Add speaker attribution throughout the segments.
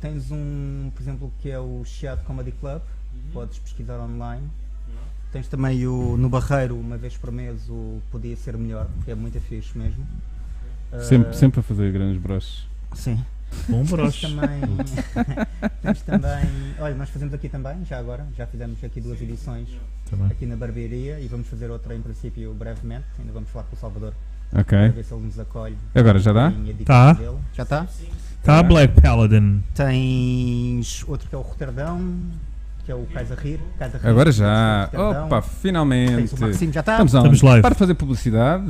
Speaker 1: tens um, por exemplo, que é o Chiado Comedy Club, podes pesquisar online. Tens também o, no Barreiro, uma vez por mês, o Podia Ser Melhor, que é muito fixe mesmo. Ah,
Speaker 2: Sempre, sempre a fazer grandes broches.
Speaker 1: Sim.
Speaker 3: Bom
Speaker 1: Temos
Speaker 3: broche.
Speaker 1: também, temos também. Olha, nós fazemos aqui também, já agora, já fizemos aqui duas edições
Speaker 3: Também.
Speaker 1: aqui na barbearia e vamos fazer outra em princípio brevemente. Ainda vamos falar com o Salvador
Speaker 2: Ok.
Speaker 1: para ver se ele nos acolhe.
Speaker 2: Agora já dá?
Speaker 1: Tem a dica
Speaker 3: Tá.
Speaker 1: dele. Já está?
Speaker 3: Tá a Black Paladin.
Speaker 1: Tens outro que é o Roterdão, que é o Kaiser Rir. Kaiser Rir,
Speaker 2: Agora
Speaker 1: tens
Speaker 2: já.
Speaker 1: o Roterdão,
Speaker 2: Opa,
Speaker 1: Tens
Speaker 2: finalmente.
Speaker 1: o Maximo, já tá. está?
Speaker 2: Estamos, on.
Speaker 3: Estamos live.
Speaker 2: Para de fazer publicidade.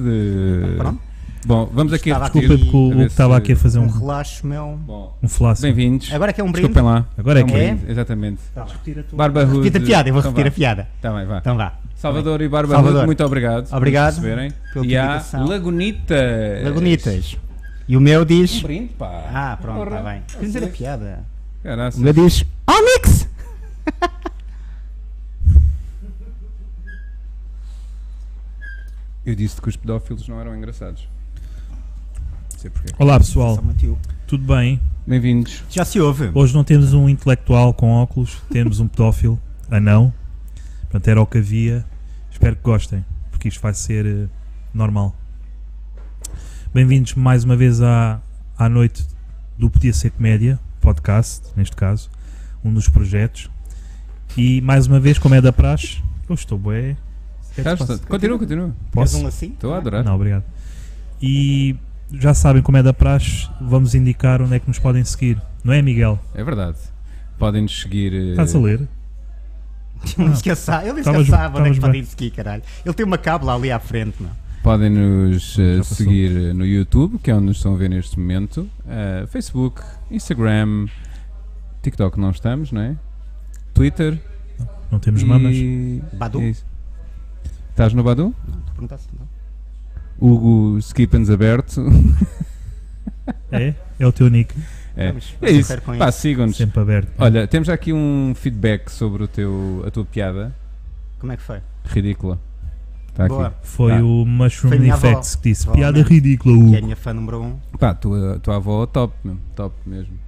Speaker 1: Pronto.
Speaker 2: Bom, vamos aqui
Speaker 1: Estava
Speaker 2: repetir.
Speaker 1: aqui-
Speaker 3: Desculpa porque o
Speaker 2: A
Speaker 3: Hugo
Speaker 2: ver
Speaker 3: estava
Speaker 2: se-
Speaker 3: aqui a fazer
Speaker 1: Um
Speaker 3: um,
Speaker 1: relaxo meu.
Speaker 2: Bom,
Speaker 3: um flasso.
Speaker 2: bem-vindos.
Speaker 1: Agora que é um brinde.
Speaker 2: Desculpem lá.
Speaker 3: Agora é
Speaker 2: um
Speaker 3: que
Speaker 1: é.
Speaker 2: brinde, Exatamente.
Speaker 1: Tá.
Speaker 2: Barba Hood.
Speaker 1: Repita a piada, eu vou
Speaker 2: Então
Speaker 1: repetir a
Speaker 2: vá.
Speaker 1: piada.
Speaker 2: Tá bem, vá.
Speaker 1: Então vá.
Speaker 2: Salvador e Barba
Speaker 1: Salvador.
Speaker 2: Hood, muito obrigado. por
Speaker 1: Obrigado
Speaker 2: receberem.
Speaker 1: pela
Speaker 2: E há
Speaker 1: comunicação.
Speaker 2: Lagunitas.
Speaker 1: Lagunitas. E o meu
Speaker 2: Um
Speaker 1: diz.
Speaker 2: brinde, pá.
Speaker 1: Ah, pronto,
Speaker 2: Porra.
Speaker 1: está bem. Quer dizer a piada.
Speaker 2: Caraças.
Speaker 1: O meu diz. Onyx!
Speaker 2: Eu disse que os pedófilos não eram engraçados. Não sei porquê.
Speaker 3: Olá pessoal,
Speaker 1: Só Mateu.
Speaker 3: tudo bem?
Speaker 2: Bem-vindos.
Speaker 1: Já se ouve.
Speaker 3: Hoje não temos um intelectual com óculos, temos um pedófilo, anão. Portanto, era o que havia. Espero que gostem, porque isto vai ser eh, normal. Bem-vindos mais uma vez à, à noite do Podia Ser Comédia, podcast, neste caso, um dos projetos. E mais uma vez, como é da praxe, eu estou bué. O que é que se
Speaker 2: Estás-
Speaker 3: passa?
Speaker 2: Continua, continua.
Speaker 1: Faz
Speaker 3: Posso?
Speaker 1: um assim?
Speaker 2: Estou a adorar.
Speaker 3: Não, obrigado. E já sabem como é da praxe, vamos indicar onde é que nos podem seguir, não é, Miguel?
Speaker 2: É verdade. Podem-nos seguir. eh,
Speaker 3: Estás a ler?
Speaker 1: Ele disse um que eu sa- ele disse que eu
Speaker 3: Estavas-
Speaker 1: sabe onde é
Speaker 3: estavas
Speaker 1: que pode
Speaker 3: bem.
Speaker 1: ir seguir, caralho. Ele tem uma cábula ali à frente, não?
Speaker 2: Podem-nos eh,
Speaker 3: Já passou.
Speaker 2: seguir eh, no YouTube, que é onde nos estão a ver neste momento. eh, Facebook, Instagram, TikTok não estamos, não é? Twitter.
Speaker 3: Não temos
Speaker 2: e-
Speaker 3: mamas.
Speaker 1: Badu?
Speaker 2: é isso. Estás no Badu?
Speaker 1: Tu perguntaste, não?
Speaker 2: Hugo Skipens aberto.
Speaker 3: É? É o teu nick,
Speaker 2: É,
Speaker 1: Vamos-
Speaker 2: é
Speaker 1: vamos
Speaker 2: isso.
Speaker 1: correr com
Speaker 2: Pá,
Speaker 1: isso.
Speaker 2: sigam-nos.
Speaker 3: sempre aberto.
Speaker 2: Olha, temos já aqui um feedback sobre o teu, a tua piada.
Speaker 1: Como é que foi?
Speaker 2: Ridícula. Está aqui.
Speaker 1: Boa.
Speaker 3: Foi
Speaker 2: Ah.
Speaker 3: o Mushroom
Speaker 1: Foi minha
Speaker 3: Effects que disse:
Speaker 1: avó,
Speaker 3: piada
Speaker 1: né?
Speaker 3: ridícula,
Speaker 1: Que é a
Speaker 3: Hugo.
Speaker 1: minha fã número um.
Speaker 2: Pá, tua, tua avó top mesmo. Top mesmo.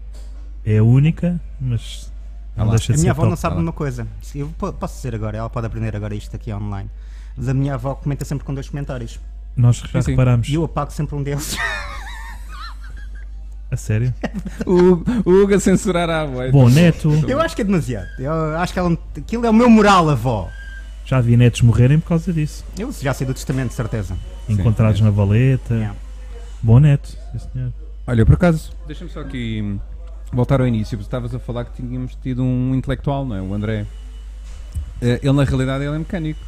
Speaker 3: É a única, mas
Speaker 2: Ah
Speaker 3: não
Speaker 2: lá.
Speaker 3: deixa
Speaker 1: A
Speaker 3: de ser
Speaker 1: minha avó
Speaker 3: top.
Speaker 1: não sabe
Speaker 2: tá lá.
Speaker 1: uma coisa. Eu po- posso dizer agora, ela pode aprender agora isto aqui online. Mas a minha avó comenta sempre com dois comentários.
Speaker 3: Nós já
Speaker 2: Sim, sim.
Speaker 3: reparámos.
Speaker 1: E eu apago sempre um deles.
Speaker 3: A sério?
Speaker 2: O o Hugo a censurar a avó.
Speaker 3: Bom, Neto,
Speaker 1: Eu acho que é demasiado. Eu acho que ela, aquilo é o meu moral, avó.
Speaker 3: já vi netos morrerem por causa disso.
Speaker 1: Eu já sei do testamento, de certeza.
Speaker 3: Encontrados na valeta.
Speaker 1: Yeah.
Speaker 3: Bom Neto, sim, senhor.
Speaker 2: Olha, por acaso, deixa-me só aqui hum, voltar ao início, porque estavas a falar que tínhamos tido um intelectual, não é? O André. Eh, Ele, na realidade, ele é mecânico.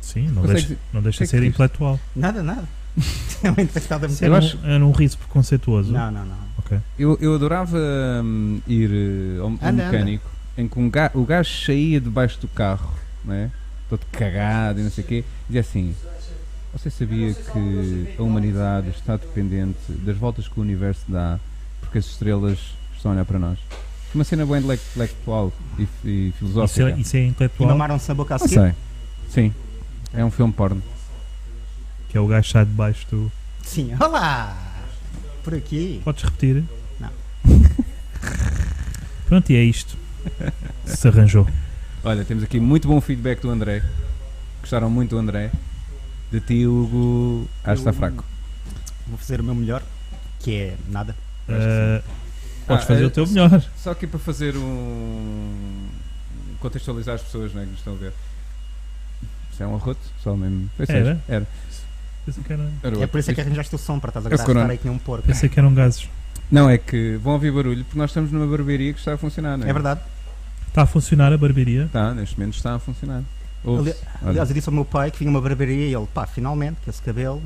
Speaker 3: Sim, não
Speaker 2: Consegues-
Speaker 3: deixa, não deixa de
Speaker 2: consegues
Speaker 3: ser
Speaker 2: dizer?
Speaker 3: intelectual.
Speaker 1: Nada, nada. É uma infestada muito
Speaker 2: Eu
Speaker 3: Era, um-
Speaker 2: acho-
Speaker 3: era um riso preconceituoso.
Speaker 1: Não, não, não.
Speaker 3: Ok.
Speaker 2: Eu, eu adorava hum, ir eh, ao ao
Speaker 1: Anda,
Speaker 2: mecânico, em que um ga- o gajo saía debaixo do carro, não é? Todo cagado e não sei o quê, e dizia assim... Você sabia que a humanidade está dependente das voltas que o universo dá porque as estrelas estão a olhar para nós? Uma cena bem intele- intelectual e, f- e
Speaker 3: Isso
Speaker 2: filosófica.
Speaker 3: é, isso é
Speaker 1: E
Speaker 3: intelectual,
Speaker 1: mamaram-se a boca a
Speaker 2: Não
Speaker 1: seguir?
Speaker 2: sei. Sim. É um filme porno.
Speaker 3: que é o gajo que sai debaixo do.
Speaker 1: Sim. Olá! Por aqui.
Speaker 3: Podes repetir?
Speaker 1: Não.
Speaker 3: Pronto, e é isto. Se arranjou.
Speaker 2: Olha, temos aqui muito bom feedback do André. Gostaram muito do André. De ti, Hugo. Acho que está
Speaker 1: Eu-
Speaker 2: fraco.
Speaker 1: Vou fazer o meu melhor, que é nada.
Speaker 3: Ah, podes
Speaker 2: Ah,
Speaker 3: fazer
Speaker 2: é-
Speaker 3: o teu melhor.
Speaker 2: Só que para fazer um. contextualizar as pessoas né, que nos estão a ver. Isso é um arroto? Só mesmo. Foi
Speaker 3: Era?
Speaker 2: seis. Era.
Speaker 3: Pensei que, era-
Speaker 2: Era
Speaker 1: É por isso é que
Speaker 2: outro.
Speaker 1: arranjaste o som para estás
Speaker 2: É
Speaker 1: agora a
Speaker 2: corona.
Speaker 1: estar aí que nem um porco.
Speaker 3: pensei que eram gases.
Speaker 2: Não, é que vão ouvir barulho porque nós estamos numa barbearia que está a funcionar, não é?
Speaker 1: É verdade.
Speaker 3: Está a funcionar a barbearia.
Speaker 2: Está, neste momento está a funcionar. Ouve-se. Olha.
Speaker 1: Aliás, eu disse ao meu pai que vinha uma barbearia e ele, pá, finalmente, com esse cabelo.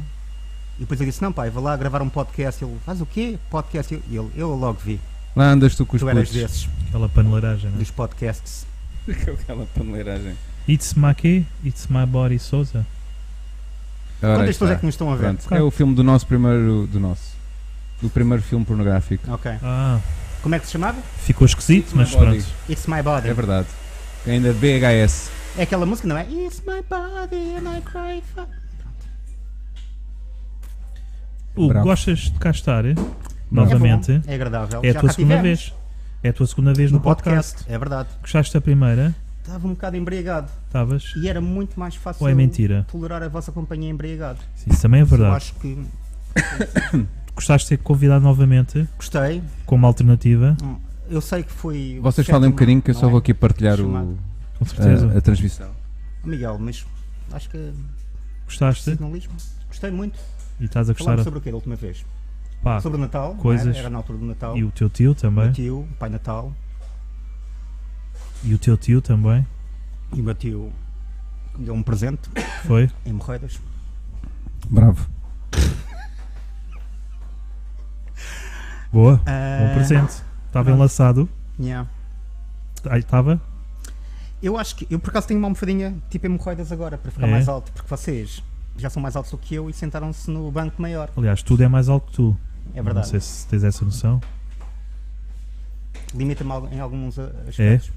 Speaker 1: E depois eu disse, não pai, vou lá gravar um podcast. Ele, faz o quê? Podcast? E ele, eu logo vi.
Speaker 2: Lá andas tu com os
Speaker 1: tu eras
Speaker 2: putos.
Speaker 1: desses,
Speaker 3: Aquela panelaragem, né?
Speaker 1: dos podcasts.
Speaker 2: Com aquela paneleiragem.
Speaker 3: It's my quê? It's my body Souza.
Speaker 2: Ora,
Speaker 1: Quantas pessoas
Speaker 2: está.
Speaker 1: é que nos estão a ver?
Speaker 2: Pronto, é o filme do nosso primeiro. do nosso. do primeiro filme pornográfico.
Speaker 1: Ok.
Speaker 3: Ah,
Speaker 1: Como é que se chamava?
Speaker 3: ficou esquisito, mas pronto.
Speaker 1: It's My Body.
Speaker 2: É verdade. Ainda BHS.
Speaker 1: É aquela música, não é? It's My Body and I Cry É for...
Speaker 3: Hugo,
Speaker 2: Bravo.
Speaker 3: gostas de cá estar? eh?
Speaker 2: Bravo.
Speaker 3: Novamente.
Speaker 1: É, bom, é agradável.
Speaker 3: eh? É
Speaker 1: Já
Speaker 3: a tua
Speaker 1: cá
Speaker 3: segunda
Speaker 1: tivemos.
Speaker 3: vez. É a tua segunda vez no, podcast.
Speaker 1: É verdade.
Speaker 3: Gostaste da primeira?
Speaker 1: Estava um bocado embriagado
Speaker 3: Estavas?
Speaker 1: e era muito mais fácil
Speaker 3: Ou é mentira?
Speaker 1: tolerar a vossa companhia embriagado.
Speaker 3: Sim, isso também é
Speaker 1: Eu
Speaker 3: verdade.
Speaker 1: acho que
Speaker 3: Gostaste de ser convidado novamente
Speaker 1: gostei.
Speaker 3: como alternativa?
Speaker 1: Hum, Eu sei que foi.
Speaker 2: Vocês
Speaker 1: certo,
Speaker 2: falem um bocadinho que eu
Speaker 1: não
Speaker 2: só
Speaker 1: é?
Speaker 2: vou aqui partilhar o,
Speaker 3: Com certeza.
Speaker 2: a, a transmissão.
Speaker 1: Miguel, mas acho que
Speaker 3: é. Gostaste?
Speaker 1: jornalismo. Gostei muito.
Speaker 3: E estás a gostar?
Speaker 1: Falámos sobre o que da última vez?
Speaker 3: Pá,
Speaker 1: sobre o Natal. não é?
Speaker 3: Ah, coisas.
Speaker 1: Era na altura do Natal.
Speaker 3: e o teu tio
Speaker 1: o meu
Speaker 3: também?
Speaker 1: tio, Pai Natal.
Speaker 3: E o teu tio também?
Speaker 1: E o meu tio me deu um presente
Speaker 3: Foi?
Speaker 1: em Morreiras.
Speaker 3: Um
Speaker 2: Bravo.
Speaker 3: Boa.
Speaker 1: Ah,
Speaker 3: Bom presente. Estava
Speaker 1: pronto.
Speaker 3: enlaçado.
Speaker 1: yeah.
Speaker 3: Aí estava?
Speaker 1: Eu acho que. Eu por acaso tenho uma almofadinha tipo em Morreiras agora, para ficar
Speaker 3: É?
Speaker 1: mais alto, porque vocês já são mais altos do que eu e sentaram-se no banco maior.
Speaker 3: Aliás, tudo é mais alto que tu.
Speaker 1: É
Speaker 3: Não
Speaker 1: verdade.
Speaker 3: sei se tens essa noção.
Speaker 1: Limita-me al- em alguns a-
Speaker 3: É?
Speaker 1: aspectos.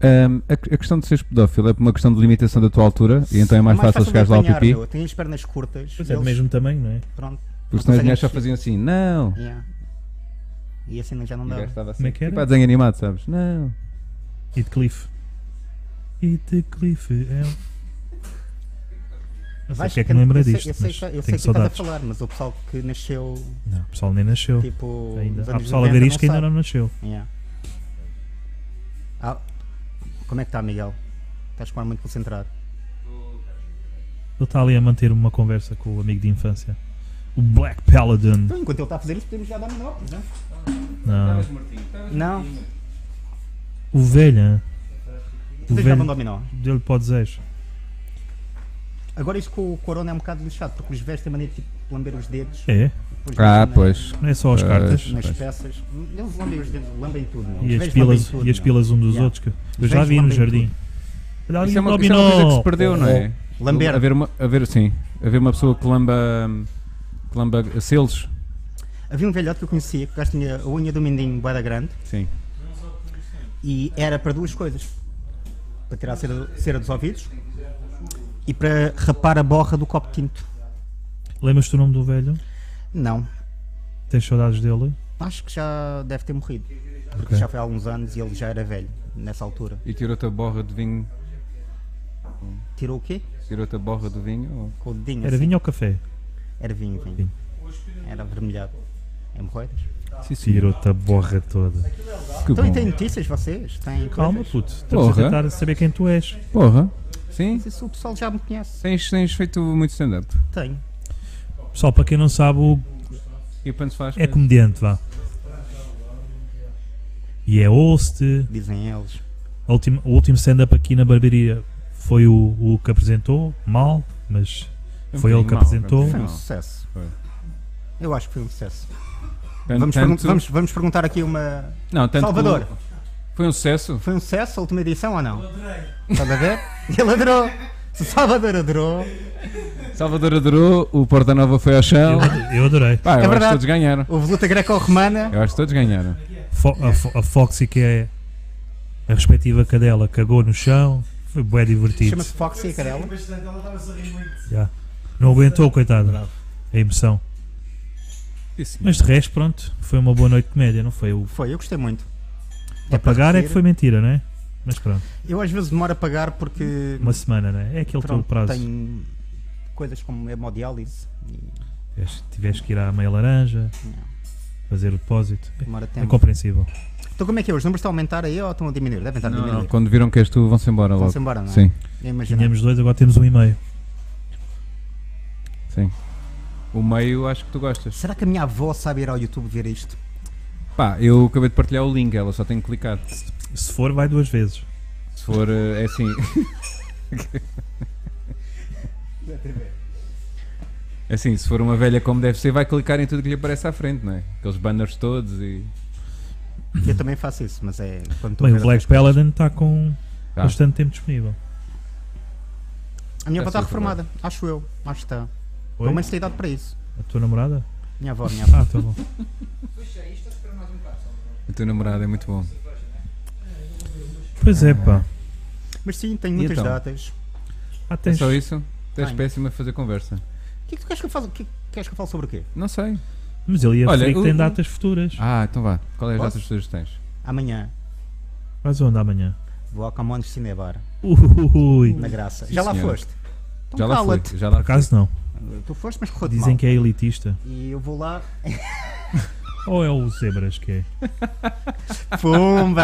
Speaker 2: Ahm, a, a questão de seres pedófilo é por uma questão de limitação da tua altura e então é mais, fácil,
Speaker 1: de
Speaker 2: chegares lá ao
Speaker 1: apanhar,
Speaker 2: pipi.
Speaker 1: meu. Eu tenho as pernas curtas.
Speaker 3: Pois é, do
Speaker 1: eles-
Speaker 3: mesmo tamanho, não é?
Speaker 1: Pronto.
Speaker 2: Porque senão as
Speaker 1: conseguem
Speaker 2: mulheres só
Speaker 1: mexer.
Speaker 2: faziam assim, não.
Speaker 1: yeah. E assim não- já não
Speaker 2: E o
Speaker 1: dá.
Speaker 2: gajo estava assim.
Speaker 3: Como é que era?
Speaker 2: Tipo a desenho animado, sabes? Não.
Speaker 3: E de Cliff. E de Cliff é. um-
Speaker 1: Vais
Speaker 3: Não sei porque é que
Speaker 1: ficando-
Speaker 3: me lembrei
Speaker 1: eu sei-
Speaker 3: disto,
Speaker 1: Eu sei,
Speaker 3: mas
Speaker 1: que- tá- eu sei
Speaker 3: tenho
Speaker 1: que estás a
Speaker 3: saudades.
Speaker 1: falar, mas o pessoal que nasceu
Speaker 3: Não, o pessoal nem nasceu.
Speaker 1: tipo.
Speaker 3: ainda.
Speaker 1: nos
Speaker 3: Há
Speaker 1: anos
Speaker 3: pessoal a ver
Speaker 1: 90,
Speaker 3: isto que ainda não
Speaker 1: sabe.
Speaker 3: nasceu.
Speaker 1: Yeah. Ah, como é que está, Miguel? Estás com ar muito concentrado.
Speaker 3: Ele está ali a manter uma conversa com o amigo de infância. O Black Paladin.
Speaker 1: Então, enquanto ele está a fazer isso, podemos já dar menor, não é?
Speaker 3: Não.
Speaker 1: Não,
Speaker 3: Ovelha.
Speaker 1: vocês já vão
Speaker 3: Ovelha.
Speaker 1: dominó.
Speaker 3: Deu-lhe para o desejo.
Speaker 1: Agora isto com o corona é um bocado lixado, porque os velhos têm maneira de tipo, lamber os dedos.
Speaker 3: É?
Speaker 1: depois na-
Speaker 2: Ah, pois.
Speaker 3: Não é só as
Speaker 2: Pois.
Speaker 3: cartas.
Speaker 1: Nas
Speaker 2: Pois.
Speaker 1: peças. Eles lambem os dedos, lambem tudo, meu. Os
Speaker 3: E as,
Speaker 1: velhos lambem
Speaker 3: pilas,
Speaker 1: tudo,
Speaker 3: e as
Speaker 1: meu.
Speaker 3: pilas um dos
Speaker 1: Yeah.
Speaker 3: outros. Que eu
Speaker 1: Os
Speaker 3: já
Speaker 1: velhos
Speaker 3: vi no
Speaker 1: lambem
Speaker 3: jardim.
Speaker 2: Isso é,
Speaker 3: Olha ali um o
Speaker 2: uma, isso é uma coisa que se
Speaker 3: dominó.
Speaker 2: perdeu, não é?
Speaker 1: Lamber.
Speaker 2: Haver uma, haver, sim. Haver uma pessoa que lamba, hum, que lamba selos.
Speaker 1: Havia um velhote que eu conhecia, que o gajo tinha a unha do mindinho bué da grande,
Speaker 2: Sim.
Speaker 1: E era para duas coisas: para tirar a cera, cera dos ouvidos e para rapar a borra do copo de tinto.
Speaker 3: Lembras-te o nome do velho?
Speaker 1: Não,
Speaker 3: Tens saudades dele?
Speaker 1: acho que já deve ter morrido, porque
Speaker 3: Ok.
Speaker 1: já foi há alguns anos e ele já era velho nessa altura.
Speaker 2: E tirou-te a borra de vinho.
Speaker 1: Tirou o quê?
Speaker 2: Tirou-te a borra do vinho. ou-
Speaker 1: Com o dedinho.
Speaker 3: Era
Speaker 1: assim.
Speaker 3: vinho ou café?
Speaker 1: Era vinho, vinho.
Speaker 3: Vinho.
Speaker 1: Era É vermelhado. Em moedas.
Speaker 2: Sim, sim.
Speaker 3: Tirou-te a borra toda.
Speaker 2: Que
Speaker 1: Então, e
Speaker 2: bom.
Speaker 1: tem notícias vocês? Tem
Speaker 3: Calma,
Speaker 1: coisas?
Speaker 3: puto. Estamos a
Speaker 2: Porra.
Speaker 3: tentar saber quem tu és.
Speaker 2: Porra. Sim.
Speaker 1: Mas isso o pessoal já me conhece.
Speaker 2: Tens, tens feito muito stand-up.
Speaker 1: Tenho.
Speaker 3: Só para quem não sabe, o
Speaker 2: E o Pantos faz.
Speaker 3: é comediante, vá. E é host.
Speaker 1: Dizem eles.
Speaker 3: A última- O último stand-up aqui na barbearia foi o, o que apresentou, mal, mas
Speaker 2: Um
Speaker 3: foi ele
Speaker 2: bocadinho
Speaker 3: que
Speaker 2: mal,
Speaker 3: apresentou.
Speaker 2: um
Speaker 1: Foi um
Speaker 2: Não.
Speaker 1: sucesso.
Speaker 2: Foi.
Speaker 1: Eu acho que foi um sucesso.
Speaker 2: Tan-
Speaker 1: Vamos,
Speaker 2: tanto-
Speaker 1: pergun- vamos, vamos perguntar aqui uma.
Speaker 2: Não, tanto que o-
Speaker 1: Salvador.
Speaker 2: Foi um sucesso.
Speaker 1: Foi um sucesso a última edição ou não? Adorei. Estás a ver? Ele adorou. Se o Salvador adorou.
Speaker 2: Salvador adorou, o Porta Nova foi ao chão.
Speaker 3: Eu, eu adorei.
Speaker 2: Pá, eu
Speaker 1: É
Speaker 2: acho que
Speaker 1: verdade.
Speaker 2: todos ganharam.
Speaker 1: Houve luta greco-romana.
Speaker 2: Eu acho que todos ganharam.
Speaker 3: Fo- a, Fo- a Foxy, que é a respectiva cadela, cagou no chão. Foi bem divertido.
Speaker 1: Chama-se Foxy e Carela.
Speaker 4: Ela estava a sorrir muito.
Speaker 3: Já. Não aguentou, coitado. A emoção.
Speaker 2: Isso,
Speaker 3: Mas de resto, pronto, foi uma boa noite de comédia, não foi? O
Speaker 1: Foi, eu gostei muito.
Speaker 3: a
Speaker 1: para
Speaker 3: pagar é que
Speaker 1: repetir.
Speaker 3: foi mentira, não é? Mas pronto,
Speaker 1: Eu às vezes demoro a pagar porque
Speaker 3: uma semana, não é? É aquele teu
Speaker 1: pronto,
Speaker 3: prazo.
Speaker 1: tenho coisas como hemodiálise e
Speaker 3: Tiveste- Tiveste que ir à meia laranja,
Speaker 1: não,
Speaker 3: fazer o depósito.
Speaker 1: demora
Speaker 3: É
Speaker 1: tempo.
Speaker 3: compreensível.
Speaker 1: Então como é que é? Os números estão a aumentar aí ou estão a diminuir? Devem estar a
Speaker 2: Não, não,
Speaker 1: diminuir.
Speaker 2: quando viram que és tu, vão-se embora
Speaker 1: Tá
Speaker 2: logo.
Speaker 1: Vão-se embora, não é?
Speaker 2: Sim,
Speaker 1: Eu imagino.
Speaker 3: Tínhamos dois, agora temos um e meio.
Speaker 2: sim. O meio acho que tu gostas.
Speaker 1: Será que a minha avó sabe ir ao YouTube ver isto?
Speaker 2: Pá, eu acabei de partilhar o link, ela só tem que clicar.
Speaker 3: Se for, vai duas vezes.
Speaker 2: Se for, eh, é assim. É assim, se for uma velha como deve ser, vai clicar em tudo que lhe aparece à frente, não é? Aqueles banners todos e.
Speaker 1: Eu também faço isso, mas é quando estou a
Speaker 3: Bem, o
Speaker 1: ver
Speaker 3: Black
Speaker 1: outras coisas.
Speaker 3: Paladin está com
Speaker 2: Tá.
Speaker 3: bastante tempo disponível.
Speaker 1: A minha avó está
Speaker 2: Parece que é
Speaker 1: reformada, acho eu. Acho que está.
Speaker 3: Oi?
Speaker 1: Pelo menos tem idade para isso.
Speaker 3: A tua é? namorada?
Speaker 1: Minha avó, minha avó.
Speaker 3: Ah, tá bom.
Speaker 2: O teu namorado é muito bom.
Speaker 3: Pois é, pá.
Speaker 1: Mas sim, tenho muitas
Speaker 2: então?
Speaker 1: datas.
Speaker 3: Ah,
Speaker 2: É
Speaker 3: tens...
Speaker 2: só isso? Tu és
Speaker 1: Tenho.
Speaker 2: péssimo a fazer conversa.
Speaker 1: O que é que tu queres que eu fale? o que é que queres que eu fale sobre o quê?
Speaker 2: Não sei.
Speaker 3: Mas ele ia
Speaker 2: Olha,
Speaker 3: referir que
Speaker 2: o-
Speaker 3: tem
Speaker 2: o-
Speaker 3: datas futuras.
Speaker 2: Ah, então vá. Qual é as
Speaker 1: Posso?
Speaker 2: datas todas que tens?
Speaker 1: Amanhã
Speaker 2: Ah.
Speaker 3: Vais onde amanhã?
Speaker 1: vou ao Camões Cinebar,
Speaker 3: Ui,
Speaker 1: na graça.
Speaker 2: Sim,
Speaker 1: já lá
Speaker 2: senhora.
Speaker 1: foste? Então
Speaker 2: Já lá
Speaker 1: cala-te.
Speaker 2: fui. Já
Speaker 3: por
Speaker 2: lá fui.
Speaker 3: acaso não.
Speaker 1: Tu foste, mas correu
Speaker 3: Dizem
Speaker 1: mal.
Speaker 3: que é elitista.
Speaker 1: E eu vou lá.
Speaker 3: Ou é o Zebras que é?
Speaker 1: Pumba!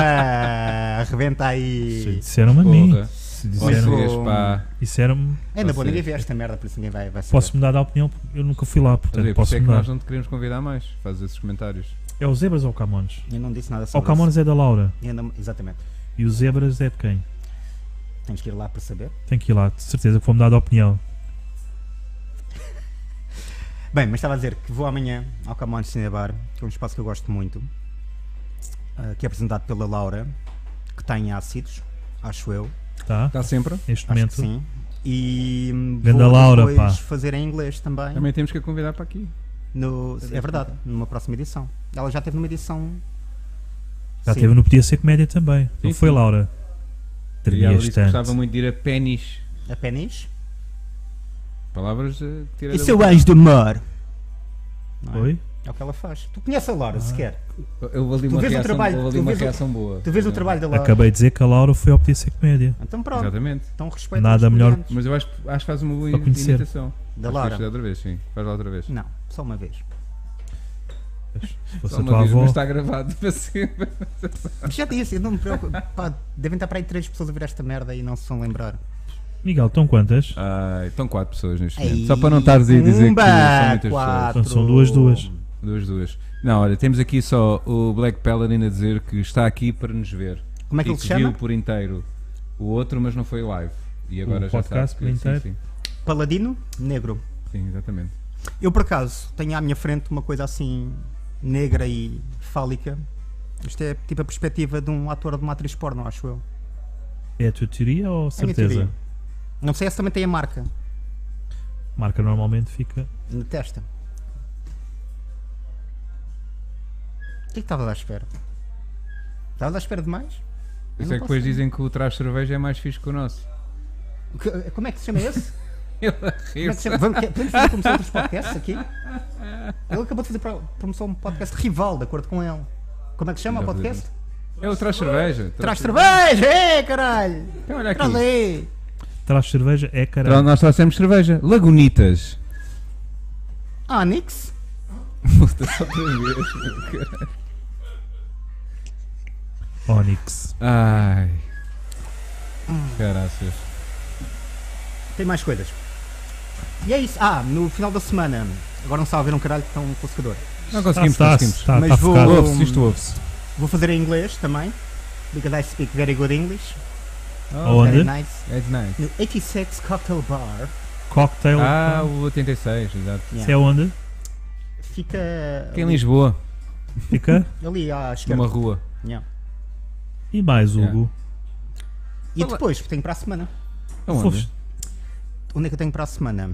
Speaker 1: Arrebenta aí!
Speaker 3: Disseram-me a mim.
Speaker 2: Porra.
Speaker 3: Se
Speaker 1: Olha,
Speaker 3: disseram-
Speaker 1: vou-
Speaker 2: Vocês, pá.
Speaker 3: Disseram-me.
Speaker 1: Ainda bom,
Speaker 2: Você-
Speaker 1: ninguém vê esta merda, por isso ninguém vai, vai saber.
Speaker 3: Posso mudar de opinião porque eu nunca fui lá,
Speaker 2: Estás a
Speaker 3: portanto
Speaker 2: ver? Por isso
Speaker 3: posso
Speaker 2: é que
Speaker 3: mudar.
Speaker 2: nós não te queremos convidar mais. Faz esses comentários.
Speaker 3: É o Zebras ou o Camões?
Speaker 1: Eu não disse nada
Speaker 3: O
Speaker 1: sobre
Speaker 3: Camões é da Laura
Speaker 1: isso. Ainda- Exatamente.
Speaker 3: e o Zebras é de quem?
Speaker 1: Tens que ir lá para saber.
Speaker 3: Tenho que ir lá, de certeza que vou mudar de opinião.
Speaker 1: Bem, mas estava a dizer que vou amanhã ao Camões Cinebar, que é um espaço que eu gosto muito, ah, que é apresentado pela Laura, que tem ácidos, acho eu,
Speaker 3: Tá?
Speaker 2: Está sempre.
Speaker 3: Neste
Speaker 1: acho que
Speaker 3: momento.
Speaker 1: sim. E hum,
Speaker 3: Ganda
Speaker 1: vou
Speaker 3: Laura,
Speaker 1: depois
Speaker 3: pá.
Speaker 1: fazer em inglês também,
Speaker 2: Também temos que a convidar para aqui.
Speaker 1: no- é verdade, numa próxima edição. Ela já teve numa edição...
Speaker 3: Já
Speaker 1: Sim.
Speaker 3: teve no Podia Ser Comédia também. não
Speaker 2: Sim,
Speaker 3: foi,
Speaker 2: sim.
Speaker 3: Laura?
Speaker 2: E ela
Speaker 3: Tremias
Speaker 2: disse que gostava
Speaker 3: tanto.
Speaker 2: muito de ir a pênis.
Speaker 1: A Penis?
Speaker 2: Palavras eh, tira
Speaker 1: E
Speaker 3: é
Speaker 2: da
Speaker 1: seu
Speaker 2: boca.
Speaker 1: anjo do mar? Não é?
Speaker 3: Foi?
Speaker 1: É o que ela faz. Tu conheces a Laura,
Speaker 3: Ah.
Speaker 1: sequer.
Speaker 2: Eu vou ali
Speaker 1: Tu
Speaker 2: uma
Speaker 1: vês o
Speaker 2: reação,
Speaker 1: trabalho-
Speaker 2: eu vou ali
Speaker 1: tu
Speaker 2: uma
Speaker 1: vês o-
Speaker 2: reação boa.
Speaker 1: Tu vês o
Speaker 2: Não.
Speaker 1: trabalho da Laura.
Speaker 3: Acabei de dizer que a Laura foi ao Podia Ser Comédia.
Speaker 1: Então pronto.
Speaker 2: Exatamente.
Speaker 1: Então respeita
Speaker 3: Nada
Speaker 1: os
Speaker 3: melhor.
Speaker 1: comediantes.
Speaker 2: Mas eu acho, acho que faz uma boa
Speaker 3: Para conhecer.
Speaker 2: imitação.
Speaker 1: Da
Speaker 2: Acho que é-
Speaker 1: Laura.
Speaker 2: faz outra vez, sim. Faz lá outra vez.
Speaker 1: Não, só uma vez.
Speaker 3: Fosse
Speaker 2: Só
Speaker 3: a
Speaker 2: uma
Speaker 3: tua
Speaker 2: vez,
Speaker 3: avó.
Speaker 2: mas tá- está gravado para sempre.
Speaker 1: Já disse, eu não me preocupo. Pá, devem estar para aí três pessoas a ver esta merda e não se vão lembrar.
Speaker 3: Miguel, estão quantas?
Speaker 2: Ai, estão quatro pessoas neste
Speaker 1: Ei,
Speaker 2: momento. Só para não estares aí a dizer
Speaker 1: pumba,
Speaker 2: que são muitas pessoas.
Speaker 1: quatro.
Speaker 3: Então são duas, duas.
Speaker 2: Duas, duas. Não, olha, temos aqui só o Black Paladin a dizer que está aqui para nos ver.
Speaker 1: Como é que
Speaker 2: e
Speaker 1: ele se chama?
Speaker 2: viu por inteiro o outro, mas não foi live. E agora
Speaker 3: O
Speaker 2: já
Speaker 3: podcast
Speaker 2: sabe
Speaker 3: por
Speaker 2: que,
Speaker 3: inteiro?
Speaker 2: Sim,
Speaker 1: Paladino Negro.
Speaker 2: sim, sim, exatamente.
Speaker 1: Eu, por acaso, tenho à minha frente uma coisa assim negra e fálica. Isto é tipo a perspectiva de um ator ou de uma atriz porno, acho eu.
Speaker 3: É a tua teoria ou
Speaker 1: É a minha
Speaker 3: certeza?
Speaker 1: teoria. Não sei se também tem a marca
Speaker 3: Marca normalmente fica.
Speaker 1: na testa. O que é que estavas à espera? Estavas à espera demais? Eu
Speaker 2: Por
Speaker 1: não
Speaker 2: isso é que depois
Speaker 1: posso-
Speaker 2: dizem que o traje de cerveja é mais fixe que o nosso.
Speaker 1: Que- Como é que se chama esse?
Speaker 2: Ele a
Speaker 1: Como é que
Speaker 2: rir-se.
Speaker 1: se chama? Vamos, quer- podemos fazer promoção dos podcasts aqui? Ele acabou de fazer pro- promoção de um podcast rival, de acordo com ele. Como é que se chama o
Speaker 2: Já
Speaker 1: podcast?
Speaker 2: É o traje de cerveja.
Speaker 1: Traz cerveja! Ê, caralho!
Speaker 2: Então, olha aqui.
Speaker 1: Traz aí!
Speaker 3: Traz cerveja? É
Speaker 2: Tra-
Speaker 3: caralho.
Speaker 2: Nós trouxemos cerveja. Lagunitas.
Speaker 1: Ah, Nix?
Speaker 2: Puta, só para ver.
Speaker 3: Onyx.
Speaker 2: Ai.
Speaker 1: Hum.
Speaker 2: Caraças.
Speaker 1: Tem mais coisas. E é isso. Ah, no final da semana. Agora não está a ver um caralho que estão um conseguidor.
Speaker 2: Não conseguimos,
Speaker 3: tá,
Speaker 2: conseguimos.
Speaker 3: tá,
Speaker 1: Mas
Speaker 3: tá
Speaker 1: vou-
Speaker 3: focado.
Speaker 2: Ouve-se, isto ouve-se.
Speaker 1: Vou fazer em inglês também. Because I speak very good English.
Speaker 2: Oh,
Speaker 3: Onde?
Speaker 1: Very nice.
Speaker 2: É de nice.
Speaker 1: No 86 Cocktail Bar.
Speaker 3: Cocktail.
Speaker 2: Ah, o 86, exato.
Speaker 3: Isso é onde?
Speaker 1: Fica
Speaker 2: Aqui em Lisboa,
Speaker 3: Fica.
Speaker 1: ali à esquerda.
Speaker 2: numa rua.
Speaker 1: Yeah.
Speaker 3: E mais,
Speaker 2: Yeah.
Speaker 3: Hugo.
Speaker 1: E depois, tenho para a semana.
Speaker 2: Aonde?
Speaker 3: Foste-
Speaker 1: Onde é que eu tenho para a semana?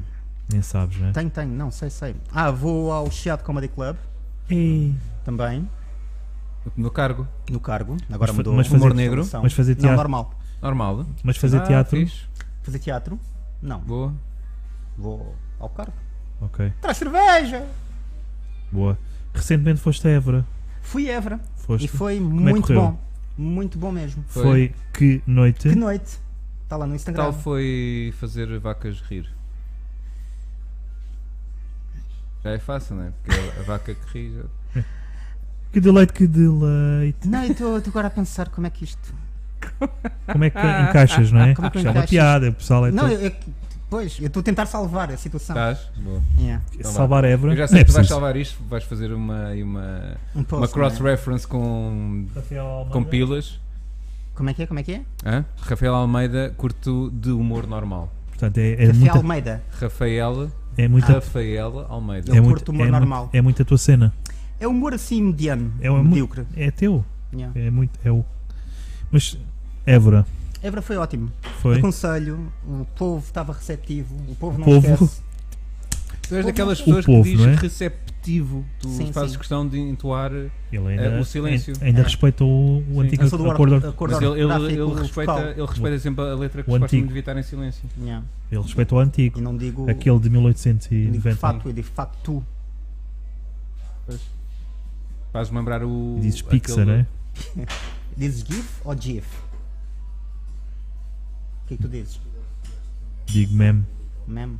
Speaker 3: Nem sabes,
Speaker 2: Tá-
Speaker 3: né?
Speaker 1: Tenho, tenho, não, sei, sei. Ah, vou ao Chiado Comedy Club
Speaker 3: Ei.
Speaker 1: também,
Speaker 2: No cargo.
Speaker 1: no cargo. Agora
Speaker 3: fa-
Speaker 1: mudou
Speaker 3: mas
Speaker 1: mudou
Speaker 3: fazer-
Speaker 1: de
Speaker 2: negro?
Speaker 1: formação.
Speaker 3: mas fazer
Speaker 1: Não,
Speaker 3: teatro?
Speaker 1: normal.
Speaker 2: Normal.
Speaker 3: Mas fazer
Speaker 2: Ah,
Speaker 3: teatro?
Speaker 2: fixe.
Speaker 1: Fazer teatro? Não.
Speaker 2: Boa.
Speaker 1: Vou ao cargo.
Speaker 3: Ok.
Speaker 1: Traz cerveja!
Speaker 3: Boa. Recentemente foste a Évora.
Speaker 1: Fui a Évora
Speaker 3: Foste.
Speaker 1: e foi
Speaker 3: é que
Speaker 1: muito
Speaker 3: correu?
Speaker 1: bom. Muito bom mesmo.
Speaker 3: Foi. que noite.
Speaker 1: Que noite! Está lá no
Speaker 2: Que
Speaker 1: Instagram.
Speaker 2: tal foi fazer vacas rir? Já é fácil, não é? Porque a vaca que ri. já-
Speaker 3: Que deleite, que deleite.
Speaker 1: Não, eu estou agora a pensar como é que isto.
Speaker 3: Como é que encaixas, não é?
Speaker 1: Como é que
Speaker 3: Isto é uma
Speaker 1: encaixas?
Speaker 3: piada, o pessoal é
Speaker 1: Não,
Speaker 3: todo-
Speaker 1: eu, eu- pois, eu estou a tentar salvar a situação.
Speaker 3: Tá.
Speaker 2: Estás? Boa.
Speaker 1: Yeah.
Speaker 2: então vá.
Speaker 3: salvar a Évora.
Speaker 2: Eu já sei
Speaker 3: não é
Speaker 2: que tu vais
Speaker 3: preciso.
Speaker 2: salvar isto, vais fazer uma, aí uma,
Speaker 1: Um post,
Speaker 2: uma
Speaker 1: não é?
Speaker 2: cross-reference com,
Speaker 3: Rafael Almeida.
Speaker 2: com pilas.
Speaker 1: Como é que é? Como é que é?
Speaker 2: Hã? Rafael Almeida curto de humor normal.
Speaker 3: Portanto, é, é
Speaker 1: Café
Speaker 3: muita,
Speaker 1: Almeida.
Speaker 2: Rafael,
Speaker 3: é
Speaker 1: Ah.
Speaker 2: Ah,
Speaker 3: muita,
Speaker 2: Rafaela Almeida.
Speaker 1: Ele
Speaker 3: é
Speaker 1: curte
Speaker 3: muito,
Speaker 1: humor
Speaker 3: é
Speaker 1: normal.
Speaker 3: Muito, é muito a tua cena.
Speaker 1: É humor assim mediano,
Speaker 3: É um-
Speaker 1: medíocre.
Speaker 3: É teu.
Speaker 1: Yeah.
Speaker 3: É muito. É o. Mas Évora
Speaker 1: Évora foi ótimo.
Speaker 3: foi.
Speaker 1: Aconselho, Um o povo estava receptivo, o povo não
Speaker 3: povo.
Speaker 1: esquece.
Speaker 2: Tu és daquelas
Speaker 3: O
Speaker 2: pessoas
Speaker 3: povo,
Speaker 2: que diz
Speaker 3: não é?
Speaker 2: receptivo. Tu
Speaker 1: Sim,
Speaker 2: fazes
Speaker 1: sim.
Speaker 2: questão de entoar.
Speaker 3: Ele ainda,
Speaker 2: É, o silêncio.
Speaker 3: Ainda
Speaker 1: É.
Speaker 3: respeita o, o antigo
Speaker 1: Eu sou do
Speaker 3: acordo.
Speaker 1: acordo, acordo
Speaker 2: Mas ele, ele-
Speaker 1: ortográfico
Speaker 2: ele
Speaker 1: vocal.
Speaker 2: respeita, ele respeita sempre a letra que
Speaker 3: O
Speaker 2: supostamente
Speaker 3: antigo.
Speaker 2: devia estar em silêncio.
Speaker 1: Yeah.
Speaker 3: Ele respeita o
Speaker 1: E
Speaker 3: antigo.
Speaker 1: não digo
Speaker 3: Aquele
Speaker 1: digo
Speaker 3: de
Speaker 1: de
Speaker 3: 1890.
Speaker 1: facto, eu digo facto.
Speaker 2: Faz-me lembrar o.
Speaker 3: Dizes
Speaker 2: aquele-
Speaker 3: Pixar, é?
Speaker 1: Dizes GIF ou GIF? O que é que tu dizes?
Speaker 3: Digo meme.
Speaker 1: Mem?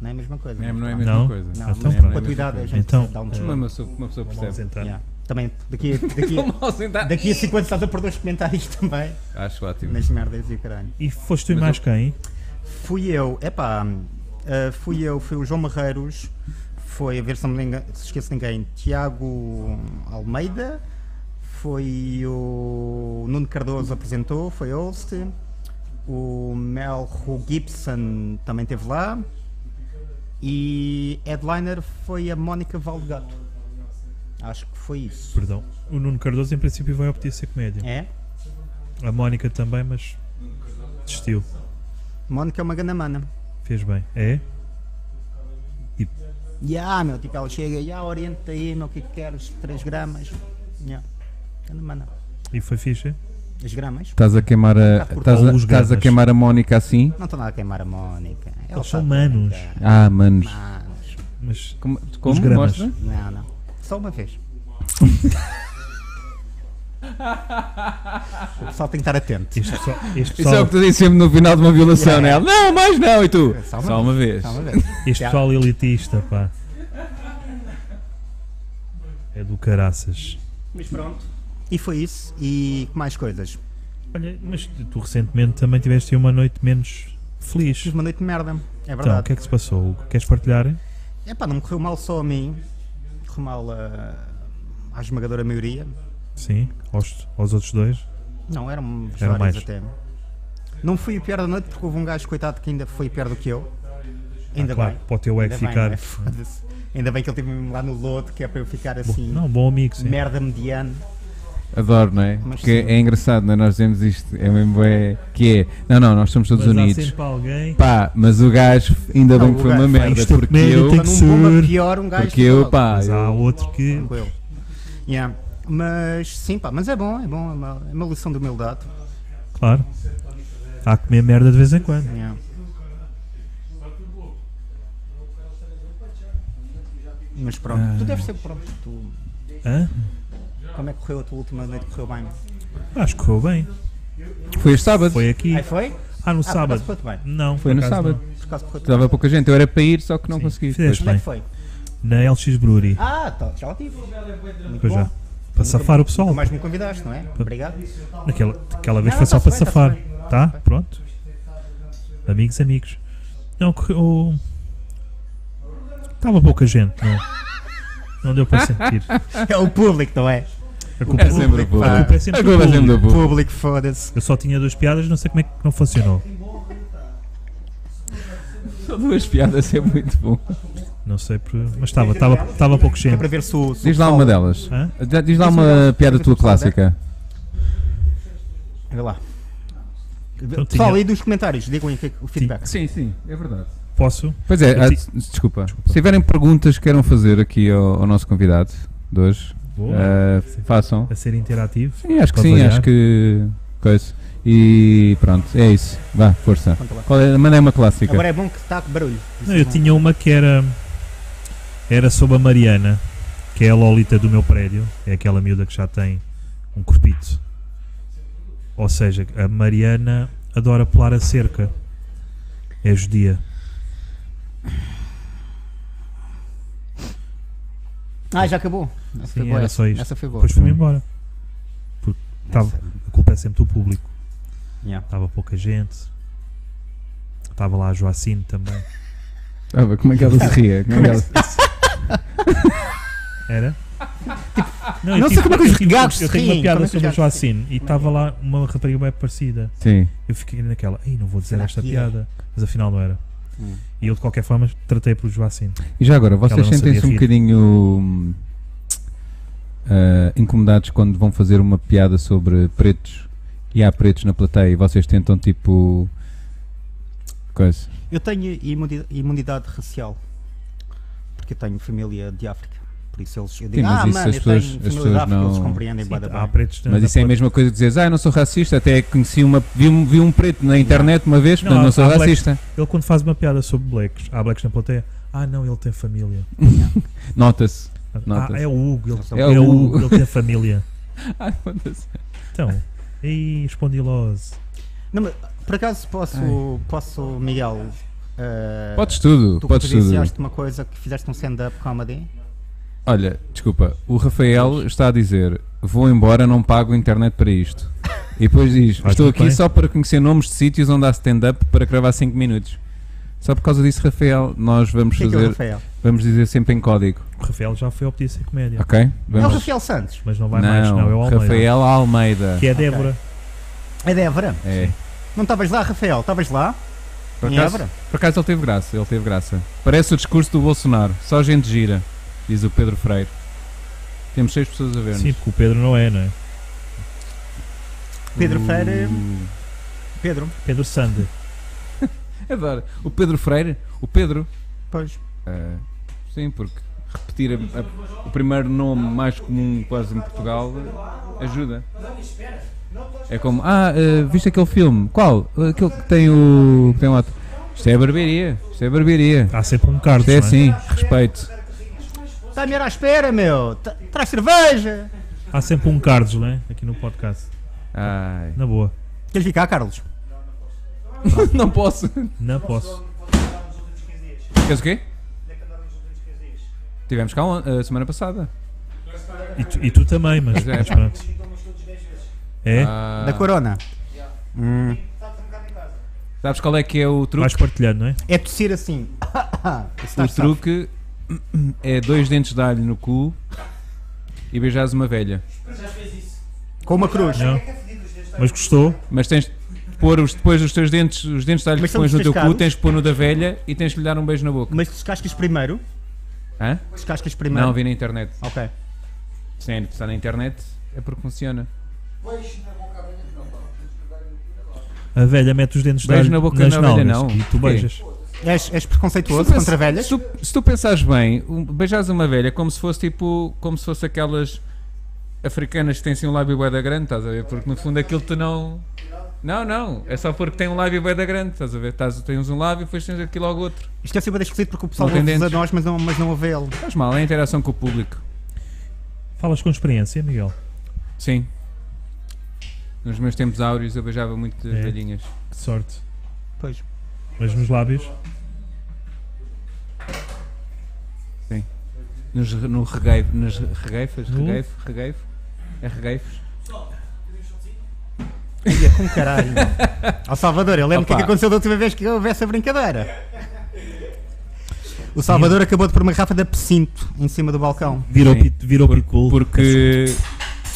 Speaker 1: Não é a mesma coisa?
Speaker 2: Meme não é a
Speaker 1: Não,
Speaker 2: mesma
Speaker 3: Não?
Speaker 2: coisa.
Speaker 1: não,
Speaker 3: Ah, então
Speaker 1: mas
Speaker 3: pronto.
Speaker 1: com a tua idade a gente
Speaker 3: Então,
Speaker 1: dá um
Speaker 2: Mas
Speaker 1: tiro.
Speaker 2: Uma pessoa, uma pessoa percebe.
Speaker 1: Yeah. Também daqui, daqui,
Speaker 2: Estou mal sentado.
Speaker 1: daqui a 50 estás a perder os comentários também.
Speaker 2: Acho ótimo.
Speaker 1: Nas merdas e o caralho.
Speaker 3: E foste tu e
Speaker 2: Mas
Speaker 3: mais quem?
Speaker 1: Fui eu, epá, ah, fui eu, foi o João Marreiros, foi, a ver se não me engan- se esqueço de ninguém, Tiago Almeida, foi o Nuno Cardoso apresentou, foi Olst, o Melro Gibson também esteve lá e headliner foi a Mónica Valdegato. Acho que foi isso.
Speaker 3: Perdão. O Nuno Cardoso, em princípio, vai obter ser comédia.
Speaker 1: É?
Speaker 3: A Mónica também, mas desistiu.
Speaker 1: Mónica é uma grande mana.
Speaker 3: Fez bem. É?
Speaker 1: Ya, meu, tipo, ela chega, ya, orienta aí, meu, o que é que queres? 3 gramas. Ya. Grande mana.
Speaker 3: E foi ficha?
Speaker 1: As gramas?
Speaker 2: Estás a queimar a.
Speaker 1: Tá por
Speaker 2: Estás a,
Speaker 3: os
Speaker 2: estás a
Speaker 3: gatas.
Speaker 2: queimar a Mónica assim?
Speaker 1: Não estou nada a queimar a Mónica. Ela
Speaker 3: Eles
Speaker 1: sabe
Speaker 3: são manos.
Speaker 1: como é que é.
Speaker 2: Ah, manos.
Speaker 1: Manos.
Speaker 3: Mas
Speaker 2: Como, como?
Speaker 3: gramas.
Speaker 2: Mostra?
Speaker 1: Não, não. Só uma vez. o pessoal tem que estar atento.
Speaker 3: este pessoal.
Speaker 2: Isso
Speaker 3: Este
Speaker 2: é o
Speaker 3: pessoal,
Speaker 2: que tu dizes sempre no final de uma violação,
Speaker 1: Yeah. É,
Speaker 2: né? Não, mais não, e tu?
Speaker 1: Só
Speaker 2: Só
Speaker 1: uma
Speaker 2: uma, vez.
Speaker 1: Só uma vez.
Speaker 3: este pessoal elitista, pá. É do caraças.
Speaker 1: Mas pronto. E foi isso. E que mais coisas?
Speaker 3: Olha, mas tu recentemente também tiveste aí uma noite menos feliz.
Speaker 1: Tive uma noite de merda. É
Speaker 3: Então, o
Speaker 1: verdade.
Speaker 3: que é que se passou? Hugo? Queres partilhar?
Speaker 1: É pá, não me correu mal só a mim. Correu mal a... à esmagadora maioria.
Speaker 3: Sim, aos, aos outros dois.
Speaker 1: Não, eram vários
Speaker 3: Eram mais.
Speaker 1: até. Não fui o pior da noite porque houve um gajo, coitado, que ainda foi pior do que eu. Ainda
Speaker 3: Ah, claro,
Speaker 1: bem.
Speaker 3: para o teu ego
Speaker 1: Ainda bem,
Speaker 3: ficar.
Speaker 1: não é? Foda-se. Ainda bem que ele teve mesmo lá no lodo, que é para eu ficar
Speaker 3: Bom,
Speaker 1: assim,
Speaker 3: não, bom amigo, sim.
Speaker 1: merda mediano.
Speaker 2: Adoro, não é?
Speaker 1: Mas
Speaker 2: Porque
Speaker 1: sim.
Speaker 2: é engraçado, não é? Nós dizemos isto. É mesmo. É, que é. Não, não, nós somos todos
Speaker 3: mas há
Speaker 2: unidos.
Speaker 3: sempre alguém.
Speaker 2: Pá, mas o gajo ainda
Speaker 1: Não,
Speaker 2: bem que
Speaker 1: o
Speaker 2: foi uma
Speaker 1: gajo-
Speaker 2: merda.
Speaker 3: Isto é
Speaker 2: Porque
Speaker 3: comédia,
Speaker 2: eu.
Speaker 3: tem que
Speaker 1: Quando um bomba
Speaker 3: ser.
Speaker 1: pior, um gajo.
Speaker 2: Porque
Speaker 1: fica
Speaker 2: eu,
Speaker 1: logo
Speaker 2: pá.
Speaker 3: Mas há
Speaker 2: Ah, eu-
Speaker 3: outro que.
Speaker 1: Tranquilo. Yeah. Mas sim, pá, mas é bom, é bom, é uma, é uma lição de humildade.
Speaker 3: Claro. Há que comer merda de vez em quando.
Speaker 1: Yeah. Mas pronto,
Speaker 3: Ah.
Speaker 1: tu deves ser pronto. Tu,
Speaker 3: Hã?
Speaker 1: como é que correu a tua última noite? Correu bem?
Speaker 3: Acho que correu bem.
Speaker 2: Foi este sábado.
Speaker 3: Foi aqui.
Speaker 1: Aí foi?
Speaker 3: Ah, no
Speaker 1: Ah,
Speaker 3: sábado.
Speaker 1: Por acaso correu bem.
Speaker 3: Não,
Speaker 2: Foi
Speaker 3: por
Speaker 2: no
Speaker 3: acaso
Speaker 2: sábado.
Speaker 3: não.
Speaker 1: Por acaso correu bem.
Speaker 2: Estava pouca gente. Eu era para ir, só que não
Speaker 3: Sim.
Speaker 2: consegui.
Speaker 3: Fizeste
Speaker 1: Como é
Speaker 3: bem.
Speaker 1: que foi?
Speaker 3: Na LX Brewery.
Speaker 1: Ah, tá, já o tive. Muito
Speaker 3: Pois
Speaker 1: bom.
Speaker 3: já. Para safar o pessoal.
Speaker 1: Tu mais me convidaste, não é? Obrigado.
Speaker 3: Naquela, daquela vez
Speaker 1: Não,
Speaker 3: foi só para
Speaker 1: tá-se bem,
Speaker 3: safar.
Speaker 1: tá-se bem.
Speaker 3: Tá?
Speaker 1: Tá-se bem.
Speaker 3: Pronto. Amigos, amigos. Não, correu. Estava pouca gente, não. é? Não deu para sentir.
Speaker 1: É o público, não é?
Speaker 3: A culpa,
Speaker 2: É sempre
Speaker 1: pá.
Speaker 2: do público.
Speaker 3: a culpa é sempre
Speaker 2: A
Speaker 3: do
Speaker 2: culpa é sempre
Speaker 3: público.
Speaker 2: do público.
Speaker 1: Público, foda-se.
Speaker 3: Eu só tinha duas piadas, não sei como é que não funcionou.
Speaker 2: Só duas piadas, é muito bom.
Speaker 3: Não sei por. Mas estava, estava, estava pouco
Speaker 1: É para
Speaker 3: gente.
Speaker 1: ver se o. se o
Speaker 2: Diz lá
Speaker 1: pessoal-
Speaker 2: uma delas.
Speaker 3: Hã?
Speaker 2: Já- Diz lá
Speaker 1: Diz uma
Speaker 2: uma
Speaker 1: delas.
Speaker 2: piada
Speaker 1: Diz
Speaker 2: tua
Speaker 1: uma delas.
Speaker 2: clássica.
Speaker 1: Vê lá.
Speaker 3: Então
Speaker 1: Pessoal,
Speaker 3: tinha-
Speaker 1: aí dos comentários, digam aí o que- o feedback.
Speaker 2: Sim, sim, é verdade.
Speaker 3: Posso?
Speaker 2: Pois é,
Speaker 3: Eu
Speaker 2: ah,
Speaker 3: ti-
Speaker 2: des- desculpa. Se tiverem perguntas que queiram fazer aqui ao, ao nosso convidado de hoje,
Speaker 3: Boa.
Speaker 2: ah, façam.
Speaker 3: A ser interativo.
Speaker 2: Sim, acho que
Speaker 3: Pode
Speaker 2: sim,
Speaker 3: variar.
Speaker 2: acho que. Coisa. E pronto, é isso. Vá, força.
Speaker 1: Conta lá.
Speaker 2: Qual é, mandei uma clássica.
Speaker 1: Agora é bom que está com barulho.
Speaker 3: Não, eu tinha uma que era era sobre a Mariana, que é a Lolita do meu prédio, é aquela miúda que já tem um corpito. Ou seja, a Mariana adora pular a cerca. É judia.
Speaker 1: Ah, já acabou. Essa
Speaker 3: Sim, era só isto.
Speaker 1: Essa foi boa.
Speaker 3: Depois foi-me
Speaker 2: Hum.
Speaker 3: embora. tava-
Speaker 1: Essa-
Speaker 3: A culpa é sempre do público.
Speaker 1: Yeah.
Speaker 3: Estava pouca gente. Estava lá a Joacine também.
Speaker 2: Ah, vá, como é que ela se ria? Como é que ela...
Speaker 3: Era? Tipo, eu
Speaker 1: Não sei
Speaker 3: tive-
Speaker 1: como é que os
Speaker 3: eu tive-
Speaker 1: gagos
Speaker 3: Eu
Speaker 1: se
Speaker 3: tenho uma
Speaker 1: riem,
Speaker 3: piada
Speaker 1: como é que os
Speaker 3: sobre a
Speaker 1: gagos se
Speaker 3: Joacine e estava lá uma rapariga bem parecida.
Speaker 2: Sim.
Speaker 3: Eu fiquei naquela, ei, não vou dizer
Speaker 1: Será
Speaker 3: esta
Speaker 1: que é?"
Speaker 3: piada, mas afinal não era.
Speaker 1: Hum.
Speaker 3: E eu de qualquer forma tratei por Joacim.
Speaker 2: E já agora,
Speaker 3: Ela
Speaker 2: vocês
Speaker 3: não sabia
Speaker 2: sentem-se um
Speaker 3: rir.
Speaker 2: bocadinho hum, ah, incomodados quando vão fazer uma piada sobre pretos e há pretos na plateia e vocês tentam tipo. Coisa.
Speaker 1: Eu tenho imundi- imunidade racial. Porque eu tenho família de África. Por isso eles. Eu digo,
Speaker 2: mas
Speaker 1: ah,
Speaker 2: isso
Speaker 1: mano,
Speaker 2: as
Speaker 1: eu
Speaker 2: pessoas-
Speaker 1: tenho
Speaker 2: as
Speaker 1: família de
Speaker 2: pessoas
Speaker 1: África, eles
Speaker 2: não-
Speaker 1: compreendem
Speaker 3: Sim, Ah,
Speaker 1: bué da
Speaker 3: há
Speaker 1: bem.
Speaker 3: pretos na-
Speaker 2: Mas
Speaker 3: na
Speaker 2: isso é a
Speaker 3: plateia.
Speaker 2: mesma coisa que dizes, ah, eu não sou racista, até conheci uma, vi, um, vi um preto na internet uma vez,
Speaker 3: Não,
Speaker 2: portanto não,
Speaker 3: há-
Speaker 2: sou
Speaker 3: há blacks.
Speaker 2: racista.
Speaker 3: Ele quando faz uma piada sobre blacks, há blacks na plateia, ah não, ele tem família.
Speaker 2: Nota-se. Notas.
Speaker 3: Ah, é o Hugo. Ele,
Speaker 2: É o
Speaker 3: é o
Speaker 2: Hugo.
Speaker 3: Hugo, ele tem a família.
Speaker 2: Ai, foda-se.
Speaker 3: Então, e espondilose.
Speaker 1: Não, mas, por acaso posso, posso Miguel.
Speaker 3: É.
Speaker 1: eh,
Speaker 2: Podes tudo,
Speaker 1: Tu
Speaker 2: podes tudo.
Speaker 1: referenciaste uma coisa que fizeste um stand-up comedy.
Speaker 2: Olha, desculpa, o Rafael está a dizer: vou embora, não pago internet para isto. E depois diz:
Speaker 3: Faz
Speaker 2: estou
Speaker 3: muito
Speaker 2: aqui
Speaker 3: bem.
Speaker 2: só para conhecer nomes de sítios onde há stand-up para gravar 5 minutos. Só por causa disso, Rafael, nós vamos
Speaker 1: O que é que é o
Speaker 2: fazer,
Speaker 1: Rafael?
Speaker 2: vamos dizer sempre em código,
Speaker 3: O Rafael já foi ao Podia Ser Comédia.
Speaker 2: ok?
Speaker 1: É o
Speaker 2: Vamos.
Speaker 1: Rafael Santos.
Speaker 3: Mas não vai mais, não. É o Almeida.
Speaker 2: Rafael Almeida.
Speaker 3: Que é a Débora.
Speaker 1: É de Évora.
Speaker 2: É.
Speaker 1: Não estavas lá, Rafael? Estavas lá?
Speaker 2: Por
Speaker 1: em
Speaker 2: acaso,
Speaker 1: Évora?
Speaker 2: por acaso ele teve graça, ele teve graça. Parece o discurso do Bolsonaro, só gente gira, diz o Pedro Freire. Temos seis pessoas a ver-nos.
Speaker 3: Sim, porque o Pedro não é, não é?
Speaker 1: Pedro
Speaker 2: Hum.
Speaker 1: Freire.
Speaker 2: O-
Speaker 1: Pedro,
Speaker 3: Pedro Sander.
Speaker 2: Adoro. O Pedro Freire, o Pedro.
Speaker 1: pois.
Speaker 2: Ah, sim, porque repetir a- a- o primeiro nome mais comum quase em Portugal eh, ajuda. É como, ah, eh, viste aquele filme? Qual? Aquele que tem o. que tem lá. Isto é barbearia, isto é barbearia.
Speaker 3: Há sempre um Carlos,
Speaker 2: Isto é
Speaker 3: não é?
Speaker 2: assim, respeito.
Speaker 1: Está-me à espera, meu! Tra- Traz cerveja!
Speaker 3: Há sempre um Carlos, não é? Aqui no podcast.
Speaker 2: Ai.
Speaker 3: Na boa.
Speaker 1: Queres vir cá, Carlos?
Speaker 2: Não posso.
Speaker 3: Não posso.
Speaker 2: Queres o quê? Tivemos cá on- a semana passada.
Speaker 3: E tu, e tu também, mas,
Speaker 2: Pois é.
Speaker 3: mas pronto. É?
Speaker 2: Ah,
Speaker 1: Da Corona. Hum.
Speaker 2: sabes qual é que é o truque?
Speaker 3: Vais partilhando, não é?
Speaker 1: É tossir assim. Isso
Speaker 2: O
Speaker 1: está safe.
Speaker 2: truque é dois dentes de alho no cu e beijares uma velha.
Speaker 1: Com uma cruz.
Speaker 3: Não. Mas gostou?
Speaker 2: Mas tens de pôr os, depois os teus dentes, os dentes de alho
Speaker 1: Mas
Speaker 2: que
Speaker 1: são
Speaker 2: pões no teu cu,
Speaker 1: descascados?
Speaker 2: tens de pôr no da velha e tens de lhe dar um beijo na boca.
Speaker 1: Mas descascas primeiro.
Speaker 2: Hã?
Speaker 1: Descascas
Speaker 2: Não,
Speaker 1: primeiro.
Speaker 2: vi na internet.
Speaker 1: Ok.
Speaker 2: Se é- se está na internet, é porque funciona.
Speaker 3: A velha mete os dentes de
Speaker 2: Beijo
Speaker 3: alho
Speaker 2: na boca
Speaker 3: nas
Speaker 2: da velha, não.
Speaker 3: nalgas E tu
Speaker 2: Quê?
Speaker 3: beijas.
Speaker 1: És, és
Speaker 2: tu
Speaker 1: preconceituoso
Speaker 2: pensa-
Speaker 1: contra velhas?
Speaker 2: se tu- se tu pensares bem, um, beijares uma velha é como se fosse tipo, como se fosse aquelas africanas que têm assim um lábio bué da grande, estás a ver? Porque no fundo aquilo tu não. Não, não, é só porque tem um lábio bué da grande, estás a ver? Tás, tens um lábio e depois tens aqui logo outro.
Speaker 1: Isto é sempre esquisito porque o pessoal
Speaker 2: Não tem
Speaker 1: ouve a
Speaker 2: dentes.
Speaker 1: nós, mas não, mas não a vê-lo.
Speaker 2: Faz mal, é a interação com o público.
Speaker 3: Falas com experiência, Miguel.
Speaker 2: Sim. Nos meus tempos áureos eu beijava muito as
Speaker 3: É.
Speaker 2: velhinhas.
Speaker 3: Que sorte.
Speaker 1: Pois.
Speaker 3: Mas nos lábios,
Speaker 2: Nos, re- no regueif, nas re- regueifas,
Speaker 3: No?
Speaker 2: regueif, regueif. É regueifos.
Speaker 1: Ia com caralho. meu. Ó Salvador, eu lembro o que, é que
Speaker 2: Opa.
Speaker 1: aconteceu da última vez que houve essa brincadeira. O Salvador acabou de pôr uma garrafa de absinto em cima do balcão.
Speaker 3: virou,
Speaker 2: Sim.
Speaker 3: pit, virou
Speaker 2: Por-
Speaker 3: pitbull.
Speaker 2: porque,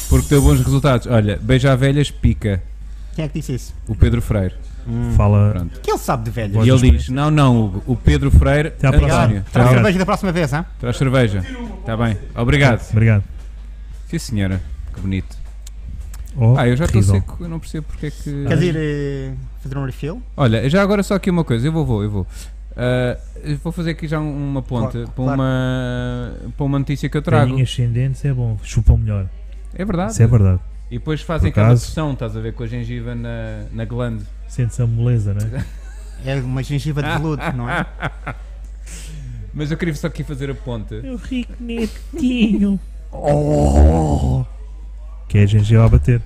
Speaker 2: porque deu bons resultados. Olha, beijar velhas pica.
Speaker 1: Quem é que disse isso?
Speaker 2: O Pedro Freire.
Speaker 3: Fala.
Speaker 2: Pronto.
Speaker 1: Que ele sabe de velhas.
Speaker 3: Boa
Speaker 2: E
Speaker 3: Boas
Speaker 2: ele diz: Tá
Speaker 3: experiências.
Speaker 2: Não, não, Hugo, o Pedro Freire.
Speaker 3: à próxima.
Speaker 1: Traz
Speaker 2: António, traz,
Speaker 3: Obrigado.
Speaker 1: cerveja da próxima vez, hã?
Speaker 2: traz cerveja. Está bem. Obrigado.
Speaker 3: Obrigado.
Speaker 2: Sim, senhora. Que bonito.
Speaker 3: Oh,
Speaker 2: Ah, eu já estou
Speaker 3: terrível.
Speaker 2: seco. Eu não percebo porque é que.
Speaker 1: Queres ir eh, fazer um refill?
Speaker 2: Olha, já agora só aqui uma coisa, eu vou, vou, eu vou. Ah, eu vou fazer aqui já um- uma ponta
Speaker 1: Claro,
Speaker 2: para,
Speaker 1: claro.
Speaker 2: Uma, para uma notícia que eu trago.
Speaker 3: Velhinhas sem dentes é bom. Chupam melhor.
Speaker 2: É verdade.
Speaker 3: Isso é verdade.
Speaker 2: E depois fazem
Speaker 3: Por
Speaker 2: aquela
Speaker 3: acaso.
Speaker 2: pressão, estás a ver, com a gengiva na, na glande.
Speaker 3: Sentes a moleza, não é?
Speaker 1: É uma gengiva de
Speaker 2: Ah.
Speaker 1: veludo, não é?
Speaker 2: Mas eu queria só aqui fazer a ponta.
Speaker 3: Meu rico netinho. Oh! Que é a gengiva a bater.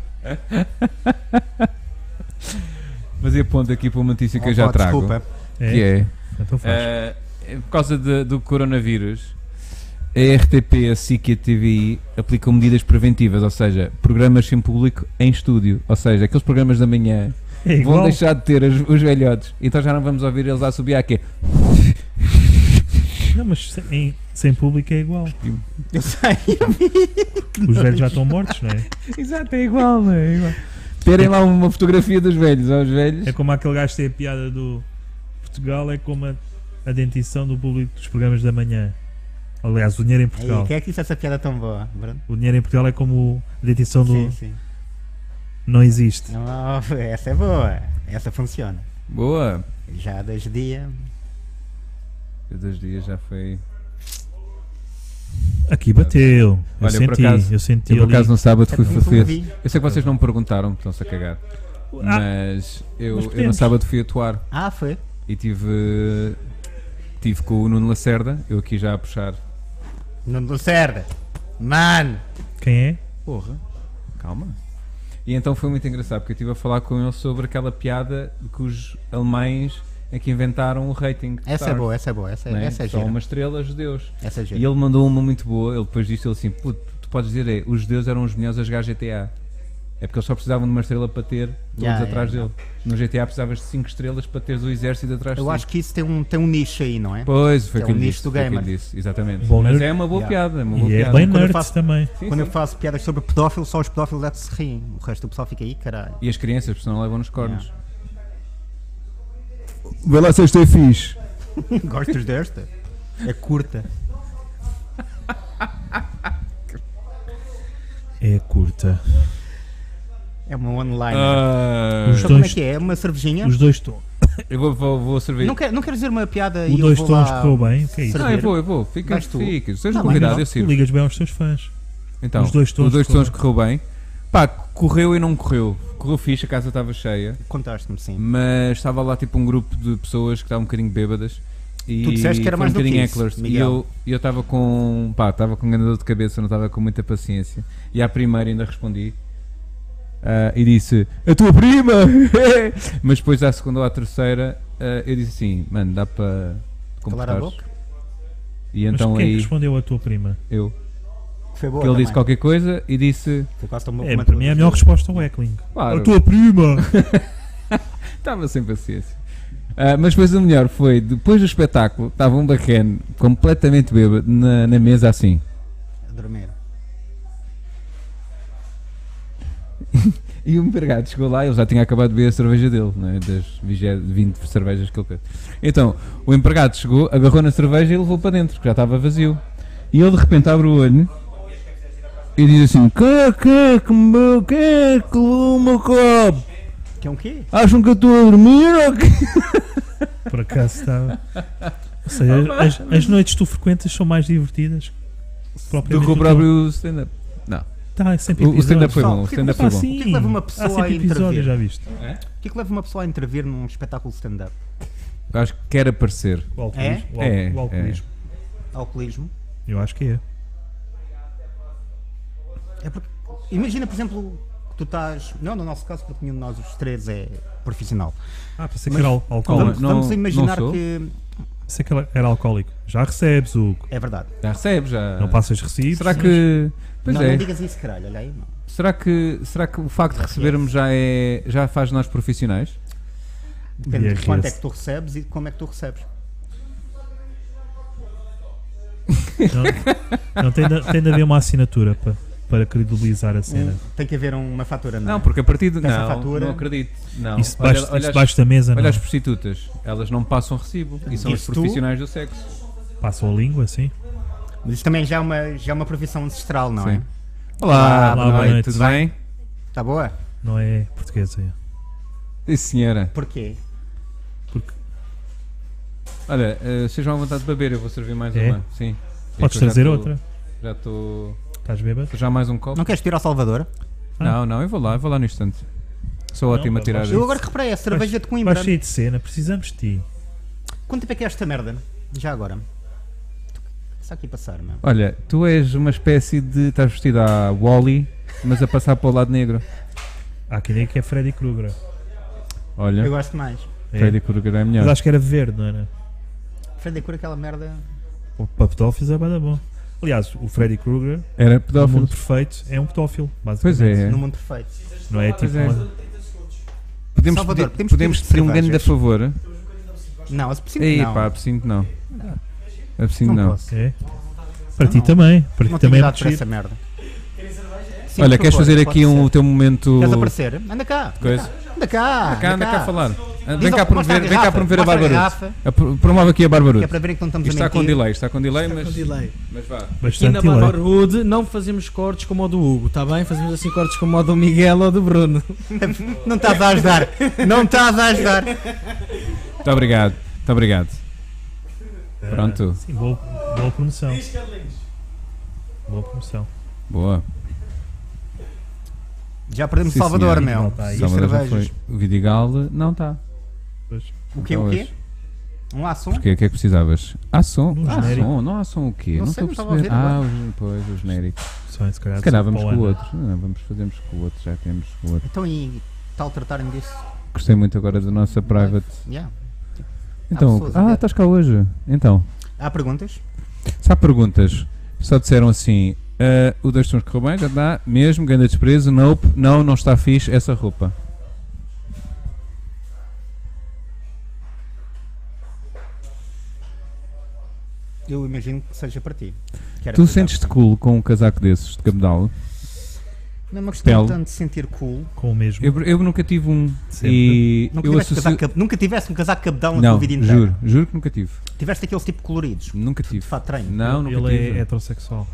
Speaker 2: Fazer a ponta aqui para uma notícia que eu já
Speaker 1: Opa,
Speaker 2: trago.
Speaker 1: Oh, Desculpa.
Speaker 3: É?
Speaker 2: Que é.
Speaker 3: Então faz.
Speaker 2: Ah, é por causa de- do coronavírus, a RTP, a SIC e a TVI aplicam medidas preventivas, ou seja, programas sem público em estúdio. Ou seja, aqueles programas da manhã
Speaker 3: é
Speaker 2: vão
Speaker 3: igual.
Speaker 2: deixar de ter os, os velhotes. Então já não vamos ouvir eles a subir aqui.
Speaker 3: Não, mas sem, em- sem público é igual.
Speaker 1: Eu sei.
Speaker 3: Os velhos já estão mortos, não é?
Speaker 2: Exato, é igual, é igual. Terem lá uma fotografia dos velhos, aos velhos.
Speaker 3: É como aquele gajo que tem a piada do Portugal, é como a, a dentição do público dos programas da manhã. Aliás, o dinheiro em Portugal.
Speaker 1: Ei, quem é que disse essa piada tão boa, Bruno?
Speaker 3: O dinheiro em Portugal é como a dentição do.
Speaker 1: Sim, sim.
Speaker 3: Não existe.
Speaker 1: Não, essa é boa. Essa funciona.
Speaker 2: Boa.
Speaker 1: Já há dois dias.
Speaker 2: Dois dias já foi.
Speaker 3: Aqui bateu. Eu
Speaker 2: Olha, eu por
Speaker 3: senti,
Speaker 2: acaso-
Speaker 3: eu senti
Speaker 2: Eu por
Speaker 3: ali. É um
Speaker 2: acaso no sábado fui
Speaker 1: Nunca o
Speaker 2: fazer.
Speaker 1: vi.
Speaker 2: Eu sei que vocês não me perguntaram, estão-se a cagar.
Speaker 3: Ah,
Speaker 2: Mas eu, eu
Speaker 3: mas
Speaker 2: no
Speaker 3: podemos.
Speaker 2: sábado fui atuar
Speaker 1: Ah, foi.
Speaker 2: e tive. Tive com o Nuno Lacerda, eu aqui já a puxar
Speaker 1: Nuno Lacerda. Mano.
Speaker 3: Quem é?
Speaker 2: Porra, calma. E então foi muito engraçado porque eu estive a falar com ele sobre aquela piada de que os alemães é que inventaram o rating. de
Speaker 1: Essa é
Speaker 2: stars,
Speaker 1: boa, essa é boa. Essa,
Speaker 2: né?
Speaker 1: essa é
Speaker 2: São
Speaker 1: gira.
Speaker 2: uma estrela judeus.
Speaker 1: Essa é gira.
Speaker 2: E ele mandou uma muito boa. Ele depois disse ele assim: Puto, tu podes dizer, é, os judeus eram os melhores a jogar GTA. É porque eles só precisavam de uma estrela para ter todos
Speaker 1: Yeah,
Speaker 2: atrás dele. No GTA precisavas de 5 estrelas para teres o exército atrás de
Speaker 1: Eu
Speaker 2: ti.
Speaker 1: acho que isso tem um, tem um nicho aí, não é?
Speaker 2: Pois, foi
Speaker 1: que é
Speaker 2: o que
Speaker 1: um
Speaker 2: ele
Speaker 1: nicho
Speaker 2: disse.
Speaker 1: do
Speaker 2: foi o que ele
Speaker 1: gamer.
Speaker 2: disse, exatamente.
Speaker 3: Bom,
Speaker 2: Mas
Speaker 3: nerd.
Speaker 2: é uma boa
Speaker 1: Yeah.
Speaker 2: piada. é Uma boa
Speaker 3: E é
Speaker 2: piada.
Speaker 3: bem
Speaker 1: Quando eu
Speaker 3: nerds
Speaker 1: faço-
Speaker 3: também.
Speaker 2: Sim,
Speaker 1: Quando eu
Speaker 2: sim.
Speaker 1: faço piadas sobre pedófilos, só os pedófilos é que se riem. O resto do pessoal fica aí, caralho.
Speaker 2: E as crianças, porque senão levam nos cornos.
Speaker 1: Yeah.
Speaker 2: Vai lá se este é fixe.
Speaker 1: Gostas desta? É curta.
Speaker 3: É curta.
Speaker 1: É uma online.
Speaker 3: Ah, Os
Speaker 1: Sabe como é
Speaker 3: dois-
Speaker 1: que é? É uma cervejinha?
Speaker 3: Os dois tons.
Speaker 2: Ah, eu vou, vou, vou servir.
Speaker 1: Não quero, não quero dizer uma piada
Speaker 3: Os
Speaker 1: e eu
Speaker 3: dois
Speaker 1: vou
Speaker 3: tons
Speaker 1: lá...
Speaker 3: correu bem. O que é isso?
Speaker 2: Não, eu
Speaker 1: servir.
Speaker 2: vou, eu vou. Fica,
Speaker 1: Vais tu.
Speaker 2: fica. Seja
Speaker 1: Tá bem,
Speaker 2: convidado,
Speaker 1: não.
Speaker 2: eu
Speaker 3: Tu
Speaker 2: sirvo.
Speaker 3: ligas bem aos teus fãs.
Speaker 2: Então,
Speaker 3: Os dois tons
Speaker 2: os dois
Speaker 3: correu
Speaker 2: tons correu bem. Pá, correu e não correu. Correu fixe, a casa estava cheia.
Speaker 1: Contaste-me, sim.
Speaker 2: Mas estava lá tipo um grupo de pessoas que estavam um bocadinho bêbadas. E
Speaker 1: Tu disseste que era
Speaker 2: foi
Speaker 1: mais
Speaker 2: um
Speaker 1: do que
Speaker 2: bocadinho
Speaker 1: isso,
Speaker 2: hecklers. E
Speaker 1: Miguel.
Speaker 2: eu e eu estava com. pá, estava com um grande dor de cabeça, não estava com muita paciência. E à primeira ainda respondi. ah, e disse, a tua prima! Mas depois à segunda ou à terceira ah, eu disse assim, mano, dá para
Speaker 1: Calar a
Speaker 2: comportar
Speaker 1: boca?
Speaker 2: E
Speaker 3: Mas
Speaker 2: então
Speaker 3: quem é que
Speaker 2: aí
Speaker 3: respondeu à tua prima?
Speaker 2: eu.
Speaker 1: Foi boa
Speaker 2: Porque ele
Speaker 1: também.
Speaker 2: disse qualquer coisa e disse.
Speaker 1: Foi quase tão bom
Speaker 3: É,
Speaker 1: como
Speaker 3: para mim é a
Speaker 1: tua.
Speaker 3: melhor resposta ao heckling.
Speaker 2: Claro,
Speaker 3: A tua prima!
Speaker 2: estava sem paciência. Ah, mas depois o melhor foi, depois do espetáculo, estava um bacana completamente bêbado na, na mesa assim.
Speaker 1: A dormir.
Speaker 2: E o empregado chegou lá, ele já tinha acabado de beber a cerveja dele, né, das 20, 20 cervejas que ele fez. Então, o empregado chegou, agarrou na cerveja e levou para dentro, que já estava vazio. E ele de repente abre o olho e diz assim: Que, que, que, meu- que, que, o meu copo?
Speaker 1: Que é um quê?
Speaker 2: Acham que eu estou a dormir ou quê?
Speaker 3: Por acaso estava. Ou seja, as, as noites que tu frequentas são mais divertidas
Speaker 2: Do que o próprio stand-up.
Speaker 3: Tá, é sempre
Speaker 2: O, o stand-up
Speaker 3: episódios.
Speaker 2: foi
Speaker 1: Pessoal,
Speaker 2: bom, o
Speaker 1: fica
Speaker 2: stand-up
Speaker 1: com
Speaker 2: foi
Speaker 3: Ah,
Speaker 2: bom.
Speaker 3: sim.
Speaker 1: O que é que leva uma
Speaker 3: Há
Speaker 1: pessoa
Speaker 3: sempre
Speaker 1: a intervir?
Speaker 3: episódios, já viste?
Speaker 1: O que é que leva uma pessoa a intervir num espetáculo de stand-up?
Speaker 2: Eu Acho que quer aparecer.
Speaker 3: O alcoolismo. O, al-
Speaker 2: É?
Speaker 3: o alcoolismo.
Speaker 1: Alcoolismo?
Speaker 3: Eu acho que é.
Speaker 1: É porque, imagina, por exemplo, que tu estás. Não, no nosso caso, porque nenhum de nós os três é profissional.
Speaker 3: Ah, pensei que era al-
Speaker 2: Não,
Speaker 1: Vamos,
Speaker 3: alcoólico.
Speaker 1: vamos
Speaker 2: não
Speaker 1: imaginar
Speaker 2: sou.
Speaker 1: que.
Speaker 3: Pensei que ela era alcoólico. Já recebes, Hugo.
Speaker 1: É verdade.
Speaker 2: Já recebe, já.
Speaker 3: Não passas recibos.
Speaker 2: Será que. Pois
Speaker 1: não,
Speaker 2: é.
Speaker 1: não digas isso, caralho, olha aí. Não.
Speaker 2: Será que, será que o facto de recebermos já, é, já faz de nós profissionais?
Speaker 1: Depende
Speaker 3: IRS.
Speaker 1: de quanto é que tu recebes e de como é que tu recebes.
Speaker 3: Não, não tem, de, tem de haver uma assinatura para, para credibilizar a cena.
Speaker 1: Hum, Tem que haver uma fatura, não, é?
Speaker 2: Não, porque a partir de.
Speaker 1: Peça a
Speaker 2: Não,
Speaker 1: fatura.
Speaker 2: não acredito. Não.
Speaker 3: Isso
Speaker 2: Olha-
Speaker 3: debaixo,
Speaker 2: olha
Speaker 3: isso
Speaker 2: as-
Speaker 3: debaixo da mesa
Speaker 2: olha
Speaker 3: não. é?
Speaker 2: as prostitutas. Elas não passam recibo. E são as
Speaker 1: Isso tu?
Speaker 2: profissionais do sexo.
Speaker 3: Passam a língua, assim.
Speaker 1: Mas isso também já é uma, já é uma profissão ancestral, não
Speaker 2: Sim.
Speaker 1: é?
Speaker 2: Olá,
Speaker 3: Olá,
Speaker 2: boa
Speaker 3: boa
Speaker 2: noite,
Speaker 3: noite.
Speaker 2: Tudo bem?
Speaker 1: Tá boa?
Speaker 3: Não é portuguesa. é.
Speaker 2: Sim, Eh, senhora.
Speaker 1: Porquê?
Speaker 2: Olha, eh, sejam à vontade de beber, eu vou servir mais
Speaker 3: É?
Speaker 2: uma. Sim. É
Speaker 3: Podes
Speaker 2: que eu já
Speaker 3: trazer
Speaker 2: tô-
Speaker 3: outra.
Speaker 2: Já estou.
Speaker 3: Estás bêbado?
Speaker 2: Já mais um copo?
Speaker 1: Não queres tirar ao Salvador?
Speaker 3: Ah.
Speaker 2: Não, não, eu vou lá, eu vou lá no instante. Sou
Speaker 3: Não,
Speaker 2: ótimo a
Speaker 3: pá,
Speaker 2: tirar.
Speaker 3: vais-
Speaker 1: Eu agora que reparei, a cerveja de Coimbra.
Speaker 3: Estás cheio de cena. Precisamos de ti.
Speaker 1: Quanto tempo é que é esta merda? Já agora. Está aqui a passar, meu.
Speaker 2: Olha, tu és uma espécie de. estás vestido à Wally, mas a passar para o lado negro.
Speaker 3: Há quem diga que é Freddy Krueger.
Speaker 1: Eu
Speaker 2: Olha,
Speaker 1: gosto mais.
Speaker 3: É.
Speaker 2: Freddy Krueger é
Speaker 3: Mas
Speaker 2: melhor.
Speaker 3: acho que era verde, não era?
Speaker 1: Freddy Cura, aquela merda.
Speaker 3: O para pedófilos é bada bom. Aliás, o Freddy Krueger,
Speaker 2: Era
Speaker 3: o mundo
Speaker 2: pedófilo.
Speaker 3: perfeito, é um pedófilo,
Speaker 2: Pois
Speaker 3: basicamente.
Speaker 2: é.
Speaker 1: No mundo perfeito.
Speaker 3: Pois é. Não é tipo
Speaker 2: Pois é.
Speaker 3: uma-
Speaker 2: Podemos,
Speaker 1: Salvador,
Speaker 2: pedir-
Speaker 1: podemos
Speaker 2: podemos
Speaker 1: pedir
Speaker 2: pedir um grande a
Speaker 1: cervejas.
Speaker 2: favor.
Speaker 1: Não, a piscina
Speaker 2: Ei,
Speaker 1: não.
Speaker 2: pá, absinto não. Absinto
Speaker 1: não,
Speaker 2: não.
Speaker 1: posso.
Speaker 3: é. Para ti
Speaker 1: Não.
Speaker 3: também. Para
Speaker 1: Não tenho
Speaker 3: ti também é
Speaker 1: idade para
Speaker 3: muito
Speaker 1: essa
Speaker 3: giro.
Speaker 1: merda. Sim,
Speaker 2: Olha,
Speaker 1: por
Speaker 2: queres
Speaker 1: favor,
Speaker 2: fazer
Speaker 1: pode
Speaker 2: aqui um, o
Speaker 1: ser.
Speaker 2: teu momento.
Speaker 1: Queres aparecer? Anda cá.
Speaker 2: Coisa?
Speaker 1: Anda cá.
Speaker 2: Cá, anda cá a falar. Ah, Vem
Speaker 1: Diz ao-
Speaker 2: cá
Speaker 1: mostra
Speaker 2: promover, vem cá
Speaker 1: garrafa,
Speaker 2: promover a
Speaker 1: mostra
Speaker 2: Bárbara.
Speaker 1: garrafa,
Speaker 2: A pro- Promove aqui a Bárbara.
Speaker 1: que é para ver que não estamos
Speaker 2: Isto está
Speaker 1: a
Speaker 2: com
Speaker 1: mentir.
Speaker 2: delay, está com delay, mas,
Speaker 4: Com delay.
Speaker 2: mas vá.
Speaker 4: Aqui na
Speaker 3: Bastante
Speaker 4: Barbar
Speaker 3: hilário.
Speaker 4: Hood não fazemos cortes como o do Hugo, tá bem? Fazemos assim cortes como o do Miguel ou do Bruno.
Speaker 1: Não estás a ajudar. Não estás a ajudar.
Speaker 2: Muito obrigado, muito obrigado. É. Pronto,
Speaker 3: Ah, Sim, boa, boa promoção. Boa promoção.
Speaker 2: boa.
Speaker 1: Já perdemos
Speaker 2: Sim,
Speaker 1: Salvador,
Speaker 2: senhora.
Speaker 1: meu.
Speaker 3: Não, tá aí.
Speaker 1: Ah, E as
Speaker 2: Salvador já
Speaker 1: cervejas.
Speaker 2: foi. O Vidigal não está.
Speaker 3: Pois.
Speaker 1: O quê? O quê? Um lá som?
Speaker 2: Porquê? O que é que precisavas? Há som?
Speaker 3: Um
Speaker 2: Há
Speaker 3: genérico.
Speaker 2: som? Não há som o quê?
Speaker 1: Não
Speaker 2: Não
Speaker 1: sei,
Speaker 2: estou a
Speaker 1: não
Speaker 2: perceber.
Speaker 1: estava a
Speaker 2: Ah, o, pois, o genérico.
Speaker 3: Só, é, se calhar,
Speaker 2: Se calhar
Speaker 3: só
Speaker 2: vamos
Speaker 3: para o
Speaker 2: com o
Speaker 3: ano.
Speaker 2: outro. Não, vamos fazermos com o outro, já temos com o outro.
Speaker 1: Então e tal tratarem disso?
Speaker 2: Gostei muito agora da nossa private.
Speaker 1: Yeah.
Speaker 2: Então,
Speaker 1: pessoas a
Speaker 2: ah,
Speaker 1: ver.
Speaker 2: estás cá hoje. Então,
Speaker 1: Há perguntas?
Speaker 2: se há perguntas, só disseram assim: ah, o dois tons correu bem, já dá, mesmo, grande desprezo, nope, não, não está fixe essa roupa.
Speaker 1: Eu imagino que seja para ti. Que
Speaker 3: É
Speaker 1: era
Speaker 2: Tu
Speaker 1: para ti.
Speaker 2: sentes-te cool com um casaco desses, de cabedal?
Speaker 1: Não é uma questão
Speaker 2: pele?
Speaker 1: tanto de sentir cool.
Speaker 3: Com o mesmo.
Speaker 2: Eu, eu nunca tive um.
Speaker 3: Sempre.
Speaker 2: E
Speaker 1: Nunca
Speaker 2: eu
Speaker 1: tiveste,
Speaker 2: associo...
Speaker 1: casaco cab- nunca tiveste um casaco cabedão na tua
Speaker 2: Não,
Speaker 1: vida inteira.
Speaker 2: juro, juro que nunca tive.
Speaker 1: Tiveste aqueles tipo coloridos.
Speaker 2: Nunca
Speaker 1: De
Speaker 2: tive.
Speaker 1: fato treino.
Speaker 2: Não, nunca
Speaker 3: Ele é
Speaker 2: tive.
Speaker 3: heterossexual.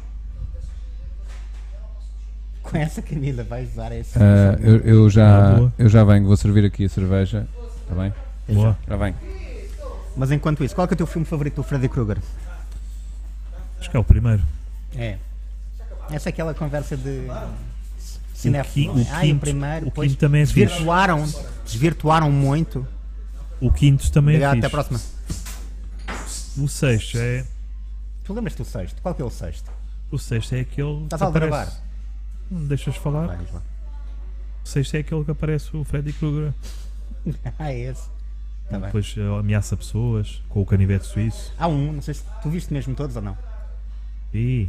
Speaker 1: Com essa camisa vais usar esse.
Speaker 2: Ah, eu, eu
Speaker 3: Ah,
Speaker 2: já,
Speaker 3: boa.
Speaker 2: eu já venho, vou servir aqui a cerveja. Está bem?
Speaker 3: Boa.
Speaker 2: Já vem.
Speaker 1: Mas enquanto isso, qual é, que é o teu filme favorito do Freddy Krueger?
Speaker 3: Acho que é o primeiro.
Speaker 1: É. Essa é aquela conversa de
Speaker 3: O qui-
Speaker 1: cinéfilo.
Speaker 3: o
Speaker 1: Ah, e o
Speaker 3: quinto-
Speaker 1: primeiro,
Speaker 3: o
Speaker 1: depois
Speaker 3: quinto também é fixe.
Speaker 1: desvirtuaram, desvirtuaram muito.
Speaker 3: O quinto também
Speaker 1: Obrigado,
Speaker 3: é
Speaker 1: até
Speaker 3: fixe.
Speaker 1: à próxima.
Speaker 3: O sexto é.
Speaker 1: Tu lembras-te do sexto? Qual que é o sexto?
Speaker 3: O sexto é aquele.
Speaker 1: Estás
Speaker 3: que
Speaker 1: a Tá gravar?
Speaker 3: aparece- Não me deixas falar.
Speaker 1: Vai, vai.
Speaker 3: O sexto é aquele que aparece o Freddy Krueger.
Speaker 1: Ah, é esse. Tá bem.
Speaker 3: Depois eh, ameaça pessoas com o canivete suíço.
Speaker 1: Há um, não sei se tu viste mesmo todos ou não.
Speaker 3: E.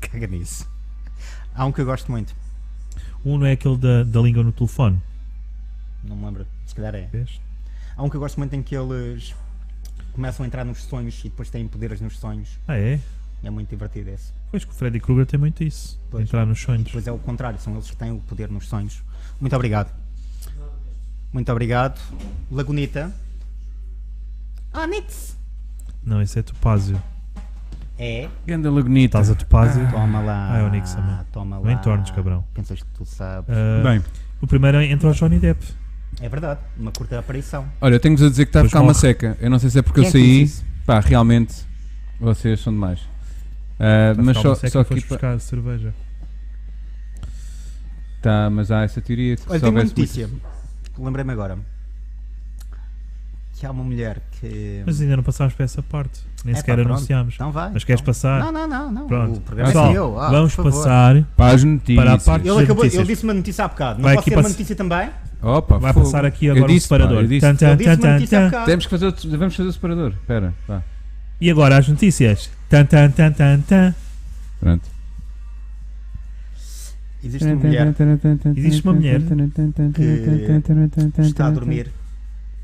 Speaker 1: Caga nisso. Há um que eu gosto muito.
Speaker 3: Um não é aquele da, da língua no telefone.
Speaker 1: Não me lembro. Se calhar é.
Speaker 3: Vês?
Speaker 1: Há um que eu gosto muito em que eles começam a entrar nos sonhos e depois têm poderes nos sonhos.
Speaker 3: Ah, é?
Speaker 1: É muito divertido esse.
Speaker 3: Pois que o Freddy Krueger tem muito isso. de
Speaker 1: Pois.
Speaker 3: Entrar nos sonhos.
Speaker 1: Pois é o contrário, são eles que têm o poder nos sonhos. Muito obrigado. Muito obrigado. Lagunita. Onix!
Speaker 3: Não, esse é Topázio.
Speaker 1: É.
Speaker 2: Ganda Lagunita.
Speaker 3: Estás a Topázio.
Speaker 1: Toma lá.
Speaker 3: Ah, é Onix também.
Speaker 1: Toma lá.
Speaker 3: Não entornes, cabrão.
Speaker 1: Pensas que tu sabes.
Speaker 3: Ah,
Speaker 2: Bem,
Speaker 3: O primeiro entra o Johnny Depp.
Speaker 1: É verdade, uma curta aparição.
Speaker 2: olha, eu tenho-vos a dizer que está a
Speaker 3: Pois
Speaker 2: ficar uma
Speaker 3: morre.
Speaker 2: seca. Eu não sei se é porque
Speaker 1: Quem
Speaker 2: eu
Speaker 1: é que
Speaker 2: saí.
Speaker 1: disse isso?
Speaker 2: Pá, realmente, vocês são demais. Ah, mas só, só aqui
Speaker 3: foste
Speaker 2: para.
Speaker 3: buscar cerveja.
Speaker 2: Tá, mas há essa teoria que
Speaker 1: Olha,
Speaker 2: se
Speaker 1: tenho uma
Speaker 2: houvesse
Speaker 1: notícia. Lembrei-me agora. Que há uma mulher que.
Speaker 3: Mas ainda não passámos para essa parte. Nem
Speaker 1: É,
Speaker 3: sequer
Speaker 1: pá, pronto.
Speaker 3: anunciámos.
Speaker 1: Então vai.
Speaker 3: Mas queres
Speaker 1: então.
Speaker 3: passar?
Speaker 1: Não, não, não, não.
Speaker 3: Pronto.
Speaker 1: O programa
Speaker 3: Pessoal,
Speaker 1: é seu. Ah,
Speaker 3: vamos
Speaker 1: por favor.
Speaker 3: passar.
Speaker 2: Para as notícias.
Speaker 3: Para a parte-
Speaker 1: Ele, acabou,
Speaker 3: notícias.
Speaker 1: ele disse uma notícia há bocado. Não
Speaker 3: Vai
Speaker 1: pode
Speaker 3: aqui
Speaker 1: ser uma
Speaker 3: pass-
Speaker 1: notícia também?
Speaker 2: Opa,
Speaker 3: Vai
Speaker 2: fogo.
Speaker 3: passar aqui
Speaker 2: Eu
Speaker 3: agora
Speaker 2: disse,
Speaker 3: o separador.
Speaker 2: pá, eu disse.
Speaker 3: Tan, tan,
Speaker 1: Ele disse uma
Speaker 3: tan,
Speaker 1: notícia há
Speaker 3: tan.
Speaker 1: bocado.
Speaker 2: Temos que fazer outro, vamos fazer o separador. Espera, vá.
Speaker 3: E agora as notícias. Tan, tan, tan, tan, tan.
Speaker 2: Pronto.
Speaker 1: Existe uma mulher
Speaker 3: Existe uma mulher
Speaker 1: que está a dormir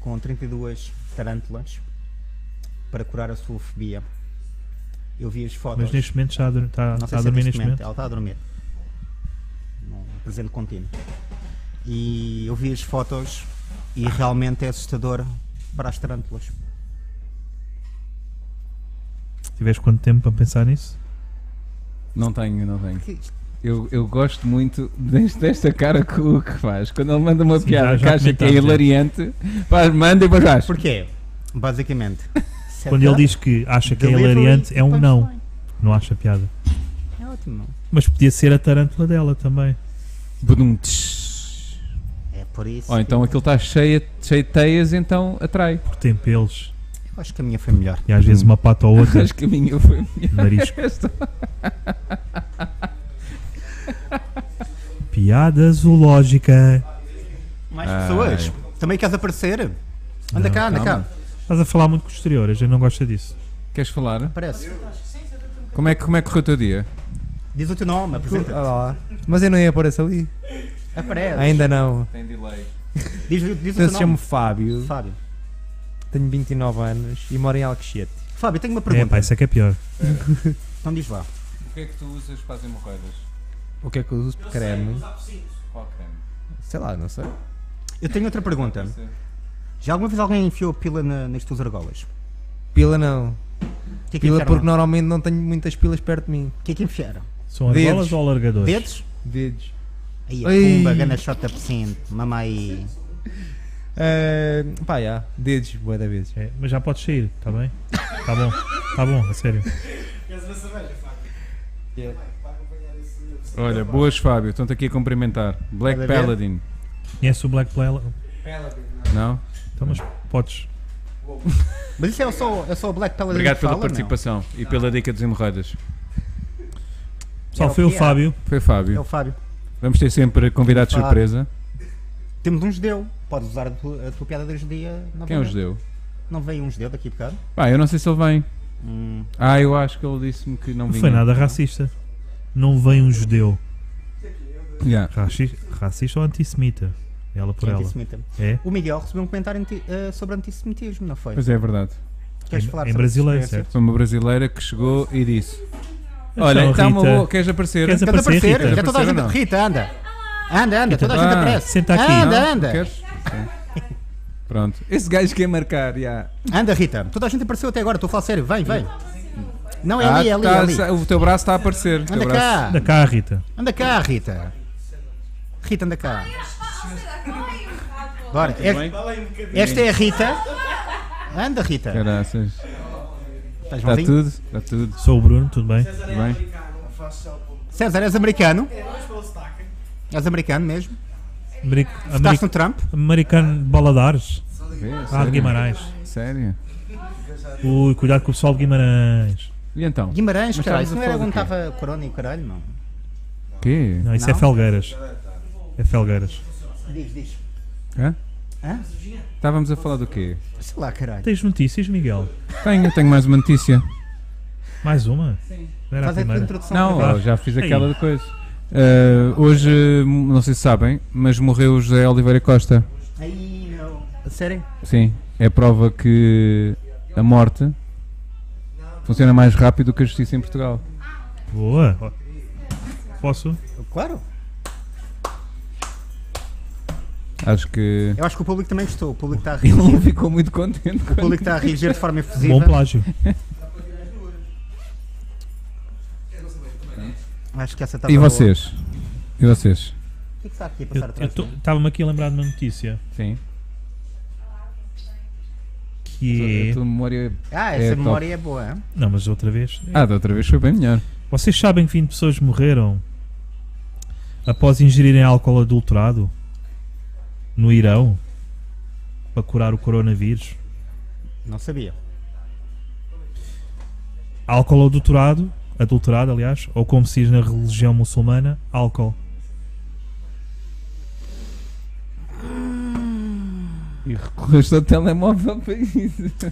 Speaker 1: com 32 tarântulas para curar a sua fobia. Eu vi as fotos.
Speaker 3: Mas neste momento já está, está,
Speaker 1: Não sei
Speaker 3: está a
Speaker 1: se é
Speaker 3: dormir
Speaker 1: neste
Speaker 3: neste
Speaker 1: momento.
Speaker 3: momento.
Speaker 1: Ela está a dormir. Num presente contínuo. E eu vi as fotos e realmente é assustador para as tarântulas.
Speaker 3: Tiveste quanto tempo para pensar nisso?
Speaker 2: Não tenho, não tenho.
Speaker 1: Que-
Speaker 2: Eu, eu gosto muito deste- desta cara que o que faz. Quando ele manda uma
Speaker 3: Sim,
Speaker 2: piada
Speaker 3: já- já
Speaker 2: que acha que é
Speaker 3: comentámos,
Speaker 2: hilariante, faz, manda e depois faz.
Speaker 1: Porquê? Basicamente.
Speaker 3: Quando ele diz que acha que é hilariante, é um não. Não acha piada.
Speaker 1: É ótimo.
Speaker 3: Mas podia ser a tarântula dela também.
Speaker 2: Budum, tsh.
Speaker 1: É por isso.
Speaker 2: Ou então
Speaker 1: que
Speaker 2: aquilo está cheio, cheio de teias, então atrai.
Speaker 3: Porque tem pelos.
Speaker 1: eu acho que a minha foi melhor.
Speaker 3: E às vezes
Speaker 2: Hum.
Speaker 3: uma pata ou outra.
Speaker 2: Acho que a minha foi
Speaker 3: Marisco.
Speaker 2: esta.
Speaker 3: Piada zoológica.
Speaker 1: Mais
Speaker 2: Ai.
Speaker 1: pessoas? Também queres aparecer? Anda
Speaker 3: Não,
Speaker 1: cá, anda
Speaker 2: calma.
Speaker 1: cá.
Speaker 3: Estás a falar muito com o exterior, a gente não gosta disso.
Speaker 2: Queres falar?
Speaker 1: Aparece.
Speaker 2: Como é, que- como é que correu o teu dia?
Speaker 1: Diz o teu nome, apresenta.
Speaker 5: Olha lá. Mas eu não ia aparecer ali.
Speaker 1: Aparece.
Speaker 5: Ainda não.
Speaker 2: Tem delay.
Speaker 1: Diz, diz o
Speaker 5: Eu
Speaker 1: teu
Speaker 5: chamo
Speaker 1: nome.
Speaker 5: Fábio,
Speaker 1: Fábio.
Speaker 5: tenho 29 anos e moro em Alcochete.
Speaker 1: Fábio, tenho uma
Speaker 3: É,
Speaker 1: pergunta.
Speaker 3: pá, isso é que é pior.
Speaker 1: Então diz lá.
Speaker 2: O que é que tu usas para as hemorroidas?
Speaker 5: O que é que eu uso de creme?
Speaker 2: Qual creme?
Speaker 5: Sei lá, não sei.
Speaker 1: Eu tenho outra pergunta. Já alguma vez alguém enfiou pila na, nas tuas argolas?
Speaker 5: Pila não.
Speaker 1: O que é que
Speaker 5: Pila
Speaker 1: enfiaram?
Speaker 5: porque normalmente não tenho muitas pilas perto de mim.
Speaker 1: O que é que enfiaram?
Speaker 3: São argolas
Speaker 5: Dedos.
Speaker 3: ou alargadores?
Speaker 1: Dedos?
Speaker 5: Dedos.
Speaker 1: Aí, a
Speaker 5: Ai.
Speaker 1: pumba, gana shot absente, mama aí.
Speaker 5: Eh, pá, já. Dedos, boa da vezes.
Speaker 3: É, mas já podes sair, tá bem? Tá bom, tá bom, a sério.
Speaker 2: é- Olha, boas Fábio, estão-te aqui a cumprimentar. Black
Speaker 1: Estás a ver?
Speaker 2: Paladin,
Speaker 3: Conhece o Black Play?
Speaker 2: não?
Speaker 3: Então, mas podes.
Speaker 1: Mas isso é só, é só o Black Paladin
Speaker 6: Obrigado
Speaker 1: que
Speaker 6: pela
Speaker 1: fala,
Speaker 6: participação e pela dica dos hemorroidas.
Speaker 3: Pessoal,
Speaker 1: Era o
Speaker 3: foi o
Speaker 1: que era.
Speaker 3: Fábio.
Speaker 2: Foi o
Speaker 1: não? É
Speaker 2: Fábio.
Speaker 1: o Fábio.
Speaker 2: Vamos ter sempre convidados de
Speaker 1: Fábio.
Speaker 2: surpresa.
Speaker 1: Temos um judeu. Podes usar a tua, a tua piada da judia. novamente.
Speaker 2: Quem é o judeu?
Speaker 1: Não veio um judeu daqui a bocado?
Speaker 2: Pá, eu não sei se ele vem.
Speaker 1: Hum,
Speaker 2: Ah, eu acho que ele disse-me que não
Speaker 3: Não
Speaker 2: vinha.
Speaker 3: foi nada racista. Não vem um judeu
Speaker 2: Yeah.
Speaker 3: raci- racista ou antissemita. Ela por ela.
Speaker 1: antissemita.
Speaker 3: É?
Speaker 1: O Miguel recebeu um comentário anti- eh, sobre antissemitismo, não foi?
Speaker 2: Pois é, é verdade.
Speaker 1: Queres
Speaker 3: Em-
Speaker 1: falar
Speaker 3: em
Speaker 1: sobre
Speaker 3: é
Speaker 1: essa
Speaker 3: brasileiro,
Speaker 1: experiência?
Speaker 2: Foi uma brasileira que chegou e disse:
Speaker 3: Então,
Speaker 2: Olha, está uma
Speaker 3: Rita,
Speaker 2: boa, queres aparecer?
Speaker 3: Queres
Speaker 1: Queres
Speaker 3: Aparecer,
Speaker 1: aparecer?
Speaker 3: Rita.
Speaker 1: Já toda a
Speaker 2: Aparecer
Speaker 1: gente.
Speaker 2: ou não?
Speaker 1: Rita, anda. Anda, anda, toda a gente
Speaker 2: vá.
Speaker 1: aparece.
Speaker 3: Senta aqui.
Speaker 2: Não,
Speaker 1: Anda,
Speaker 2: não
Speaker 1: anda.
Speaker 2: queres? É. Pronto. Esse gajo quer marcar, já.
Speaker 1: Anda, Rita. Toda a gente apareceu até agora, estou a falar sério. Vem, vem. Não, é ali, é ali, é
Speaker 2: tá-
Speaker 1: ali.
Speaker 2: sa- O teu braço está a aparecer. o teu
Speaker 1: Anda
Speaker 2: braço.
Speaker 1: cá.
Speaker 3: Anda cá, Rita.
Speaker 1: Anda cá, Rita. Rita, anda cá. Bora.
Speaker 2: bem?
Speaker 1: Esta, esta é a Rita. Anda, Rita.
Speaker 2: Caraças.
Speaker 1: Estás
Speaker 2: Está
Speaker 1: bonzinho?
Speaker 2: tudo? Está tudo.
Speaker 3: Sou o Bruno, tudo bem?
Speaker 2: Tudo bem?
Speaker 1: César, és americano? És americano mesmo?
Speaker 3: Ameri-
Speaker 1: Votaste
Speaker 3: Ameri-
Speaker 1: no Trump?
Speaker 3: Americano de Baladares.
Speaker 2: Vê,
Speaker 3: Ah, de
Speaker 2: sério?
Speaker 3: Guimarães.
Speaker 2: Sério?
Speaker 3: Ui, cuidado com o pessoal de Guimarães.
Speaker 2: E então?
Speaker 1: Guimarães,
Speaker 2: Mas
Speaker 1: caralho.
Speaker 2: estávamos
Speaker 1: Isso
Speaker 2: a
Speaker 1: não era
Speaker 2: falar
Speaker 1: onde
Speaker 2: do quê?
Speaker 1: estava Corona e o caralho, não?
Speaker 2: Quê?
Speaker 3: Não, isso é
Speaker 1: Não?
Speaker 3: Felgueiras. É Felgueiras.
Speaker 1: Diz, diz.
Speaker 2: Hã?
Speaker 1: Hã?
Speaker 2: Estávamos a falar do quê?
Speaker 1: Sei lá, caralho.
Speaker 3: Tens notícias, Miguel?
Speaker 2: Tenho, tenho mais uma notícia.
Speaker 3: Mais uma? Não
Speaker 1: Faz
Speaker 3: era a
Speaker 1: a tua
Speaker 3: primeira.
Speaker 1: introdução.
Speaker 2: Não,
Speaker 1: primeiro.
Speaker 2: eu já fiz
Speaker 3: Aí.
Speaker 2: aquela de coisa. Ah, hoje, m- não sei se sabem, mas morreu o José Oliveira Costa.
Speaker 1: Aí, não. A Sério?
Speaker 2: Sim, é prova que a morte funciona mais rápido do que a justiça em Portugal.
Speaker 3: Boa. Posso?
Speaker 1: Claro.
Speaker 2: Acho que
Speaker 1: Eu acho que o público também gostou. O público está a
Speaker 2: ele não
Speaker 1: reagir.
Speaker 2: ficou muito contente.
Speaker 1: O público está a reagir de forma efusiva.
Speaker 3: Bom plágio.
Speaker 1: Acho que essa estava
Speaker 2: E
Speaker 1: boa.
Speaker 2: vocês? E vocês?
Speaker 1: O que é que está aqui a
Speaker 3: Eu
Speaker 1: passar atrás? de mim?
Speaker 3: estava-me aqui a lembrar de uma notícia
Speaker 2: Sim.
Speaker 3: que
Speaker 2: A
Speaker 3: é.
Speaker 2: tua memória.
Speaker 1: Ah,
Speaker 2: É
Speaker 1: essa
Speaker 2: top.
Speaker 1: memória é boa. hein?
Speaker 3: Não, mas outra vez.
Speaker 2: Ah, da outra vez foi bem melhor.
Speaker 3: Vocês sabem que 20 pessoas morreram após ingerirem álcool adulterado no Irão para curar o coronavírus?
Speaker 1: Não sabia.
Speaker 3: Álcool adulterado, adulterado, aliás, ou como se diz na religião muçulmana, álcool.
Speaker 2: E recorreste ao telemóvel para isso.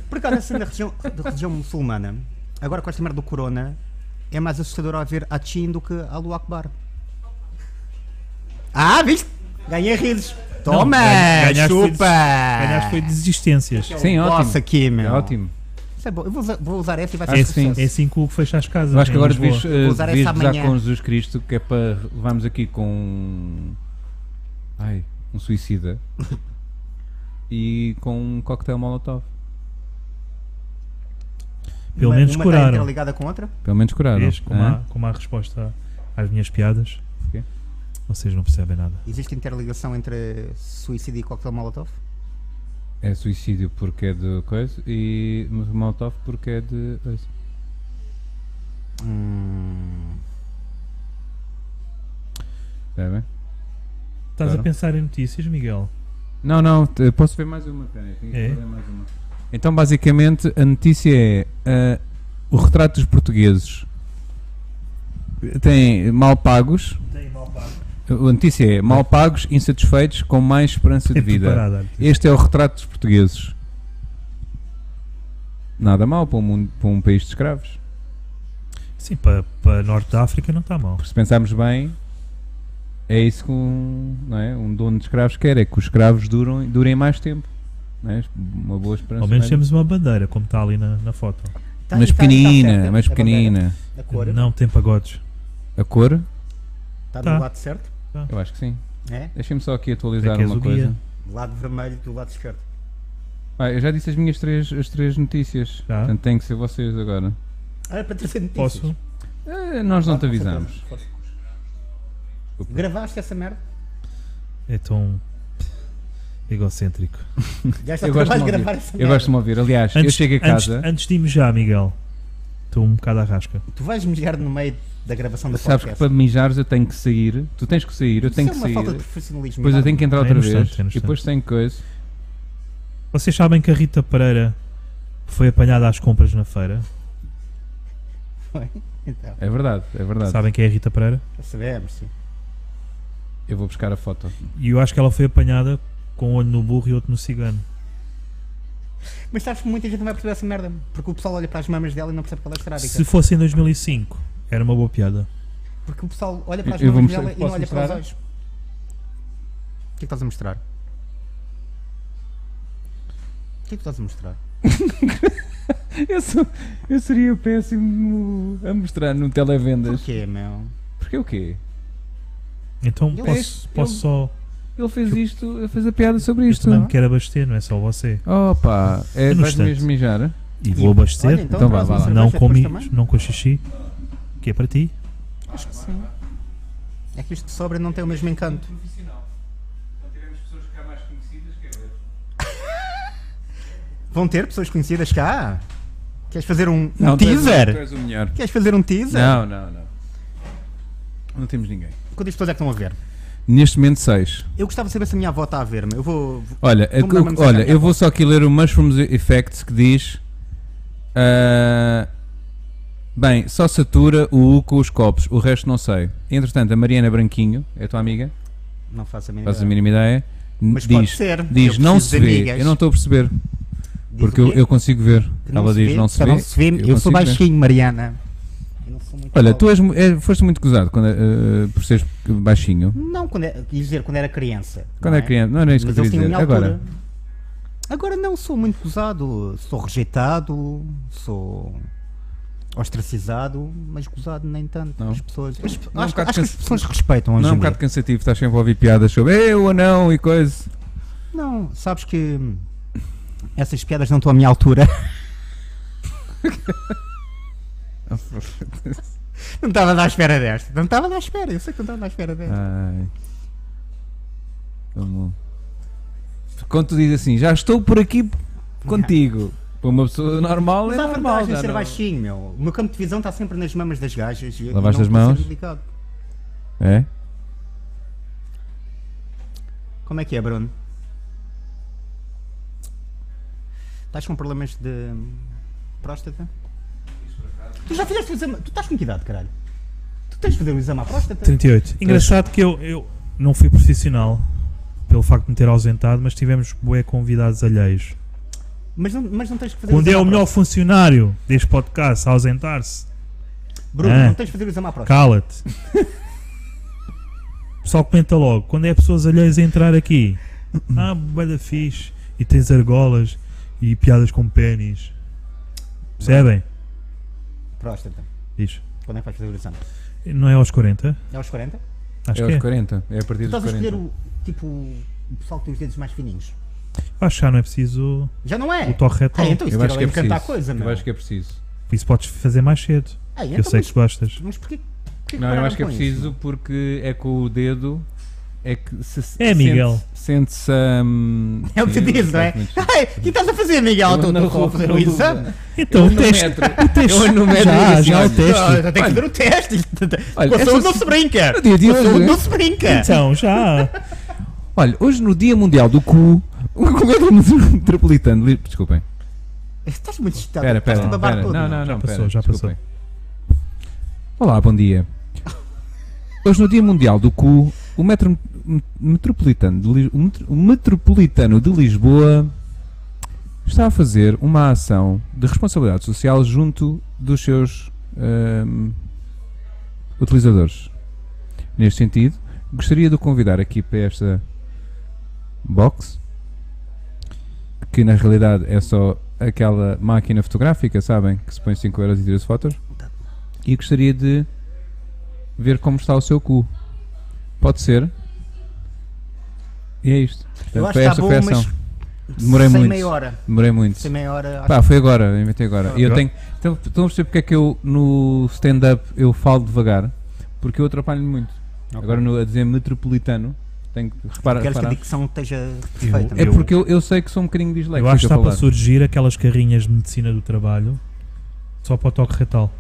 Speaker 1: Por acaso, assim, da religião, da religião muçulmana, agora com esta merda do corona, é mais assustador a ver a Chin do que a Lu Akbar. Ah, viste? Ganhei risos. Toma!
Speaker 3: ganha- ganhaste foi
Speaker 1: chupa!
Speaker 2: Ah.
Speaker 3: Aliás, foi desistências.
Speaker 2: Sim,
Speaker 1: Nossa,
Speaker 2: ótimo.
Speaker 1: aqui, meu.
Speaker 2: É ótimo.
Speaker 1: Isso é bom. Eu vou usar, vou usar essa e vai
Speaker 2: Acho
Speaker 1: ser
Speaker 3: É,
Speaker 2: que sim.
Speaker 1: sucesso.
Speaker 3: é assim que o Hugo fecha as casas.
Speaker 2: Eu acho que
Speaker 3: em
Speaker 2: agora
Speaker 3: Lisboa.
Speaker 2: devias, eh,
Speaker 1: Vou usar
Speaker 2: devias
Speaker 1: essa
Speaker 2: gozar
Speaker 1: amanhã.
Speaker 2: com Jesus Cristo, que é para levarmos aqui com um, ai, um suicida e com um coquetel molotov.
Speaker 3: é, Pelo menos
Speaker 1: uma Uma
Speaker 3: curaram.
Speaker 1: interligada com outra?
Speaker 2: Pelo menos curaram.
Speaker 3: Vês como,
Speaker 2: Hã?
Speaker 3: há, como há resposta às minhas piadas?
Speaker 2: Quê?
Speaker 3: Vocês não percebem nada.
Speaker 1: Existe interligação entre suicídio e coquetel molotov?
Speaker 2: É suicídio porque é de coisa e molotov porque é de. coisa.
Speaker 1: Hum.
Speaker 2: Está Tá bem?
Speaker 3: Estás
Speaker 2: Claro.
Speaker 3: a pensar em notícias, Miguel?
Speaker 2: Não, não, te- posso ver mais uma, peraí, tenho que
Speaker 3: É?
Speaker 2: ver mais uma. Então, basicamente, a notícia é ah, o retrato dos portugueses tem mal pagos.
Speaker 3: Tem mal
Speaker 2: A notícia é mal pagos, insatisfeitos, com mais esperança
Speaker 3: É
Speaker 2: de vida. Este é o retrato dos portugueses. Nada mal para um, mundo- para um país de escravos.
Speaker 3: Sim, para, para Norte da África não está mal.
Speaker 2: Porque se pensarmos bem, é isso que um, não é? um dono de escravos quer, é que os escravos duram, durem mais tempo. não é? Uma boa esperança.
Speaker 3: Ao menos
Speaker 2: não é?
Speaker 3: temos uma bandeira, como está ali na, na foto.
Speaker 1: Tá-
Speaker 2: mas
Speaker 1: tá- tá
Speaker 2: pequenina,
Speaker 1: certa
Speaker 2: mas
Speaker 1: a bandeira,
Speaker 2: pequenina.
Speaker 1: A cor?
Speaker 3: Não tem pagodes.
Speaker 2: A cor?
Speaker 1: Está
Speaker 3: Tá.
Speaker 1: do lado certo?
Speaker 2: Eu acho que sim.
Speaker 1: É?
Speaker 2: Deixem-me só aqui atualizar
Speaker 3: É que és
Speaker 2: uma
Speaker 3: o guia.
Speaker 2: coisa.
Speaker 1: Do lado vermelho e do lado esquerdo.
Speaker 2: Ah, eu já disse as minhas três, as três notícias.
Speaker 3: Já?
Speaker 2: Portanto, tem que ser vocês agora.
Speaker 1: Ah, é para trazer notícias. Tá,
Speaker 3: Posso?
Speaker 2: Ah, nós não te avisamos.
Speaker 1: Gravaste essa merda?
Speaker 3: É tão egocêntrico.
Speaker 1: Já está
Speaker 2: Eu gosto,
Speaker 1: trabalho
Speaker 2: de me
Speaker 1: de
Speaker 2: ouvir.
Speaker 1: gravar essa
Speaker 2: eu
Speaker 1: merda.
Speaker 2: gosto de me ouvir. Aliás, eu chego a
Speaker 3: antes,
Speaker 2: casa.
Speaker 3: antes de irmos já, Miguel. Estou um bocado à rasca.
Speaker 1: Tu vais mijar no meio da gravação do
Speaker 2: sabes que
Speaker 1: podcast.
Speaker 2: para mijares eu tenho que sair. Tu tens que sair, eu tenho
Speaker 1: Isso
Speaker 2: que
Speaker 1: é uma falta de
Speaker 2: sair.
Speaker 1: profissionalismo. é?
Speaker 2: Depois eu tenho que entrar
Speaker 3: É
Speaker 2: outra
Speaker 3: no instante,
Speaker 2: vez.
Speaker 3: é no
Speaker 2: E depois tenho coisa.
Speaker 3: Vocês sabem que a Rita Pereira foi apanhada às compras na feira.
Speaker 1: Então,
Speaker 2: É verdade, é verdade.
Speaker 3: Sabem quem é a Rita Pereira?
Speaker 1: sabemos, sim.
Speaker 2: Eu vou buscar a foto.
Speaker 3: E eu acho que ela foi apanhada com um olho no burro e outro no cigano.
Speaker 1: Mas sabes que muita gente não vai perceber essa merda, porque o pessoal olha para as mamas dela e não percebe que ela é estrábica.
Speaker 3: Se fosse em 2005, era uma boa piada.
Speaker 1: Porque o pessoal olha para as
Speaker 2: Eu vou
Speaker 1: mamas
Speaker 2: mostrar-
Speaker 1: dela e não
Speaker 2: posso
Speaker 1: olha para os
Speaker 2: mostrar?
Speaker 1: olhos. O que é que estás a mostrar? O que é que tu estás a mostrar?
Speaker 2: Eu, sou- eu seria péssimo a mostrar no televendas.
Speaker 1: Porquê, meu?
Speaker 2: Porque o quê?
Speaker 3: Então
Speaker 1: Eu-
Speaker 3: posso,
Speaker 2: eu-
Speaker 3: posso só.
Speaker 2: Ele fez isto, ele fez a piada sobre
Speaker 3: Eu
Speaker 2: isto.
Speaker 3: também me quero abastecer, não é só você.
Speaker 2: Opa, é,
Speaker 3: Um
Speaker 2: vais
Speaker 3: instante.
Speaker 2: mesmo mijar? é?
Speaker 3: E vou abastecer.
Speaker 1: Olha,
Speaker 2: Então
Speaker 1: traz
Speaker 2: vá,
Speaker 1: uma
Speaker 2: vá lá.
Speaker 1: cerveja é
Speaker 3: não
Speaker 1: depois
Speaker 3: com
Speaker 1: também?
Speaker 3: mimos, não com xixi, que é para ti.
Speaker 1: Acho que sim. É que isto de sobra não tem o mesmo encanto. Vão ter pessoas conhecidas cá? Queres fazer um, um
Speaker 2: tu és o-
Speaker 1: teaser?
Speaker 2: tu és o melhor.
Speaker 1: Queres fazer um teaser?
Speaker 2: Não, não, não. Não temos ninguém.
Speaker 1: Quantas pessoas é que estão a ver?
Speaker 2: Neste momento, seis.
Speaker 1: Eu gostava de saber se a minha avó está a ver-me. Eu vou. vou-
Speaker 2: Olha, é
Speaker 1: Vamos
Speaker 2: eu-
Speaker 1: lá, vamos
Speaker 2: olha
Speaker 1: sacar.
Speaker 2: eu vou só aqui ler o Mushrooms Effects que diz. ah, bem, só satura o U com os copos, o resto não sei. Entretanto, a Mariana Branquinho, é a tua amiga,
Speaker 1: Não faço a mínima
Speaker 2: fazes a
Speaker 1: ideia.
Speaker 2: mínima ideia, n-
Speaker 1: Mas pode
Speaker 2: diz,
Speaker 1: ser.
Speaker 2: diz
Speaker 1: Eu
Speaker 2: não
Speaker 1: preciso
Speaker 2: se
Speaker 1: de
Speaker 2: vê.
Speaker 1: amigas.
Speaker 2: Eu não estou a perceber,
Speaker 1: Diz
Speaker 2: porque
Speaker 1: o
Speaker 2: eu,
Speaker 1: quê?
Speaker 2: eu consigo ver.
Speaker 1: Que
Speaker 2: Ela diz não se vê.
Speaker 1: Não se vê. Eu, sou
Speaker 2: consigo ver.
Speaker 1: baixinho, Mariana. Eu não sou muito
Speaker 2: Olha,
Speaker 1: alto.
Speaker 2: tu és mu- é- foste muito gozado quando, eh, por seres baixinho.
Speaker 1: Não, quando é, quis dizer, quando era criança.
Speaker 2: Quando
Speaker 1: não é?
Speaker 2: era criança, não era isso que eu
Speaker 1: Mas eu
Speaker 2: queria
Speaker 1: tinha a
Speaker 2: dizer.
Speaker 1: minha
Speaker 2: Agora,
Speaker 1: altura. Agora não sou muito gozado. Sou rejeitado, sou ostracizado, mas gozado nem tanto.
Speaker 2: Não.
Speaker 1: As pessoas, as-
Speaker 2: Não é um
Speaker 1: acho,
Speaker 2: bocado
Speaker 1: acho que as
Speaker 2: cansa-
Speaker 1: pessoas respeitam hoje
Speaker 2: não é um
Speaker 1: em dia.
Speaker 2: bocado cansativo, estás sempre a ouvir piadas sobre eu ou não e coisa.
Speaker 1: Não, sabes que hum, essas piadas não estão à minha altura. não estava à espera desta. Não estava à espera, eu sei que não estava à espera
Speaker 2: Ah.
Speaker 1: desta.
Speaker 2: Ai. Como- Quando tu dizes assim, já estou por aqui contigo. Para uma pessoa normal é
Speaker 1: Mas há
Speaker 2: normal.
Speaker 1: vantagem
Speaker 2: Já
Speaker 1: de ser
Speaker 2: não-
Speaker 1: baixinho, meu. O meu campo de visão está sempre nas mamas das gajas. e
Speaker 2: Lavaste
Speaker 1: não
Speaker 2: as
Speaker 1: estou a ser
Speaker 2: mãos?
Speaker 1: delicado.
Speaker 2: É?
Speaker 1: Como é que é, Bruno? Estás com problemas de hum, próstata? Tu já fizeste o exame. Tu estás com que idade, caralho? Tu tens de fazer o exame à próstata?
Speaker 3: 38. Engraçado que eu, eu não fui profissional pelo facto de me ter ausentado, mas tivemos bué convidados alheios.
Speaker 1: Mas não, mas não tens que fazer
Speaker 3: Quando é
Speaker 1: exame
Speaker 3: o
Speaker 1: à
Speaker 3: melhor funcionário deste podcast a ausentar-se,
Speaker 1: Bruno,
Speaker 3: Ah.
Speaker 1: não tens de fazer o exame à próxima.
Speaker 3: cala-te. O pessoal comenta logo. Quando é pessoas alheias a entrar aqui, ah, bué da fixe, e tens argolas e piadas com pênis. Percebem?
Speaker 1: Próstata.
Speaker 3: Diz.
Speaker 1: Quando é que vais fazer o exame?
Speaker 3: Não é aos 40?
Speaker 1: É aos 40?
Speaker 3: Acho
Speaker 2: é
Speaker 3: que
Speaker 2: aos
Speaker 3: é.
Speaker 2: 40. É a
Speaker 1: Tu
Speaker 2: partir dos
Speaker 1: estás a
Speaker 2: 40.
Speaker 1: escolher o, tipo, o pessoal que tem os dedos mais fininhos.
Speaker 3: Acho que já não é preciso
Speaker 1: Já não é?
Speaker 3: o toque retal.
Speaker 1: Ah, então isso
Speaker 2: Eu acho
Speaker 1: tira
Speaker 2: que
Speaker 1: é
Speaker 2: é
Speaker 1: encantar
Speaker 2: preciso.
Speaker 1: a coisa, meu.
Speaker 2: eu acho que é preciso.
Speaker 3: Isso podes fazer mais cedo.
Speaker 1: Ah,
Speaker 3: que
Speaker 1: então,
Speaker 3: eu sei
Speaker 1: mas,
Speaker 3: que gostas.
Speaker 1: mas porquê, porquê
Speaker 2: Não, eu
Speaker 1: pararam
Speaker 2: acho que é
Speaker 1: com isso,
Speaker 2: preciso
Speaker 1: meu?
Speaker 2: porque é com o dedo. É que se. se-
Speaker 3: É, Miguel.
Speaker 2: sente- Sente-se. hum,
Speaker 1: É o que
Speaker 2: sim,
Speaker 1: tu dizes, não é?
Speaker 2: sei muito
Speaker 1: Ai, o que estás a fazer, Miguel?
Speaker 2: Eu
Speaker 1: Estou
Speaker 2: ando
Speaker 1: estou a
Speaker 2: rouco,
Speaker 1: fazer
Speaker 2: eu
Speaker 1: o
Speaker 2: ando-
Speaker 1: exame?
Speaker 3: Então
Speaker 2: Eu
Speaker 3: o
Speaker 2: no
Speaker 3: teste.
Speaker 2: metro.
Speaker 3: O teste.
Speaker 2: Eu no metro
Speaker 3: já,
Speaker 2: digo assim,
Speaker 3: já é
Speaker 2: olha,
Speaker 3: o teste.
Speaker 1: Tem que fazer o teste.
Speaker 2: Olha,
Speaker 1: Com a
Speaker 2: essa
Speaker 1: saúde não
Speaker 2: se-
Speaker 1: se brinca.
Speaker 2: No dia de
Speaker 1: Com a saúde
Speaker 2: hoje- né?
Speaker 1: não se brinca.
Speaker 3: Então,
Speaker 2: é
Speaker 3: já.
Speaker 2: Olha, hoje no Dia Mundial do Cu, o comedor metropolitano. li- Desculpem.
Speaker 1: Estás muito excitado.
Speaker 2: Espera,
Speaker 1: estás-te
Speaker 2: espera.
Speaker 1: a babar
Speaker 2: espera.
Speaker 1: todo,
Speaker 2: Não,
Speaker 1: meu.
Speaker 2: não, não.
Speaker 3: passou,
Speaker 2: pera,
Speaker 3: já passou.
Speaker 2: desculpem. Olá, bom dia. Hoje no Dia Mundial do Cu, o metro m- metropolitano de, Lis- o metro- o metropolitano de Lisboa está a fazer uma ação de responsabilidade social junto dos seus ahm, utilizadores. Neste sentido, gostaria de o convidar aqui para esta box, que na realidade é só aquela máquina fotográfica, sabem? Que se põe 5 euros e tira-se fotos. E gostaria de ver como está o seu cu. Pode ser. E é isto.
Speaker 1: Eu acho
Speaker 2: Portanto, foi
Speaker 1: que está
Speaker 2: esta foi a
Speaker 1: bom,
Speaker 2: ação.
Speaker 1: mas
Speaker 2: Demorei
Speaker 1: sem
Speaker 2: muito.
Speaker 1: meia hora.
Speaker 2: Demorei muito.
Speaker 1: Sem meia hora. acho
Speaker 2: Pá, foi agora, inventei agora. E eu
Speaker 3: Ah.
Speaker 2: tenho. Então, estão a perceber porque é que eu no stand-up eu falo devagar? Porque eu atrapalho-me muito.
Speaker 1: Ok.
Speaker 2: Agora no, a dizer metropolitano, tenho que repara,
Speaker 1: Queres que a
Speaker 2: reparar.
Speaker 1: dicção esteja perfeita.
Speaker 2: É
Speaker 1: meu.
Speaker 3: Eu-
Speaker 2: porque eu, eu sei que sou um bocadinho disléxico.
Speaker 3: Eu acho que
Speaker 2: a
Speaker 3: está para
Speaker 2: falar.
Speaker 3: surgir aquelas carrinhas de medicina do trabalho só para o toque retal.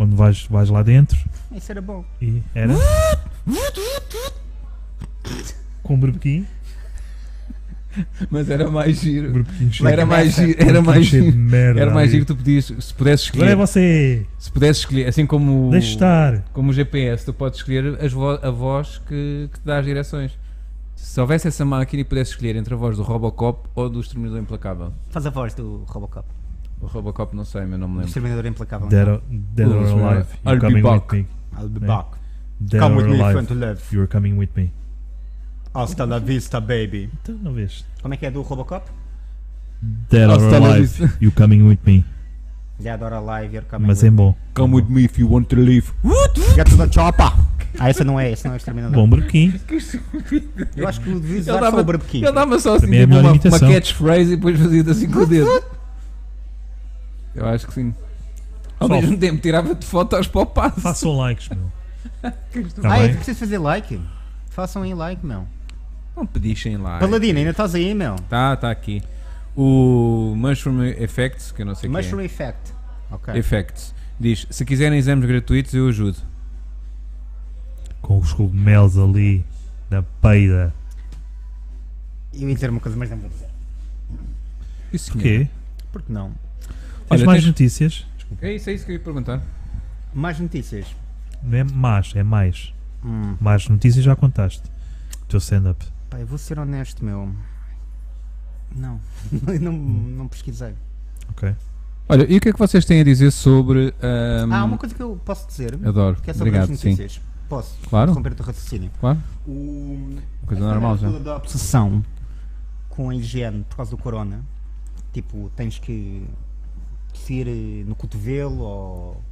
Speaker 3: Onde vais, vais lá dentro
Speaker 1: Isso era bom.
Speaker 3: e era. Com um berbequim.
Speaker 2: Mas era mais giro.
Speaker 3: Grupinho Um cheio-
Speaker 2: Era mais giro, era mais
Speaker 3: grupinho cheio de
Speaker 2: giro.
Speaker 3: merda
Speaker 2: Era mais
Speaker 3: ali.
Speaker 2: giro tu podias, se pudesses
Speaker 3: Agora é
Speaker 2: escolher,
Speaker 3: você!
Speaker 2: se pudesses escolher, assim como
Speaker 3: Deixa estar!
Speaker 2: como o GPS, tu podes escolher as vo- a voz que, que te dá as direções. Se houvesse essa máquina e pudesse escolher entre a voz do Robocop ou do Exterminador Implacável.
Speaker 1: Faz a voz do Robocop.
Speaker 2: O Robocop não sei, mas não me
Speaker 1: O
Speaker 2: lembro.
Speaker 1: Exterminador Implacável.
Speaker 3: Dead or, dead or
Speaker 2: Vamos ver.
Speaker 3: alive,
Speaker 2: I'll be
Speaker 3: you're coming
Speaker 2: back.
Speaker 3: with me.
Speaker 1: I'll be
Speaker 3: É.
Speaker 1: back.
Speaker 3: Dead
Speaker 1: Come
Speaker 3: or
Speaker 1: with me if you want
Speaker 3: alive,
Speaker 1: to live.
Speaker 3: you're coming with me.
Speaker 1: Hasta la vista, baby.
Speaker 3: Então não vês?
Speaker 1: Como é que é do Robocop?
Speaker 3: Dead or
Speaker 2: Hasta la
Speaker 3: alive,
Speaker 2: vista.
Speaker 3: you're coming with me.
Speaker 1: Já adora live, you're coming
Speaker 3: Mas
Speaker 1: with
Speaker 3: é bom.
Speaker 6: Come with me if you want to live.
Speaker 1: Get to the chopper! Ah, essa não é, esse não é o Exterminador.
Speaker 3: Bom barquinho.
Speaker 1: Eu acho que o devia
Speaker 2: Ele
Speaker 1: usar
Speaker 2: dava-
Speaker 1: só o barbequim.
Speaker 2: Ele dava só assim
Speaker 3: mim é a
Speaker 2: tipo,
Speaker 3: melhor
Speaker 2: uma, uma
Speaker 3: imitação.
Speaker 2: catchphrase e depois fazia assim com o dedo. Eu acho que sim. Ao
Speaker 3: Só-
Speaker 2: mesmo tempo tirava-te fotos para o passo.
Speaker 3: Façam likes, meu. Tá
Speaker 1: Ah, é que
Speaker 3: bem?
Speaker 1: preciso fazer like. Façam aí like, meu.
Speaker 2: Não pedissem lá.
Speaker 1: Paladino, ainda estás aí, meu.
Speaker 2: Tá, tá aqui. O Mushroom Effects, que eu não sei o que
Speaker 1: Mushroom
Speaker 2: é.
Speaker 1: Effect. Ok.
Speaker 2: Effects. Diz, se quiserem exames gratuitos, eu ajudo.
Speaker 3: Com os cogumelos ali, da peida.
Speaker 1: Eu ia dizer uma coisa, mas não vou dizer.
Speaker 2: Isso
Speaker 3: Porquê?
Speaker 1: Porque não?
Speaker 3: Tens
Speaker 2: Olha,
Speaker 3: mais
Speaker 2: tens-
Speaker 3: notícias?
Speaker 2: É isso, é isso que eu ia perguntar.
Speaker 1: Mais notícias.
Speaker 3: Não é mais, é mais.
Speaker 1: Hum,
Speaker 3: Mais notícias já contaste. O Teu stand-up.
Speaker 1: pá, eu vou ser honesto, meu. Não. Eu não, não pesquisei.
Speaker 2: Olha, e o que é que vocês têm a dizer sobre... ahm,
Speaker 1: Ah, uma coisa que eu posso dizer.
Speaker 2: Adoro,
Speaker 1: Que é sobre
Speaker 2: Hum. obrigado,
Speaker 1: as
Speaker 2: sim.
Speaker 1: notícias. Posso?
Speaker 2: Claro.
Speaker 1: Interromper o teu raciocínio.
Speaker 2: Claro,
Speaker 1: O...
Speaker 2: coisa
Speaker 1: Essa
Speaker 2: normal já.
Speaker 1: merda toda da obsessão com a higiene por causa do corona, tipo, tens que tossir eh, no cotovelo ou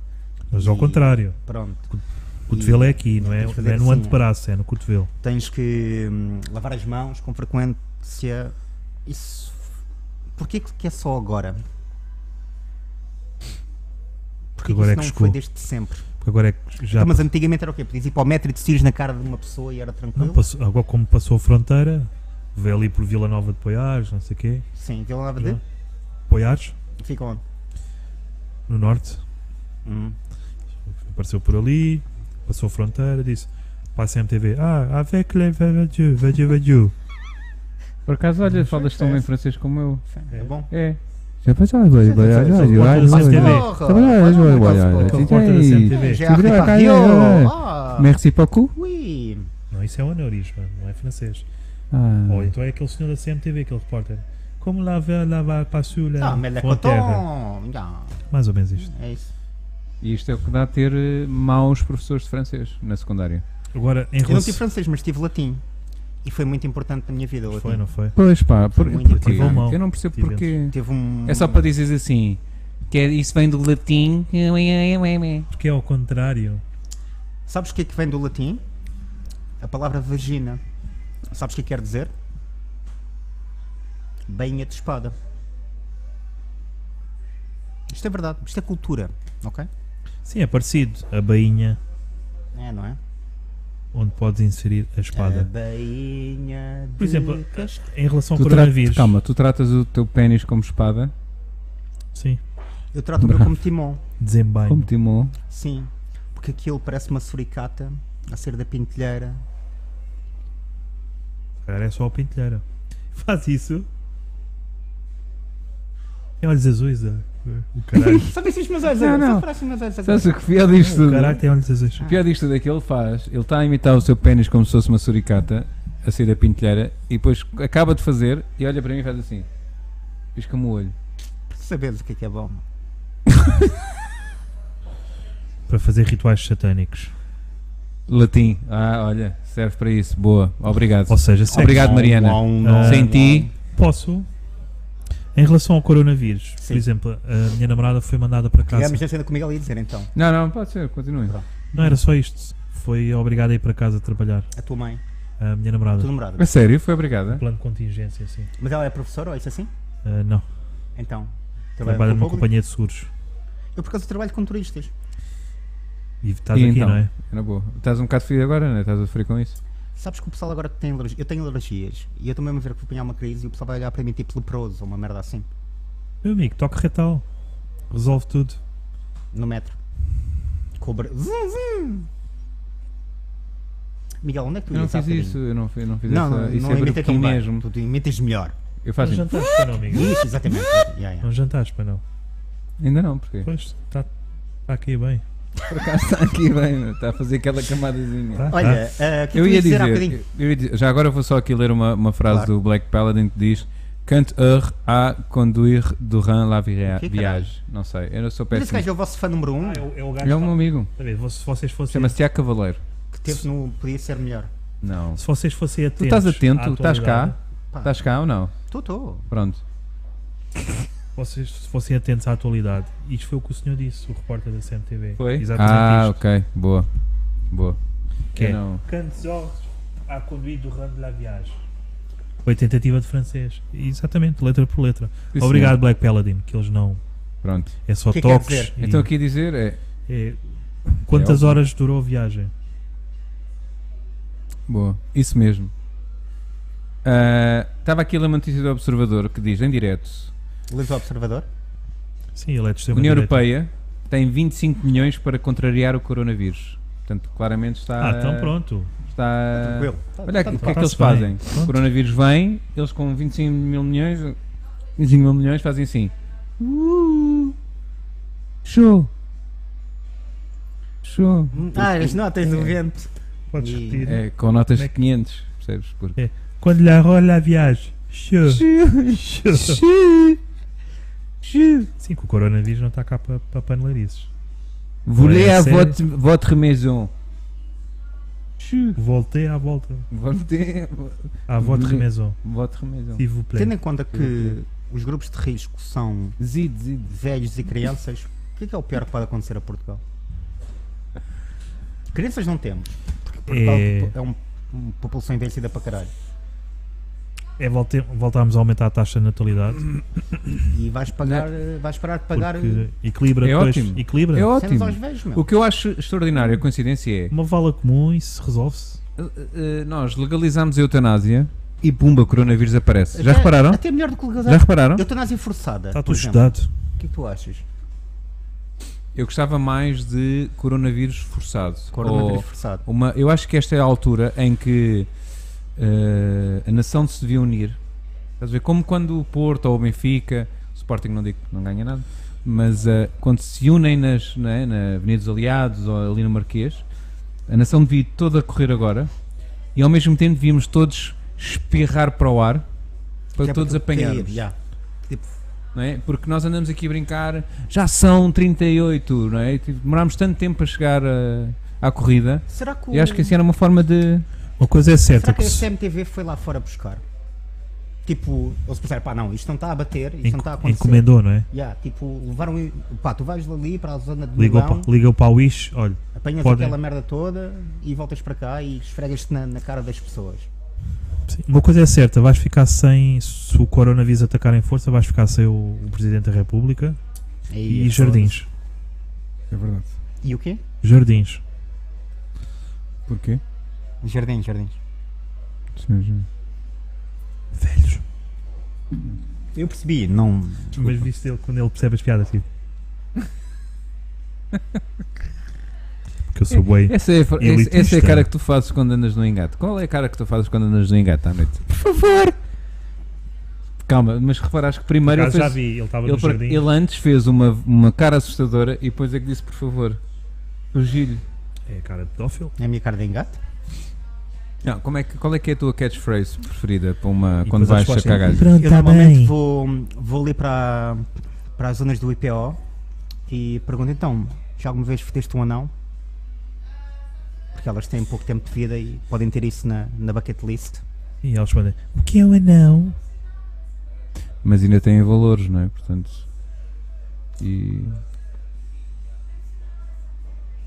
Speaker 3: Mas ao
Speaker 1: E-
Speaker 3: contrário.
Speaker 1: pronto.
Speaker 3: O cotovelo é aqui, não
Speaker 1: Tens
Speaker 3: é,
Speaker 1: de
Speaker 3: não é
Speaker 1: fazer
Speaker 3: no
Speaker 1: assim,
Speaker 3: antebraço, é no cotovelo.
Speaker 1: Tens que hum, lavar as mãos com frequência. Isso. Porquê que que é só agora? Porquê
Speaker 3: Porque agora
Speaker 1: isso
Speaker 3: é que
Speaker 1: não foi
Speaker 3: escuro.
Speaker 1: desde sempre?
Speaker 3: Porque agora é que já.
Speaker 1: Então, mas antigamente era o quê? Podias ir para o metro e tossires na cara de uma pessoa e era tranquilo?
Speaker 3: Não, passou, agora como passou a fronteira, veio ali por Vila Nova de Poiares, não sei o quê.
Speaker 1: Sim, então lava
Speaker 3: Já.
Speaker 1: de...
Speaker 3: Poiares,
Speaker 1: Fica onde?
Speaker 3: no norte.
Speaker 1: Hum.
Speaker 3: Apareceu por ali, passou a fronteira, disse. Passa a MTV. Ah, avec le vadiu, vadiu, vadiu.
Speaker 2: Por acaso, olha, falas
Speaker 1: falas
Speaker 2: tão
Speaker 1: tão
Speaker 2: bem francês como eu.
Speaker 1: Sim, é bom.
Speaker 2: É. Já passava,
Speaker 1: Porra!
Speaker 2: é
Speaker 1: um Porra! Já repartiu? Ah.
Speaker 2: Merci beaucoup.
Speaker 1: Ui!
Speaker 3: Não, isso é um aneurisma, não é francês.
Speaker 1: Hum.
Speaker 3: Ou então é aquele senhor da CMTV, aquele repórter. Como lá vai lavar passou
Speaker 1: Ah,
Speaker 3: la
Speaker 1: mas é
Speaker 3: fronteira.
Speaker 1: coton! Já,
Speaker 3: Mais ou menos isto.
Speaker 1: É isso.
Speaker 2: E isto é o que dá a ter eh, maus professores de francês na secundária.
Speaker 3: Agora, em
Speaker 1: Eu não tive
Speaker 3: relação.
Speaker 1: francês, mas tive latim. E foi muito importante na minha vida. o latim.
Speaker 3: Foi, não foi?
Speaker 2: Pois pá, por,
Speaker 1: Muito
Speaker 2: porquê?
Speaker 3: tive mal.
Speaker 2: Eu não percebo
Speaker 3: Tive
Speaker 2: porquê.
Speaker 1: Teve um.
Speaker 2: É só para dizeres assim. Que é- isso vem do latim.
Speaker 3: Porque é ao contrário.
Speaker 1: Sabes o que é que vem do latim? A palavra vagina. Sabes o que quer dizer? Bainha de espada. Isto é verdade. Isto é cultura. Ok?
Speaker 3: Sim, é parecido. A bainha,
Speaker 1: É, não é?
Speaker 3: onde podes inserir a
Speaker 1: A
Speaker 3: espada.
Speaker 1: bainha de
Speaker 3: Por exemplo,
Speaker 1: casca-
Speaker 3: Em relação ao
Speaker 2: Tu tra-
Speaker 3: coronavírus.
Speaker 2: calma, tu tratas o teu pênis como espada,
Speaker 3: Sim.
Speaker 1: Eu trato o meu como timão.
Speaker 3: Desembainho.
Speaker 2: como timão.
Speaker 1: Sim, porque aquilo parece uma suricata a ser da pintelheira.
Speaker 3: Agora é só a pentelheira. Faz isso. Tem olhos azuis, ah. O caralho.
Speaker 1: Sabe se os meus olhos
Speaker 2: Não,
Speaker 1: agora?
Speaker 2: não.
Speaker 1: Só aparecem os meus olhos agora.
Speaker 2: Sabes o que pior disto
Speaker 3: o
Speaker 2: tudo?
Speaker 3: caralho tem olhos azuis.
Speaker 2: O pior disto tudo é que ele faz. Ele está a imitar o seu pênis como se fosse uma suricata, a sair da pintelheira, e depois acaba de fazer e olha para mim e faz assim. Pisca-me o olho.
Speaker 1: Sabes o que é que é bom?
Speaker 3: Para fazer rituais satânicos.
Speaker 2: Latim. Ah, olha, serve para isso. Boa. Obrigado.
Speaker 3: Ou seja, sexo.
Speaker 2: Obrigado, Mariana.
Speaker 3: não,
Speaker 2: Sem ti.
Speaker 3: Posso. Em relação ao coronavírus,
Speaker 1: Sim.
Speaker 3: por exemplo, a minha namorada foi mandada para casa.
Speaker 1: Tivemos na cena comigo ali a dizer então,
Speaker 2: Não, não, pode ser, continue.
Speaker 3: Não era só isto. Foi obrigada a ir para casa trabalhar.
Speaker 1: a tua mãe,
Speaker 3: A minha
Speaker 1: a
Speaker 3: namorada. um
Speaker 1: tua namorada.
Speaker 2: A sério, foi obrigada.
Speaker 3: Plano de contingência, assim.
Speaker 1: Mas ela é professora ou isso assim?
Speaker 3: Ah, não.
Speaker 1: Então,
Speaker 3: Trabalha
Speaker 1: com
Speaker 3: numa
Speaker 1: o público?
Speaker 3: companhia de seguros.
Speaker 1: Eu por acaso trabalho com turistas.
Speaker 3: E estás
Speaker 2: E
Speaker 3: aqui,
Speaker 2: então?
Speaker 3: não é?
Speaker 2: Na boa. Estás um bocado frio agora, não é? Estás a sofrer com isso?
Speaker 1: Sabes que o pessoal agora tem alergias. Eu tenho alergias e eu também me ver que vou apanhar uma crise e o pessoal vai olhar para mim tipo leproso ou uma merda assim,
Speaker 3: Meu amigo, toque retal. Resolve tudo.
Speaker 1: no metro. Cobra. Zum, zum. Miguel, onde é que tu
Speaker 2: Eu não
Speaker 1: ias há
Speaker 2: fiz
Speaker 1: bocadinho?
Speaker 2: isso, eu não, eu não fiz
Speaker 1: Não,
Speaker 2: essa,
Speaker 1: não,
Speaker 2: isso
Speaker 1: não
Speaker 2: é
Speaker 1: imita tão bem.
Speaker 2: mesmo.
Speaker 1: Tu imitas melhor.
Speaker 2: Eu
Speaker 3: Não
Speaker 2: faço assim,
Speaker 3: jantaste para não, Miguel.
Speaker 1: Isso, exatamente. Yeah, yeah.
Speaker 3: Não jantaste para não.
Speaker 2: ainda não, porque
Speaker 3: Pois, está tá aqui bem.
Speaker 2: por acaso está aqui bem, está a fazer aquela camadazinha.
Speaker 3: Tá, tá.
Speaker 1: Olha, eh, o que
Speaker 2: Ah, Eu
Speaker 1: tu
Speaker 2: ia,
Speaker 1: ias dizer
Speaker 2: dizer,
Speaker 1: há bocadinho?
Speaker 2: eu ia dizer- já agora eu vou só aqui ler uma, uma frase
Speaker 1: Claro.
Speaker 2: do Black Paladin que diz Cante heure à conduire durant la vira-
Speaker 1: Que caralho?
Speaker 2: viagem. Não sei, eu não sou
Speaker 1: Mas esse
Speaker 2: péssimo.
Speaker 1: gajo é o vosso fã número um
Speaker 3: Ah, é, o- é o gajo.
Speaker 2: Ele é um meu amigo,
Speaker 3: Tá bem, se vocês fossem.
Speaker 2: chama-se Tiago Cavaleiro.
Speaker 1: que teve no Podia Ser Melhor.
Speaker 2: Não.
Speaker 3: Se vocês fossem atentos.
Speaker 2: Tu estás atento?
Speaker 3: à
Speaker 2: Estás
Speaker 3: atualidade,
Speaker 2: cá?
Speaker 1: Pá.
Speaker 2: Estás cá ou não?
Speaker 1: Tu, tu.
Speaker 2: Pronto.
Speaker 3: Vocês se fossem atentos à atualidade. Isto foi o que o senhor disse, o repórter da CMTV.
Speaker 2: Foi? Ah,
Speaker 3: Exatamente isto.
Speaker 2: ok, boa. Boa.
Speaker 3: Que
Speaker 2: Eu
Speaker 3: é?
Speaker 2: não-
Speaker 3: Cantes Orcs à conduite do ramo de la viagem. Foi tentativa de francês. Exatamente, letra por letra.
Speaker 2: Sim,
Speaker 3: Obrigado,
Speaker 2: senhor.
Speaker 3: Black Paladin, que eles não.
Speaker 2: Pronto.
Speaker 3: É só
Speaker 1: O que é que quer
Speaker 3: toques.
Speaker 1: dizer?
Speaker 3: e-
Speaker 2: Então aqui a dizer é.
Speaker 3: é- quantas
Speaker 2: É,
Speaker 3: horas durou a viagem?
Speaker 2: Boa, isso mesmo. Ah, Estava aqui a ler uma notícia do Observador que diz em direto
Speaker 1: Livre Observador.
Speaker 3: Sim, ele é de
Speaker 2: A
Speaker 3: extrema
Speaker 2: União
Speaker 3: direita.
Speaker 2: Europeia tem 25 milhões para contrariar o coronavírus. Portanto, claramente está.
Speaker 3: Ah, então pronto.
Speaker 2: Está...
Speaker 1: Tranquilo.
Speaker 2: Tá, Olha aqui, o que é que eles
Speaker 3: Está-se
Speaker 2: fazem?
Speaker 3: bem. Pronto.
Speaker 2: O coronavírus vem, eles com 25 mil milhões, 25 mil milhões fazem assim. Uh, show! Show!
Speaker 1: Ah, as notas do vento.
Speaker 3: Podes
Speaker 1: E-
Speaker 3: repetir.
Speaker 2: É, com notas
Speaker 3: Como é
Speaker 2: de
Speaker 3: que-
Speaker 2: 500, percebes? Porque...
Speaker 3: Quando lhe arrola a viagem. Show. Show.
Speaker 2: Show! Show!
Speaker 3: Sim, que o coronavírus não está cá para pa panelarices.
Speaker 2: Voulez
Speaker 3: Olha,
Speaker 2: à
Speaker 3: sério?
Speaker 2: votre, votre maison. Show!
Speaker 3: Voltei à volta.
Speaker 2: Votre,
Speaker 3: À volta
Speaker 2: Voltei.
Speaker 3: maison.
Speaker 2: votre maison.
Speaker 3: S'il vous plaît.
Speaker 1: Tendo em conta
Speaker 2: Uhum.
Speaker 1: que os grupos de risco são
Speaker 2: Zid, zid.
Speaker 1: velhos e crianças, o que é, que é o pior que pode acontecer a Portugal? Crianças não temos. Porque Portugal
Speaker 3: É.
Speaker 1: é um- uma população envelhecida para caralho.
Speaker 3: É volte- voltarmos a aumentar a taxa de natalidade.
Speaker 1: E vais pagar, eh, vais parar de Hum. pagar um-
Speaker 3: Porque equilibra
Speaker 2: É
Speaker 3: depois.
Speaker 2: ótimo.
Speaker 3: Equilibra.
Speaker 2: É
Speaker 1: cenas
Speaker 2: ótimo.
Speaker 1: aos velhos, meu.
Speaker 2: O que eu acho extraordinário, a coincidência é.
Speaker 3: Uma vala comum, isso resolve-se.
Speaker 1: É,
Speaker 2: uh, uh, Nós legalizamos a eutanásia e pumba, o coronavírus aparece. Já
Speaker 1: Até-
Speaker 2: repararam?
Speaker 1: Até melhor do que
Speaker 2: Já
Speaker 1: legalizar.
Speaker 2: repararam? Tá
Speaker 1: Eutanásia forçada.
Speaker 3: Está
Speaker 1: por
Speaker 3: tudo
Speaker 1: exemplo.
Speaker 3: estudado.
Speaker 1: O que é que tu achas?
Speaker 2: Oh. Eu gostava mais de coronavírus forçado.
Speaker 1: Coronavírus
Speaker 2: Ou
Speaker 1: forçado.
Speaker 2: uma, eu acho que esta é a altura em que uh, a nação se devia unir. Estás a ver? Como quando o Porto ou o Benfica, o Sporting não digo que não ganha nada, mas uh, quando se unem nas, né, na Avenida dos Aliados ou ali no Marquês, a nação devia toda correr agora e ao mesmo tempo devíamos todos espirrar para o ar para
Speaker 1: Que é
Speaker 2: todos
Speaker 1: tu cair,
Speaker 2: apanharmos
Speaker 1: já. Tipo,
Speaker 2: não é? Porque nós andamos aqui a brincar, já são 38, não é? E tipo, Demorámos tanto tempo a chegar a- à corrida.
Speaker 1: Será que o...
Speaker 2: E acho que assim era uma forma de.
Speaker 3: Uma coisa é certa.
Speaker 1: Será que
Speaker 3: que
Speaker 1: a
Speaker 3: se-
Speaker 1: SMTV foi lá fora buscar? Tipo, eles pensaram, pá, não, isto não está a bater, isto não está a
Speaker 3: enco-
Speaker 1: acontecer.
Speaker 3: encomendou, não é?
Speaker 1: Yeah, tipo, levaram, pá, tu vais ali para a zona de
Speaker 3: Ligou
Speaker 1: Milão,
Speaker 3: para, ligou para a Wish, olha,
Speaker 1: apanhas
Speaker 3: podem.
Speaker 1: aquela merda toda e voltas para cá e esfregas-te na, na cara das pessoas.
Speaker 3: sim, uma coisa é certa, vais ficar sem, se o coronavírus atacar em força, vais ficar sem o, o Presidente da República
Speaker 1: Aí,
Speaker 3: e,
Speaker 1: as
Speaker 3: jardins.
Speaker 6: É verdade.
Speaker 1: pessoas. E o quê?
Speaker 3: Jardins.
Speaker 6: Porquê?
Speaker 1: Jardins, jardins.
Speaker 3: Velhos.
Speaker 1: Eu percebi, não...
Speaker 3: Mas viste ele quando ele percebe as piadas, tipo. que eu sou boi.
Speaker 2: Essa é, a for- essa-
Speaker 3: Elitista.
Speaker 2: essa é a cara que tu fazes quando andas no engate. Qual é a cara que tu fazes quando andas no engate à noite? Por favor! Calma, mas reparaste que primeiro ele,
Speaker 3: Já, já
Speaker 2: fez,
Speaker 3: vi, ele estava no
Speaker 2: ele,
Speaker 3: jardim.
Speaker 2: ele antes fez uma, uma cara assustadora e depois é que disse, por favor, Virgílio.
Speaker 3: É a cara de pedófilo.
Speaker 1: É a minha cara de engate?
Speaker 2: Não, como é que, qual é que é a tua catchphrase preferida para uma,
Speaker 3: E
Speaker 2: quando
Speaker 3: depois a
Speaker 2: vais a
Speaker 3: resposta é,
Speaker 2: cagar?
Speaker 3: Pronto,
Speaker 1: Eu
Speaker 3: tá
Speaker 1: normalmente
Speaker 3: bem.
Speaker 1: vou, vou ali para, para as zonas do IPO e pergunto então, já alguma vez fodeste um anão? Porque elas têm pouco tempo de vida e podem ter isso na, na bucket list.
Speaker 3: E eles respondem: O que é um anão?
Speaker 2: mas ainda têm valores, não é? Portanto, e.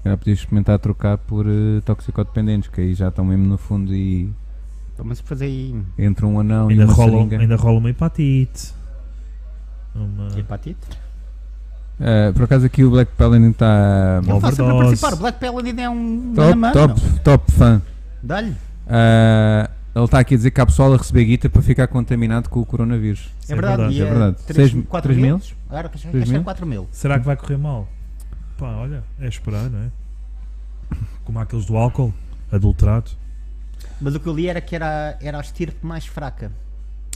Speaker 2: Já podias experimentar trocar por eh, toxicodependentes, que aí já estão mesmo no fundo e
Speaker 1: Então, mas depois aí,
Speaker 2: entra um anão e
Speaker 3: Ainda
Speaker 2: uma
Speaker 3: rola,
Speaker 2: seringa.
Speaker 3: ainda rola uma hepatite. Uma.
Speaker 1: hepatite?
Speaker 2: Ah, por acaso aqui o Black Paladin está
Speaker 1: Ele está sempre a
Speaker 3: overdose.
Speaker 1: participar. Black Paladin é um
Speaker 2: top,
Speaker 1: mano.
Speaker 2: top, top fã.
Speaker 1: Dá-lhe.
Speaker 2: Ah, ele está aqui a dizer que há pessoal a receber guita para ficar contaminado com o coronavírus.
Speaker 1: É, verdade. e
Speaker 2: é verdade. Seis- três mil?
Speaker 1: Agora, acho
Speaker 2: Três
Speaker 1: que é
Speaker 2: mil?
Speaker 1: 4 mil.
Speaker 3: Será que vai correr mal? Pá, olha, é esperar, não é? Como aqueles do álcool, adulterado.
Speaker 1: Mas o que eu li era que era, era a estirpe mais fraca.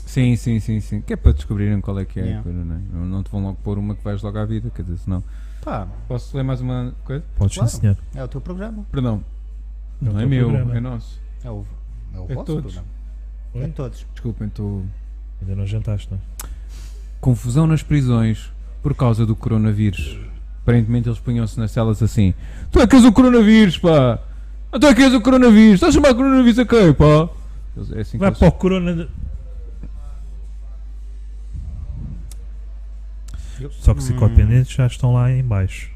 Speaker 2: Sim, sim, sim, sim. Que é para descobrirem qual é que é a
Speaker 1: Yeah.
Speaker 2: coisa, não é? Não não te vão logo pôr uma que vais logo à vida, quer dizer, senão.
Speaker 1: Pá,
Speaker 2: Posso ler mais uma coisa?
Speaker 3: Podes
Speaker 1: Claro.
Speaker 3: sim, senhor.
Speaker 1: é o teu programa.
Speaker 2: Perdão. Não,
Speaker 3: Não
Speaker 2: é
Speaker 3: teu
Speaker 2: meu,
Speaker 3: programa.
Speaker 2: é nosso.
Speaker 1: É o, é o
Speaker 6: É
Speaker 1: vosso
Speaker 6: todos.
Speaker 1: programa.
Speaker 3: Oi?
Speaker 1: É todos.
Speaker 6: Desculpem, estou.
Speaker 3: Ainda não jantaste, não? é?
Speaker 2: Confusão nas prisões por causa do coronavírus. Aparentemente eles punham-se nas celas assim: Tu é que és o coronavírus, pá! Ah, Tu é que és o coronavírus! Estás a chamar coronavírus a quem, pá? Eles- É assim que
Speaker 3: Vai
Speaker 2: eles-
Speaker 3: para o Corona. de- Só que psicodependentes já estão lá em baixo.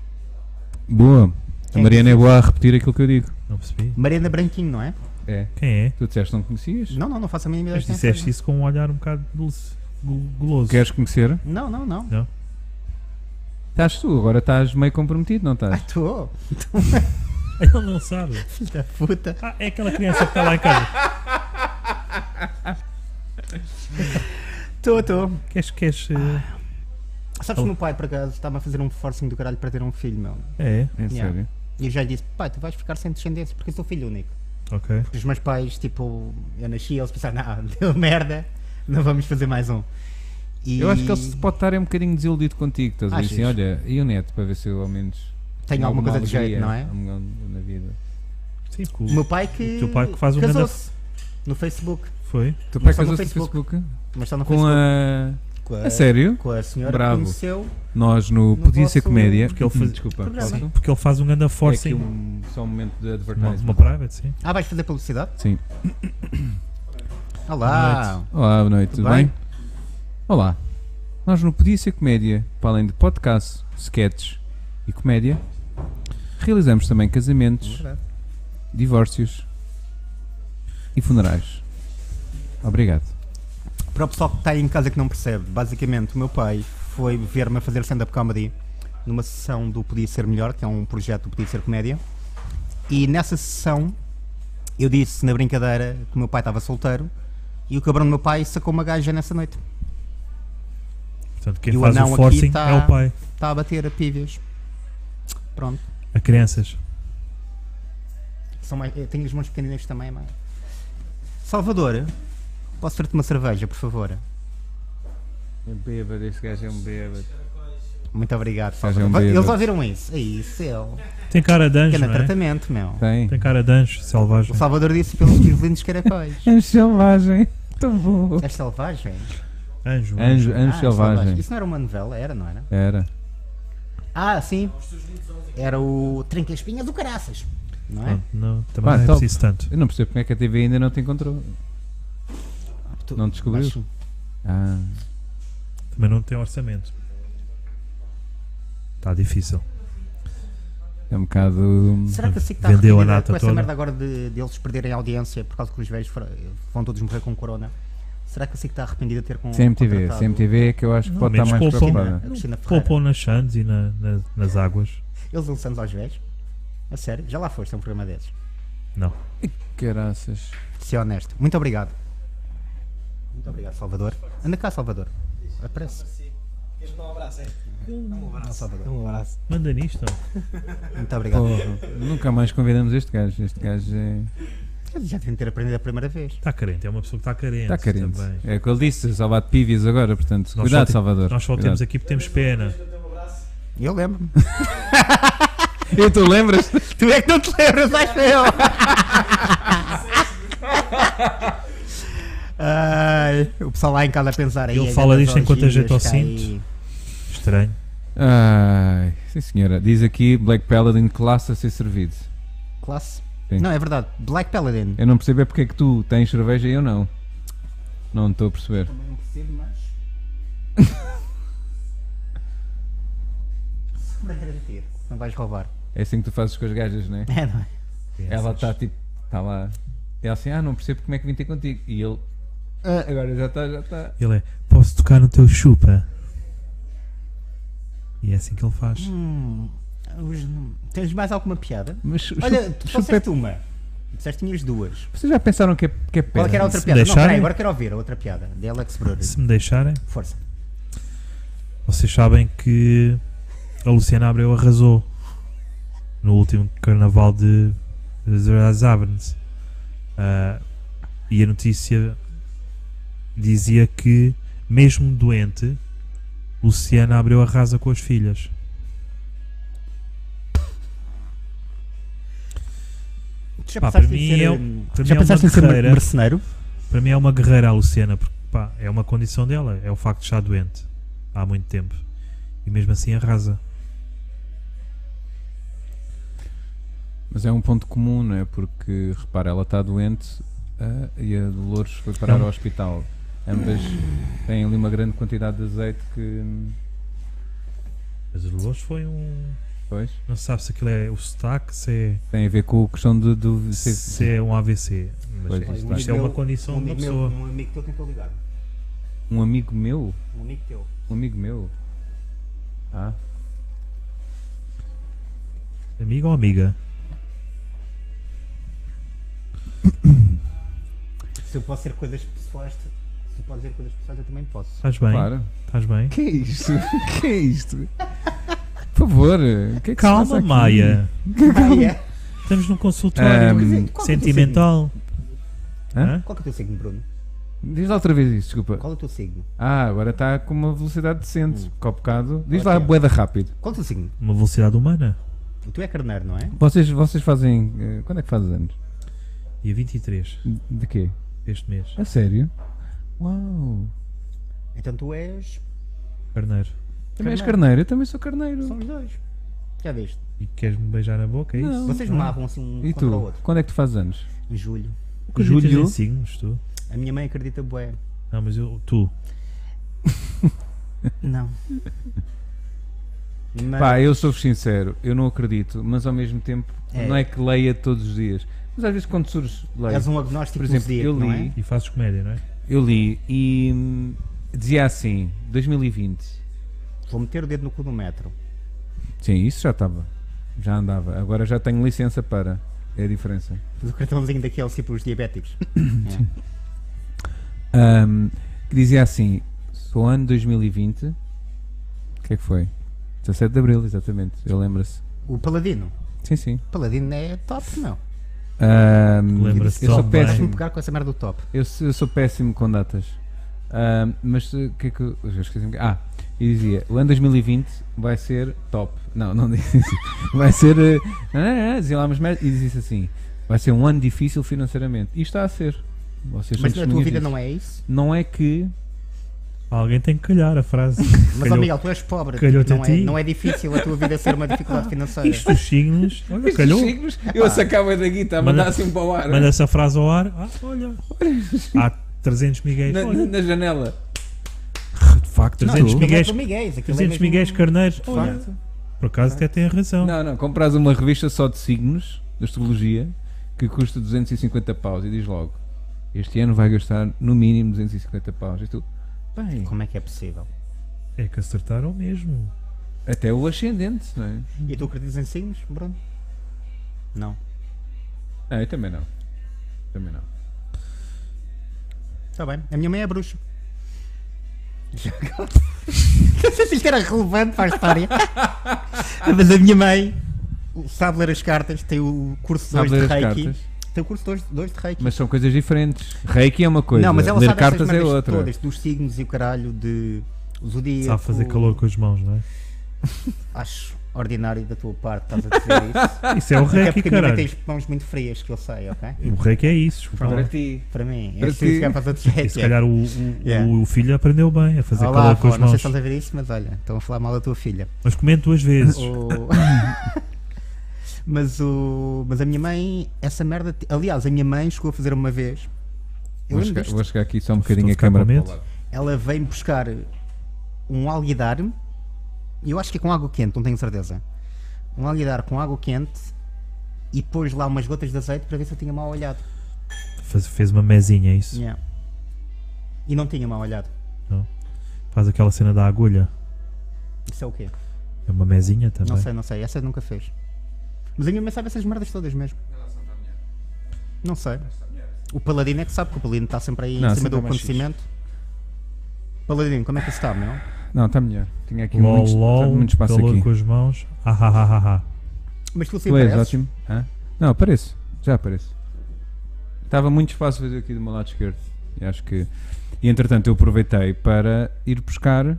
Speaker 2: Boa! A
Speaker 1: Quem
Speaker 2: Mariana é boa a repetir aquilo que eu digo.
Speaker 3: Não percebi.
Speaker 1: Mariana Branquinho, não é?
Speaker 2: É.
Speaker 3: Quem é?
Speaker 2: Tu disseste não conhecias?
Speaker 1: Não, não, não faço a mínima ideia.
Speaker 3: Mas
Speaker 1: de quem é
Speaker 3: disseste
Speaker 1: seja.
Speaker 3: isso com um olhar um bocado dulce, gu- guloso.
Speaker 2: Queres conhecer?
Speaker 1: Não, não, não.
Speaker 2: Estás tu, agora estás meio comprometido, não estás?
Speaker 1: Ah, tu,
Speaker 3: Ele não sabe.
Speaker 1: filho da puta.
Speaker 3: Ah, é aquela criança que está lá em casa.
Speaker 1: Tô, tô.
Speaker 3: Queres, queres... eh,
Speaker 1: Sabes que o meu pai, por acaso, estava a fazer um forcing do caralho para ter um filho, meu.
Speaker 3: É,
Speaker 2: É
Speaker 1: Yeah.
Speaker 2: sério.
Speaker 1: E eu já lhe disse, pai, tu vais ficar sem descendência porque eu sou filho único.
Speaker 3: ok.
Speaker 1: Porque os meus pais, tipo, eu nasci e eles pensaram, ah, deu merda, não vamos fazer mais um. E
Speaker 2: Eu acho que ele se pode estar um bocadinho desiludido contigo. Estás a dizer assim:
Speaker 1: Achas?
Speaker 2: olha, e o neto, para ver se eu ao menos.
Speaker 1: tem alguma coisa de jeito, não é?
Speaker 2: Na vida.
Speaker 3: Sim, porque
Speaker 1: O meu pai que.
Speaker 3: O teu pai que faz um grande-
Speaker 1: casou-se no Facebook.
Speaker 3: Foi.
Speaker 2: Tu
Speaker 1: Mas
Speaker 2: pai
Speaker 1: só no
Speaker 2: casou-se no Facebook?
Speaker 1: Mas só no
Speaker 2: Com
Speaker 1: Facebook.
Speaker 2: a.
Speaker 1: Com
Speaker 2: A sério?
Speaker 1: Com a senhora
Speaker 2: Bravo.
Speaker 1: que conheceu.
Speaker 2: Nós Eh, no,
Speaker 1: No
Speaker 2: Podia Ser
Speaker 1: vosso
Speaker 2: Comédia. Hum,
Speaker 3: Porque ele faz-
Speaker 2: Desculpa,
Speaker 1: programa.
Speaker 2: posso?
Speaker 3: Porque ele faz um grande
Speaker 2: É
Speaker 3: força
Speaker 2: aqui
Speaker 3: em
Speaker 2: um, só um momento de
Speaker 3: uma,
Speaker 2: advertisement.
Speaker 3: uma private, sim.
Speaker 1: Ah, vais fazer publicidade?
Speaker 2: Sim.
Speaker 1: Olá!
Speaker 2: Olá, boa noite,
Speaker 1: Tudo
Speaker 2: tudo bem?
Speaker 1: bem?
Speaker 2: Olá. Nós no Podia Ser Comédia, para além de podcast, sketches e comédia, realizamos também casamentos,
Speaker 1: Verdade.
Speaker 2: divórcios e funerais. Obrigado.
Speaker 1: Para o pessoal que está aí em casa que não percebe, basicamente o meu pai foi ver-me a fazer stand-up comedy numa sessão do Podia Ser Melhor, que é um projeto do Podia Ser Comédia, e nessa sessão eu disse na brincadeira que o meu pai estava solteiro e o cabrão do meu pai sacou uma gaja nessa noite.
Speaker 3: Portanto, quem
Speaker 1: E o
Speaker 3: faz
Speaker 1: anão
Speaker 3: o
Speaker 1: aqui
Speaker 3: forcing
Speaker 1: tá-
Speaker 3: é o pai.
Speaker 1: Está a bater a pívias. Pronto.
Speaker 3: A crianças.
Speaker 1: São mais, eu tenho os mãos pequeninos também, mãe. Salvador, posso ter-te uma cerveja, por favor?
Speaker 2: É bêbado, este gajo é um bêbado.
Speaker 1: Muito obrigado,
Speaker 2: gajo é um
Speaker 1: Salvador. Eles
Speaker 2: bêbado.
Speaker 1: ouviram isso? É isso, eu.
Speaker 3: Tem cara de anjo,
Speaker 1: Pequeno
Speaker 3: não é?
Speaker 1: tratamento, meu.
Speaker 2: Tem.
Speaker 3: Tem cara de anjo, selvagem.
Speaker 1: O Salvador disse pelos meus lindos caracóis.
Speaker 2: Anjo selvagem. Tão bom.
Speaker 1: És selvagem?
Speaker 3: Anjo.
Speaker 2: Anjo, anjo
Speaker 1: Ah,
Speaker 2: selvagem.
Speaker 1: Isso não era uma novela, era, não era?
Speaker 2: Era.
Speaker 1: Ah, sim. Era o Trinca Espinha do Caraças. Não é?
Speaker 2: Ah,
Speaker 3: Pronto, não, também
Speaker 2: Pá,
Speaker 3: não é
Speaker 2: top.
Speaker 3: preciso tanto.
Speaker 2: Eu não percebo como é que a TV ainda não te encontrou.
Speaker 1: Tu-
Speaker 2: Não descobriu?
Speaker 1: Acho-
Speaker 2: Ah.
Speaker 3: Também não tem orçamento. Está difícil.
Speaker 2: É um bocado.
Speaker 1: Será que a SIC está
Speaker 3: Vendeu a
Speaker 1: arrependida
Speaker 3: nata
Speaker 1: com essa
Speaker 3: toda.
Speaker 1: merda agora de, de eles perderem a audiência por causa que os velhos foram- vão todos morrer com corona? Será que tá a SIC está arrependida de ter com
Speaker 2: CMTV,
Speaker 1: contratado
Speaker 2: CMTV é que eu acho que
Speaker 3: Não,
Speaker 2: pode estar
Speaker 3: menos
Speaker 2: mais
Speaker 3: poupam.
Speaker 1: Cristina,
Speaker 2: preocupada.
Speaker 1: a Cristina Ferreira?
Speaker 3: Poupam nas chandes e na- na- nas águas.
Speaker 1: Eles lançando aos velhos? A sério? Já lá foste a um programa desses?
Speaker 3: Não.
Speaker 2: Caraças.
Speaker 1: Ser honesto. Muito obrigado. Muito obrigado, Salvador. Anda cá, Salvador. Aparece. Não, Salvador.
Speaker 4: Um abraço.
Speaker 3: Manda nisto.
Speaker 1: Muito obrigado.
Speaker 2: Porra, nunca mais convidamos este gajo. Este gajo é.
Speaker 1: Eu Já devia ter aprendido a primeira vez.
Speaker 3: Está carente. É uma pessoa que está carente.
Speaker 1: Tá
Speaker 2: Está carente.
Speaker 3: Também.
Speaker 2: É o que ele disse, salvar de pívias agora, portanto.
Speaker 3: Nós só
Speaker 2: cuidado,
Speaker 3: te-
Speaker 1: Tá
Speaker 2: Salvador.
Speaker 3: Nós só o
Speaker 2: cuidado.
Speaker 3: temos aqui porque temos pena.
Speaker 1: Eu lembro-me.
Speaker 2: E tu lembras?
Speaker 1: tu é que não te lembras, acho eu. Ai, o pessoal lá em casa a pensar aí.
Speaker 3: Ele
Speaker 1: a
Speaker 3: fala
Speaker 1: grandes
Speaker 3: disto enquanto ajeita o
Speaker 1: orgias, cá
Speaker 3: cinto.
Speaker 1: aí.
Speaker 3: Estranho.
Speaker 2: Ai, sim senhora. Diz aqui Black Paladin classe a ser servido.
Speaker 1: Classe.
Speaker 2: Sim.
Speaker 1: Não, é verdade. Black Paladin.
Speaker 2: Eu não percebo é porque é que tu tens cerveja e eu não. Não estou a perceber.
Speaker 1: Também não percebo, mas. Só para garantir. Não é vais roubar.
Speaker 2: É assim que tu fazes com as gajas, não é?
Speaker 1: É, não é?
Speaker 2: Ela está tipo, está lá. Ela assim, ah, não percebo como é que vim ter contigo. E ele, ah, agora já está, já tá." está.
Speaker 3: Ele é, posso tocar no teu chupa? E é assim que ele faz.
Speaker 1: Hum, os num- Tens mais alguma piada?
Speaker 2: Mas
Speaker 1: Olha, tu
Speaker 2: chupa-
Speaker 1: trouxeste uma. Disseste que tinhas duas.
Speaker 2: vocês já pensaram que é, que é
Speaker 1: Qual
Speaker 2: pera?
Speaker 1: é que era a outra
Speaker 3: se
Speaker 1: piada? Não,
Speaker 3: deixarem-
Speaker 1: peraí, agora quero ouvir a outra piada. De Alex Brody.
Speaker 3: Se me deixarem,
Speaker 1: Força.
Speaker 3: vocês sabem que a Luciana Abreu arrasou no último carnaval de Zabrans. Ah, e a notícia dizia que, mesmo doente, Luciana abriu a rasa com as filhas.
Speaker 1: Já
Speaker 3: Pá,
Speaker 1: pensaste
Speaker 3: para
Speaker 1: em
Speaker 3: mim
Speaker 1: ser,
Speaker 3: é um-
Speaker 1: hum,
Speaker 3: para
Speaker 1: já
Speaker 3: mim é uma
Speaker 1: pensaste em ser mer-
Speaker 3: carreira.
Speaker 1: mercenário?
Speaker 3: Para mim é uma guerreira a Luciana, porque pá, é uma condição dela, é o facto de estar doente há muito tempo. E mesmo assim arrasa.
Speaker 2: Mas é um ponto comum, não é? Porque, repara, ela está doente ah, e a Dolores foi parar
Speaker 3: Não.
Speaker 2: ao hospital. Ambas têm ali uma grande quantidade de azeite que.
Speaker 3: Mas o Dolores foi um.
Speaker 2: Pois.
Speaker 3: Não se sabe se aquilo é o sotaque, se
Speaker 2: Tem a ver com a questão de.
Speaker 3: é,
Speaker 2: de ser-
Speaker 3: se é um AVC. Mas
Speaker 2: Pois,
Speaker 3: isto-
Speaker 2: isto
Speaker 3: isto,
Speaker 1: está.
Speaker 3: é uma
Speaker 1: Meu-
Speaker 3: condição
Speaker 1: Um
Speaker 3: de uma
Speaker 1: amigo, meu,
Speaker 3: pessoa.
Speaker 1: um amigo teu tentou ligar.
Speaker 2: Um amigo meu?
Speaker 1: Um amigo teu.
Speaker 2: Um amigo meu? Ah.
Speaker 3: Amiga ou amiga?
Speaker 1: Se eu posso ser coisas pessoais, tu- se tu podes dizer coisas pessoais, eu também posso.
Speaker 3: Estás bem?
Speaker 2: Claro.
Speaker 3: Estás bem?
Speaker 2: Que é isto? Que é isto? Por favor, o que é que se passa
Speaker 3: Calma,
Speaker 2: aqui?
Speaker 3: Maia.
Speaker 1: Ah, é?
Speaker 3: Estamos num consultório
Speaker 2: Ahm,
Speaker 1: Qual que é o teu
Speaker 3: sentimental.
Speaker 2: Hã?
Speaker 3: Hã?
Speaker 1: signo? Qual que é o teu signo, Bruno?
Speaker 2: Diz lá outra vez isso, desculpa.
Speaker 1: Qual é o teu signo?
Speaker 2: Ah, agora está com uma velocidade
Speaker 3: Hum.
Speaker 2: decente. Com um bocado. Diz
Speaker 1: Qual
Speaker 2: lá,
Speaker 1: é que é?
Speaker 2: boeda rápido.
Speaker 1: Qual é o teu signo?
Speaker 3: Uma velocidade humana.
Speaker 1: Tu é carneiro, não é?
Speaker 2: Vocês, vocês fazem. eh, Quando é que fazes anos?
Speaker 3: Dia 23
Speaker 2: De quê?
Speaker 3: deste mês.
Speaker 2: A sério? Uau!
Speaker 1: Então tu és.
Speaker 3: Carneiro.
Speaker 2: Também és
Speaker 1: Carneiro.
Speaker 2: carneiro? Eu também sou carneiro.
Speaker 1: São os dois. Já viste?
Speaker 3: E queres-me beijar na boca? É isso?
Speaker 2: Não.
Speaker 1: Vocês mavam assim um
Speaker 2: E
Speaker 1: contra o
Speaker 2: tu?
Speaker 1: outro.
Speaker 2: Quando é que tu fazes anos?
Speaker 1: Em julho.
Speaker 3: Acreditas
Speaker 2: Julho.
Speaker 3: em signos, tu?
Speaker 1: A minha mãe acredita bué.
Speaker 3: Não, mas eu, tu.
Speaker 1: Não. Mas
Speaker 2: Pá, eu sou sincero, eu não acredito, mas ao mesmo tempo
Speaker 1: É.
Speaker 2: não é que leia todos os dias. Mas às vezes quando surge, leio.
Speaker 1: és um agnóstico
Speaker 2: Por exemplo,
Speaker 1: zodíaco,
Speaker 2: eu
Speaker 1: não
Speaker 2: li-
Speaker 1: é?
Speaker 3: E fazes comédia, não é?
Speaker 2: Eu li e hum, dizia assim, 2020.
Speaker 1: Vou meter o dedo no cu do metro.
Speaker 2: Sim, isso já estava. Já andava. Agora já tenho licença para. É a diferença.
Speaker 1: O cartãozinho daquele tipo os diabéticos.
Speaker 2: Hum, que dizia assim, sou ano 2020. O que é que foi? 17 de Abril, exatamente. Eu lembro-se.
Speaker 1: O Paladino.
Speaker 2: Sim, sim.
Speaker 1: Paladino é top, não.
Speaker 2: Hum,
Speaker 3: Lembra-se
Speaker 2: eu sou
Speaker 3: tão bem.
Speaker 2: péssimo
Speaker 1: Deixa-me pegar com essa merda do top.
Speaker 2: Eu, sou- eu sou péssimo com datas. Ahm, mas o que é que eu, eu esqueci Ah, e dizia, o ano 2020 vai ser top. Não, não disse isso. Vai ser. eh, não, não, não, dizia lá umas merdas e dizia assim: vai ser um ano difícil financeiramente. E está a ser. Vocês
Speaker 1: Mas
Speaker 2: são
Speaker 1: na tua
Speaker 2: testemunhas
Speaker 1: vida
Speaker 2: disso.
Speaker 1: não é isso?
Speaker 2: Não é que.
Speaker 3: Alguém tem que calhar a frase.
Speaker 1: Mas, ó
Speaker 3: Calhou.
Speaker 1: Miguel, tu és pobre.
Speaker 3: Calhou-te
Speaker 1: não,
Speaker 3: a
Speaker 1: é,
Speaker 3: ti.
Speaker 1: não é difícil a tua vida ser uma dificuldade financeira.
Speaker 3: Isto dos signos. Olha,
Speaker 2: Estes
Speaker 3: calhou.
Speaker 2: signos, Eu
Speaker 1: Ah.
Speaker 2: a sacava da guita, a
Speaker 3: Manda-
Speaker 2: mandar assim para o ar.
Speaker 3: Manda essa frase ao ar. Ah, olha. Há 300 miguéis.
Speaker 2: na,
Speaker 3: Olha,
Speaker 2: na janela.
Speaker 3: de facto,
Speaker 1: Não,
Speaker 3: 300
Speaker 1: aquilo não é
Speaker 3: miguéis.
Speaker 1: para Miguéis. aquilo é
Speaker 3: 300
Speaker 1: mesmo-
Speaker 3: miguéis carneiros. Olha,
Speaker 2: Facto.
Speaker 3: por acaso até tem razão.
Speaker 2: Não, não, compras uma revista só de signos, de astrologia, que custa 250 paus e diz logo: Este ano vai gastar no mínimo 250 paus. E tu, bem,
Speaker 1: Como é que é possível?
Speaker 3: É que acertaram mesmo.
Speaker 2: até o ascendente, não é?
Speaker 1: E tu acreditas em signos, Bruno? Não.
Speaker 2: Não, eu também não. Também não.
Speaker 1: Está bem. A minha mãe é bruxa. Não sei se isto era relevante para a história. Mas a minha mãe sabe ler as cartas, tem o curso
Speaker 2: Sabe
Speaker 1: 2 de
Speaker 2: ler as
Speaker 1: Reiki.
Speaker 2: cartas,
Speaker 1: Tem o curso 2 de Reiki.
Speaker 2: mas são coisas diferentes. Reiki é uma coisa,
Speaker 1: não, mas ela
Speaker 2: ler
Speaker 1: sabe
Speaker 2: cartas
Speaker 1: essas
Speaker 2: é
Speaker 1: merdas
Speaker 2: outra.
Speaker 1: todas, dos signos e o caralho de zodíaco.
Speaker 3: Sabe fazer calor com as mãos, não é?
Speaker 1: Acho ordinário da tua parte, estás a dizer isso.
Speaker 3: Isso é o
Speaker 1: Até
Speaker 3: reiki,
Speaker 1: porque Ah, a minha mãe
Speaker 3: caralho.
Speaker 1: tens mãos muito frias, que eu sei, ok?
Speaker 3: O reiki é isso. desculpa lá.
Speaker 2: Para ti.
Speaker 1: Para mim,
Speaker 2: Para
Speaker 1: é assim
Speaker 2: ti.
Speaker 1: que para os outros é
Speaker 3: E
Speaker 1: que
Speaker 3: se
Speaker 1: é.
Speaker 3: calhar o, o-
Speaker 1: Yeah.
Speaker 3: o filho aprendeu bem a fazer
Speaker 1: Olá,
Speaker 3: calor com
Speaker 1: avó,
Speaker 3: as
Speaker 1: não sei se
Speaker 3: mãos.
Speaker 1: estás a ver isso, mas olha, estão a falar mal da tua filha.
Speaker 3: Mas comente duas vezes.
Speaker 1: O- mas o mas a minha mãe essa merda ti- aliás a minha mãe chegou a fazer uma vez eu
Speaker 2: Vou
Speaker 1: lembro
Speaker 2: chegar,
Speaker 1: disto.
Speaker 2: vou chegar aqui só um
Speaker 3: Estou a
Speaker 2: bocadinho a
Speaker 3: ficar
Speaker 2: câmera
Speaker 3: com
Speaker 2: para o
Speaker 3: medo.
Speaker 2: lado.
Speaker 1: ela veio buscar um alguidar e eu acho que é com água quente não tenho certeza um alguidar com água quente e pôs lá umas gotas de azeite para ver se eu tinha mal olhado
Speaker 3: Faz- fez uma mesinha, é isso?
Speaker 1: Yeah. e não tinha mal olhado
Speaker 3: Faz aquela cena da agulha.
Speaker 1: isso é o quê
Speaker 3: É uma mesinha também.
Speaker 1: não sei não sei essa nunca fez mas a minha mãe sabe essas merdas todas mesmo não sei O Paladino é que sabe que o Paladino está sempre aí
Speaker 2: Não,
Speaker 1: em cima
Speaker 2: sempre
Speaker 1: do
Speaker 2: é mais fixe.
Speaker 1: acontecimento. Paladino, como é que isso está, meu?
Speaker 2: Não, está melhor. Tinha aqui tá
Speaker 3: LOL,
Speaker 2: muito,
Speaker 3: LOL,
Speaker 2: muito espaço
Speaker 3: calor
Speaker 2: aqui.
Speaker 3: com as mãos. Ah, ah, ah, ah, ah.
Speaker 1: Mas tu assim
Speaker 2: Tu és
Speaker 1: apareces.
Speaker 2: ótimo. Hã? Não, apareço. Já apareço. Estava muito fácil fazer aqui do meu lado esquerdo. E acho que. E entretanto eu aproveitei para ir buscar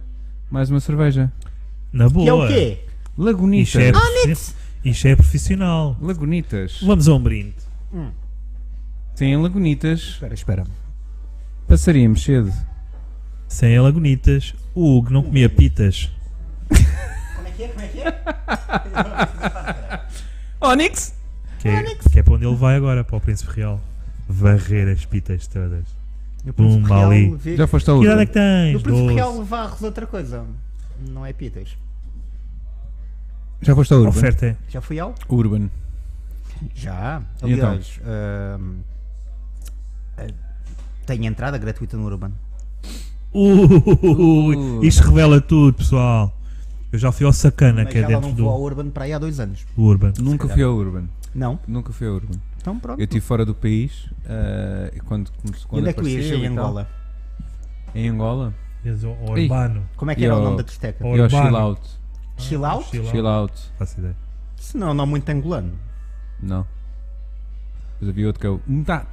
Speaker 2: mais uma cerveja.
Speaker 3: Na boa.
Speaker 1: Que é o quê? Ah,
Speaker 3: Isto
Speaker 2: Lagunitas.
Speaker 3: é, profi- isto é profissional.
Speaker 2: Lagunitas.
Speaker 3: Vamos a um brinde.
Speaker 2: Sim, Lagunitas.
Speaker 4: Espera, espera.
Speaker 2: Passaríamos cedo.
Speaker 3: Sem lagunitas, o Hugo não comia pitas.
Speaker 1: Como é que é? Como é que é?
Speaker 2: Onix!
Speaker 3: Que é, que é para onde ele vai agora, para o Príncipe Real. Varrer as pitas todas.
Speaker 1: Eu penso que é
Speaker 3: Pumba
Speaker 1: real
Speaker 3: ali.
Speaker 1: vê-
Speaker 2: Já foste ao
Speaker 3: Que idade é
Speaker 2: outro.
Speaker 3: que tens?
Speaker 1: No Príncipe
Speaker 3: Doze.
Speaker 1: Real varres outra coisa. Não é pitas.
Speaker 2: Já foste ao
Speaker 3: A
Speaker 2: Urban.
Speaker 3: oferta é.
Speaker 1: Já fui ao?
Speaker 2: Urban.
Speaker 1: Já.
Speaker 2: E então?
Speaker 1: Aliás, ahm, eh, tenho entrada gratuita no Urban.
Speaker 3: Uh, isto revela tudo, pessoal. Eu já fui ao Sacana,
Speaker 1: Mas
Speaker 3: que é
Speaker 1: já lá não
Speaker 3: dentro
Speaker 1: vou ao
Speaker 3: do,
Speaker 1: Urban para aí há dois anos.
Speaker 3: do Urban.
Speaker 2: Nunca fui ao Urban.
Speaker 1: Não?
Speaker 2: Nunca fui ao Urban.
Speaker 1: Então pronto.
Speaker 2: Eu estive fora do país ah, e quando começou.
Speaker 1: E
Speaker 2: Quando
Speaker 1: onde é que tu ias
Speaker 2: apareceu
Speaker 1: em
Speaker 2: e tal.
Speaker 1: Angola?
Speaker 2: Em Angola?
Speaker 3: Eles ao- ao
Speaker 2: Ih.
Speaker 3: Urbano.
Speaker 1: Como é que
Speaker 2: E
Speaker 1: era o
Speaker 2: ao-
Speaker 1: nome da discoteca?
Speaker 3: ao
Speaker 2: E ao
Speaker 3: Urbano.
Speaker 2: Chill Out.
Speaker 1: Chill Out?
Speaker 3: Chill Out.
Speaker 2: Um Chill Out.
Speaker 3: Faço ideia.
Speaker 1: Se não, é um nome muito angolano.
Speaker 2: Não. Mas havia outro que é o. Hum, Tá.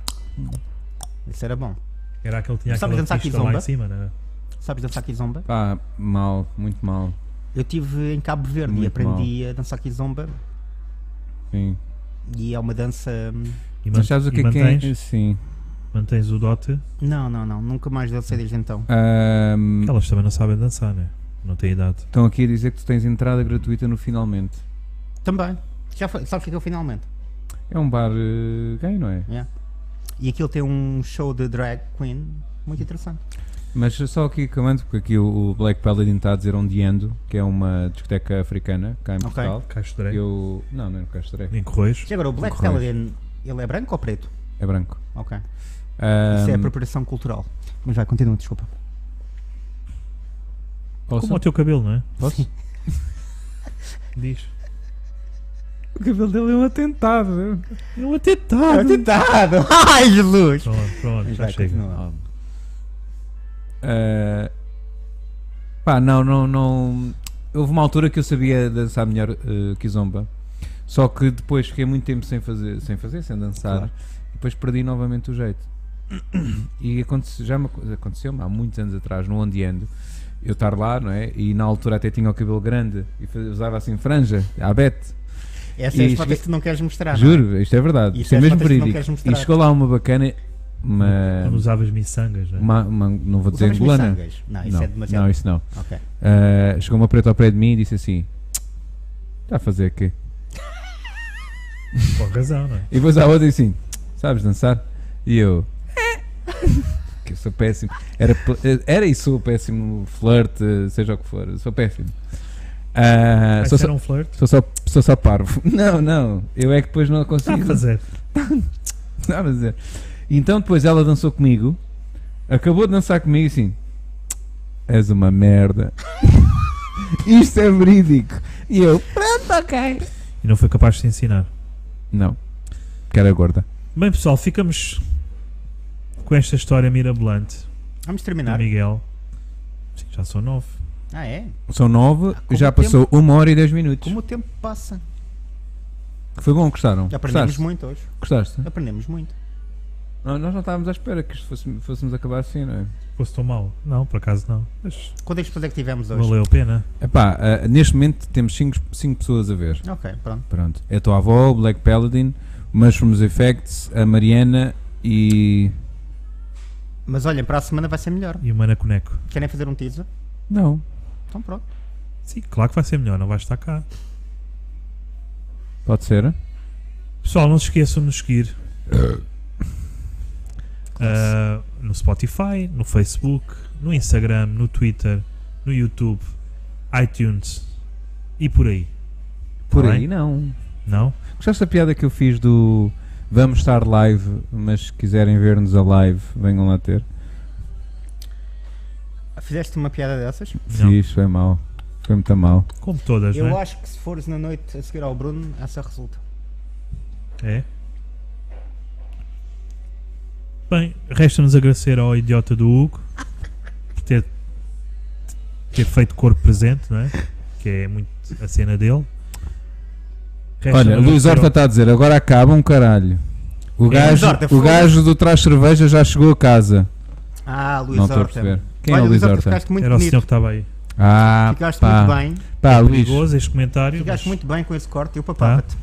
Speaker 1: Isso era bom.
Speaker 3: Era aquele que tinha
Speaker 1: Sabes
Speaker 3: aquele
Speaker 1: dançar
Speaker 3: artista lá
Speaker 1: kizomba?
Speaker 3: em cima, não era?
Speaker 1: Sabes dançar kizomba?
Speaker 2: Pá, Ah, mal, muito mal.
Speaker 1: Eu estive em Cabo Verde e
Speaker 2: Muito
Speaker 1: aprendi a dançar kizomba.
Speaker 2: Sim.
Speaker 1: E é uma dança. hum,
Speaker 3: E, man-
Speaker 2: Mas sabes o
Speaker 3: e
Speaker 2: que é que
Speaker 3: mantens,
Speaker 2: é? Sim.
Speaker 3: mantens o dote.
Speaker 1: Não, não, não. Nunca mais dancei desde então.
Speaker 2: Ahm,
Speaker 3: Elas também não sabem dançar, né? Não têm idade.
Speaker 2: estão aqui a dizer que tu tens entrada gratuita no Finalmente.
Speaker 1: Também. Já foi. Sabe o que é que eu finalmente?
Speaker 2: É um bar eh, gay, não é?
Speaker 1: Yeah. E aquilo tem um show de drag queen muito interessante.
Speaker 2: Mas só aqui acabando, porque aqui o, o Black Paladin está a dizer onde ando, que é uma discoteca africana cá em
Speaker 1: Ok.
Speaker 2: Portugal.
Speaker 3: Caixo de drag.
Speaker 2: Eu. Não, não é no Castoré.
Speaker 3: Em Correios.
Speaker 1: E agora, o Black
Speaker 2: Correio.
Speaker 1: Paladin, ele é branco ou preto?
Speaker 2: É branco.
Speaker 1: Ok. Isso é
Speaker 2: Ahm,
Speaker 1: apropriação cultural. Mas vai, continua, desculpa.
Speaker 2: posso?
Speaker 3: Como o teu cabelo, não é?
Speaker 2: Posso?
Speaker 3: Diz.
Speaker 2: O cabelo dele é um atentado.
Speaker 3: Eu até tarde.
Speaker 1: tentado! Ai, Jesus!
Speaker 3: Pronto, pronto,
Speaker 1: Mas
Speaker 3: já
Speaker 1: vai,
Speaker 3: chega.
Speaker 1: continua.
Speaker 2: Ah, pá, não, não, não. Houve uma altura que eu sabia dançar melhor eh, Kizomba. Só que depois fiquei muito tempo sem fazer, sem fazer, sem dançar.
Speaker 1: Claro.
Speaker 2: E depois perdi novamente o jeito. E aconteceu, já me aco- aconteceu-me há muitos anos atrás, no Onde Ando, eu estar lá, não é? E na altura até tinha o cabelo grande e fa- usava assim franja, à bete.
Speaker 1: Essa é
Speaker 2: E
Speaker 1: as fotos
Speaker 2: esque-
Speaker 1: que tu não queres mostrar. não é?
Speaker 2: Juro, isto é verdade.
Speaker 1: Isto
Speaker 2: Isto é
Speaker 1: é
Speaker 2: mesmo
Speaker 1: fotos que não
Speaker 2: verídico.
Speaker 1: queres
Speaker 2: E
Speaker 1: mostrar.
Speaker 2: chegou lá uma bacana, uma.
Speaker 3: Não usavas miçangas, né?
Speaker 2: Um- uma- uma- não vou dizer
Speaker 1: Usavas
Speaker 2: angolana.
Speaker 1: miçangas? Não, isso é demasiado.
Speaker 2: não, isso não.
Speaker 1: Ok.
Speaker 2: Uh, chegou uma preta ao pé de mim e disse assim: Está a fazer aqui.
Speaker 3: Com razão, não é?
Speaker 2: E depois a outra disse assim: Sabes dançar? E eu: "É." Que eu sou péssimo. Era, pl- era e sou péssimo no flerte, seja o que for. Sou péssimo. Uh,
Speaker 3: Ah,
Speaker 2: sou,
Speaker 3: isso
Speaker 2: só,
Speaker 3: era um flirt?
Speaker 2: sou, só, sou só parvo. Não, não. Eu é que depois não
Speaker 3: Está
Speaker 2: consigo.
Speaker 3: a fazer.
Speaker 2: Não, mas é. Então depois ela dançou comigo, acabou de dançar comigo e assim: És uma merda. Isto é verídico. E eu: Pronto, ok.
Speaker 3: E não foi capaz de te ensinar.
Speaker 2: Não. Que era gorda.
Speaker 3: Bem, pessoal, ficamos com esta história mirabolante
Speaker 1: Vamos
Speaker 3: do
Speaker 1: terminar.
Speaker 3: Miguel. Sim, já são nove.
Speaker 1: Ah, é?
Speaker 2: São nove,
Speaker 1: como é
Speaker 2: já
Speaker 1: o tempo-
Speaker 2: passou uma hora e dez minutos.
Speaker 1: Como o tempo passa.
Speaker 2: Foi bom, gostaram?
Speaker 1: Aprendemos
Speaker 2: Gostaste?
Speaker 1: muito hoje.
Speaker 2: Gostaste?
Speaker 1: Aprendemos muito.
Speaker 2: Não, nós não estávamos à espera que isto fosse, fôssemos acabar assim, não é?
Speaker 3: Fosse tão mal? Não, por acaso não. Mas
Speaker 1: Quantas pessoas é que tivemos hoje?
Speaker 3: valeu a pena.
Speaker 2: Epá, ah, neste momento temos cinco, cinco pessoas a ver.
Speaker 1: Ok, pronto.
Speaker 2: Pronto. É a tua avó, o Black Paladin, Mushrooms Effects, a Mariana e.
Speaker 1: Mas olhem, para a semana vai ser melhor.
Speaker 3: E o Manaconeco.
Speaker 1: Querem fazer um teaser?
Speaker 2: Não.
Speaker 1: Então pronto.
Speaker 3: Sim, claro que vai ser melhor, não vai estar cá.
Speaker 2: Pode ser?
Speaker 3: Pessoal, não se esqueçam de nos seguir. Ah, no Spotify, no Facebook, no Instagram, no Twitter, no YouTube, iTunes e por aí.
Speaker 2: Por
Speaker 3: Tá
Speaker 2: aí
Speaker 3: bem?
Speaker 2: não.
Speaker 3: Não?
Speaker 2: Gostaste da piada que eu fiz do Vamos estar live, mas se quiserem ver-nos a live, venham lá ter?
Speaker 1: Fizeste uma piada dessas?
Speaker 3: Não.
Speaker 2: Fiz, foi mal. Foi muito mal.
Speaker 3: Como todas,
Speaker 1: Eu
Speaker 3: não é?
Speaker 1: acho que se fores na noite a seguir ao Bruno, essa resulta.
Speaker 3: É. Bem, resta-nos agradecer ao idiota do Hugo por ter, ter feito corpo presente, não é? Que é muito a cena dele. Resta-nos
Speaker 2: Olha, Luís tá
Speaker 3: agradecer ao-
Speaker 2: Horta está a dizer, agora acabam, um caralho. O
Speaker 3: Quem é
Speaker 2: gajo,
Speaker 1: Horta?
Speaker 2: o gajo do trás cerveja já chegou a casa.
Speaker 1: Ah, Luís
Speaker 2: não estou a
Speaker 1: Horta.
Speaker 2: perceber. Quem
Speaker 1: Olha,
Speaker 2: é o Luís Horta?
Speaker 1: Ficaste muito
Speaker 3: Era o
Speaker 1: bonito.
Speaker 3: senhor que estava aí.
Speaker 2: Ah,
Speaker 1: Ficaste
Speaker 2: pá.
Speaker 1: muito bem. É
Speaker 2: Pá, Luís,
Speaker 3: Perigoso este comentário.
Speaker 1: Ficaste
Speaker 3: mas-
Speaker 1: muito bem com esse corte. Eu papava-te.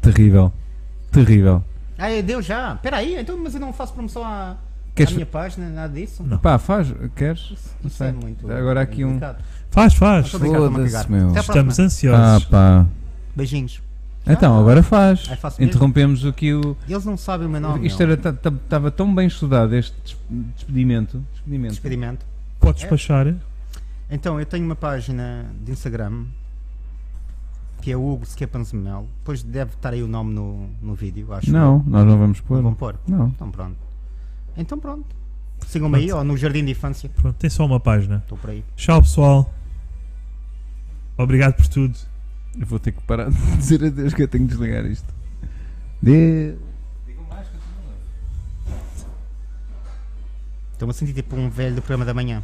Speaker 2: terrível. Terrível.
Speaker 1: Ah, é, deu já. Espera aí, então, mas eu não faço promoção à, à
Speaker 2: Queres...
Speaker 1: minha página, nada disso.
Speaker 3: Não.
Speaker 2: Pá, faz, queres?
Speaker 1: Isso,
Speaker 2: Não
Speaker 1: isso é
Speaker 2: sei.
Speaker 1: muito.
Speaker 2: Agora aqui um-
Speaker 1: complicado.
Speaker 3: Faz, faz.
Speaker 1: Muito obrigado, toma
Speaker 2: Foda-se,
Speaker 1: cagar.
Speaker 2: meu.
Speaker 1: Até à próxima.
Speaker 3: Estamos
Speaker 2: Ah,
Speaker 3: ansiosos.
Speaker 2: pá.
Speaker 1: Beijinhos.
Speaker 2: Então, agora faz.
Speaker 1: Aí faço mesmo.
Speaker 2: Interrompemos o que o.
Speaker 1: É Eles não sabem o meu nome.
Speaker 2: Então, Isto
Speaker 1: meu.
Speaker 2: estava tão bem estudado, este des- despedimento. Despedimento.
Speaker 1: Experimento.
Speaker 3: Podes despachar.
Speaker 1: Então, eu tenho uma página de Instagram que é Hugo Skepans Mel. Depois deve estar aí o nome no, no vídeo, acho.
Speaker 2: Não, nós não vamos
Speaker 1: Não
Speaker 2: pôr.
Speaker 1: vão pôr.
Speaker 2: Não.
Speaker 1: Então pronto. Então pronto. Sigam-me aí, ou no Jardim de Infância.
Speaker 3: Pronto, tem só uma página.
Speaker 1: Estou por aí.
Speaker 3: Tchau, pessoal. Obrigado por tudo.
Speaker 2: Eu vou ter que parar de dizer adeus que eu tenho que desligar isto. De...
Speaker 1: Então, Estou-me a sentir tipo um assim, velho do programa da manhã.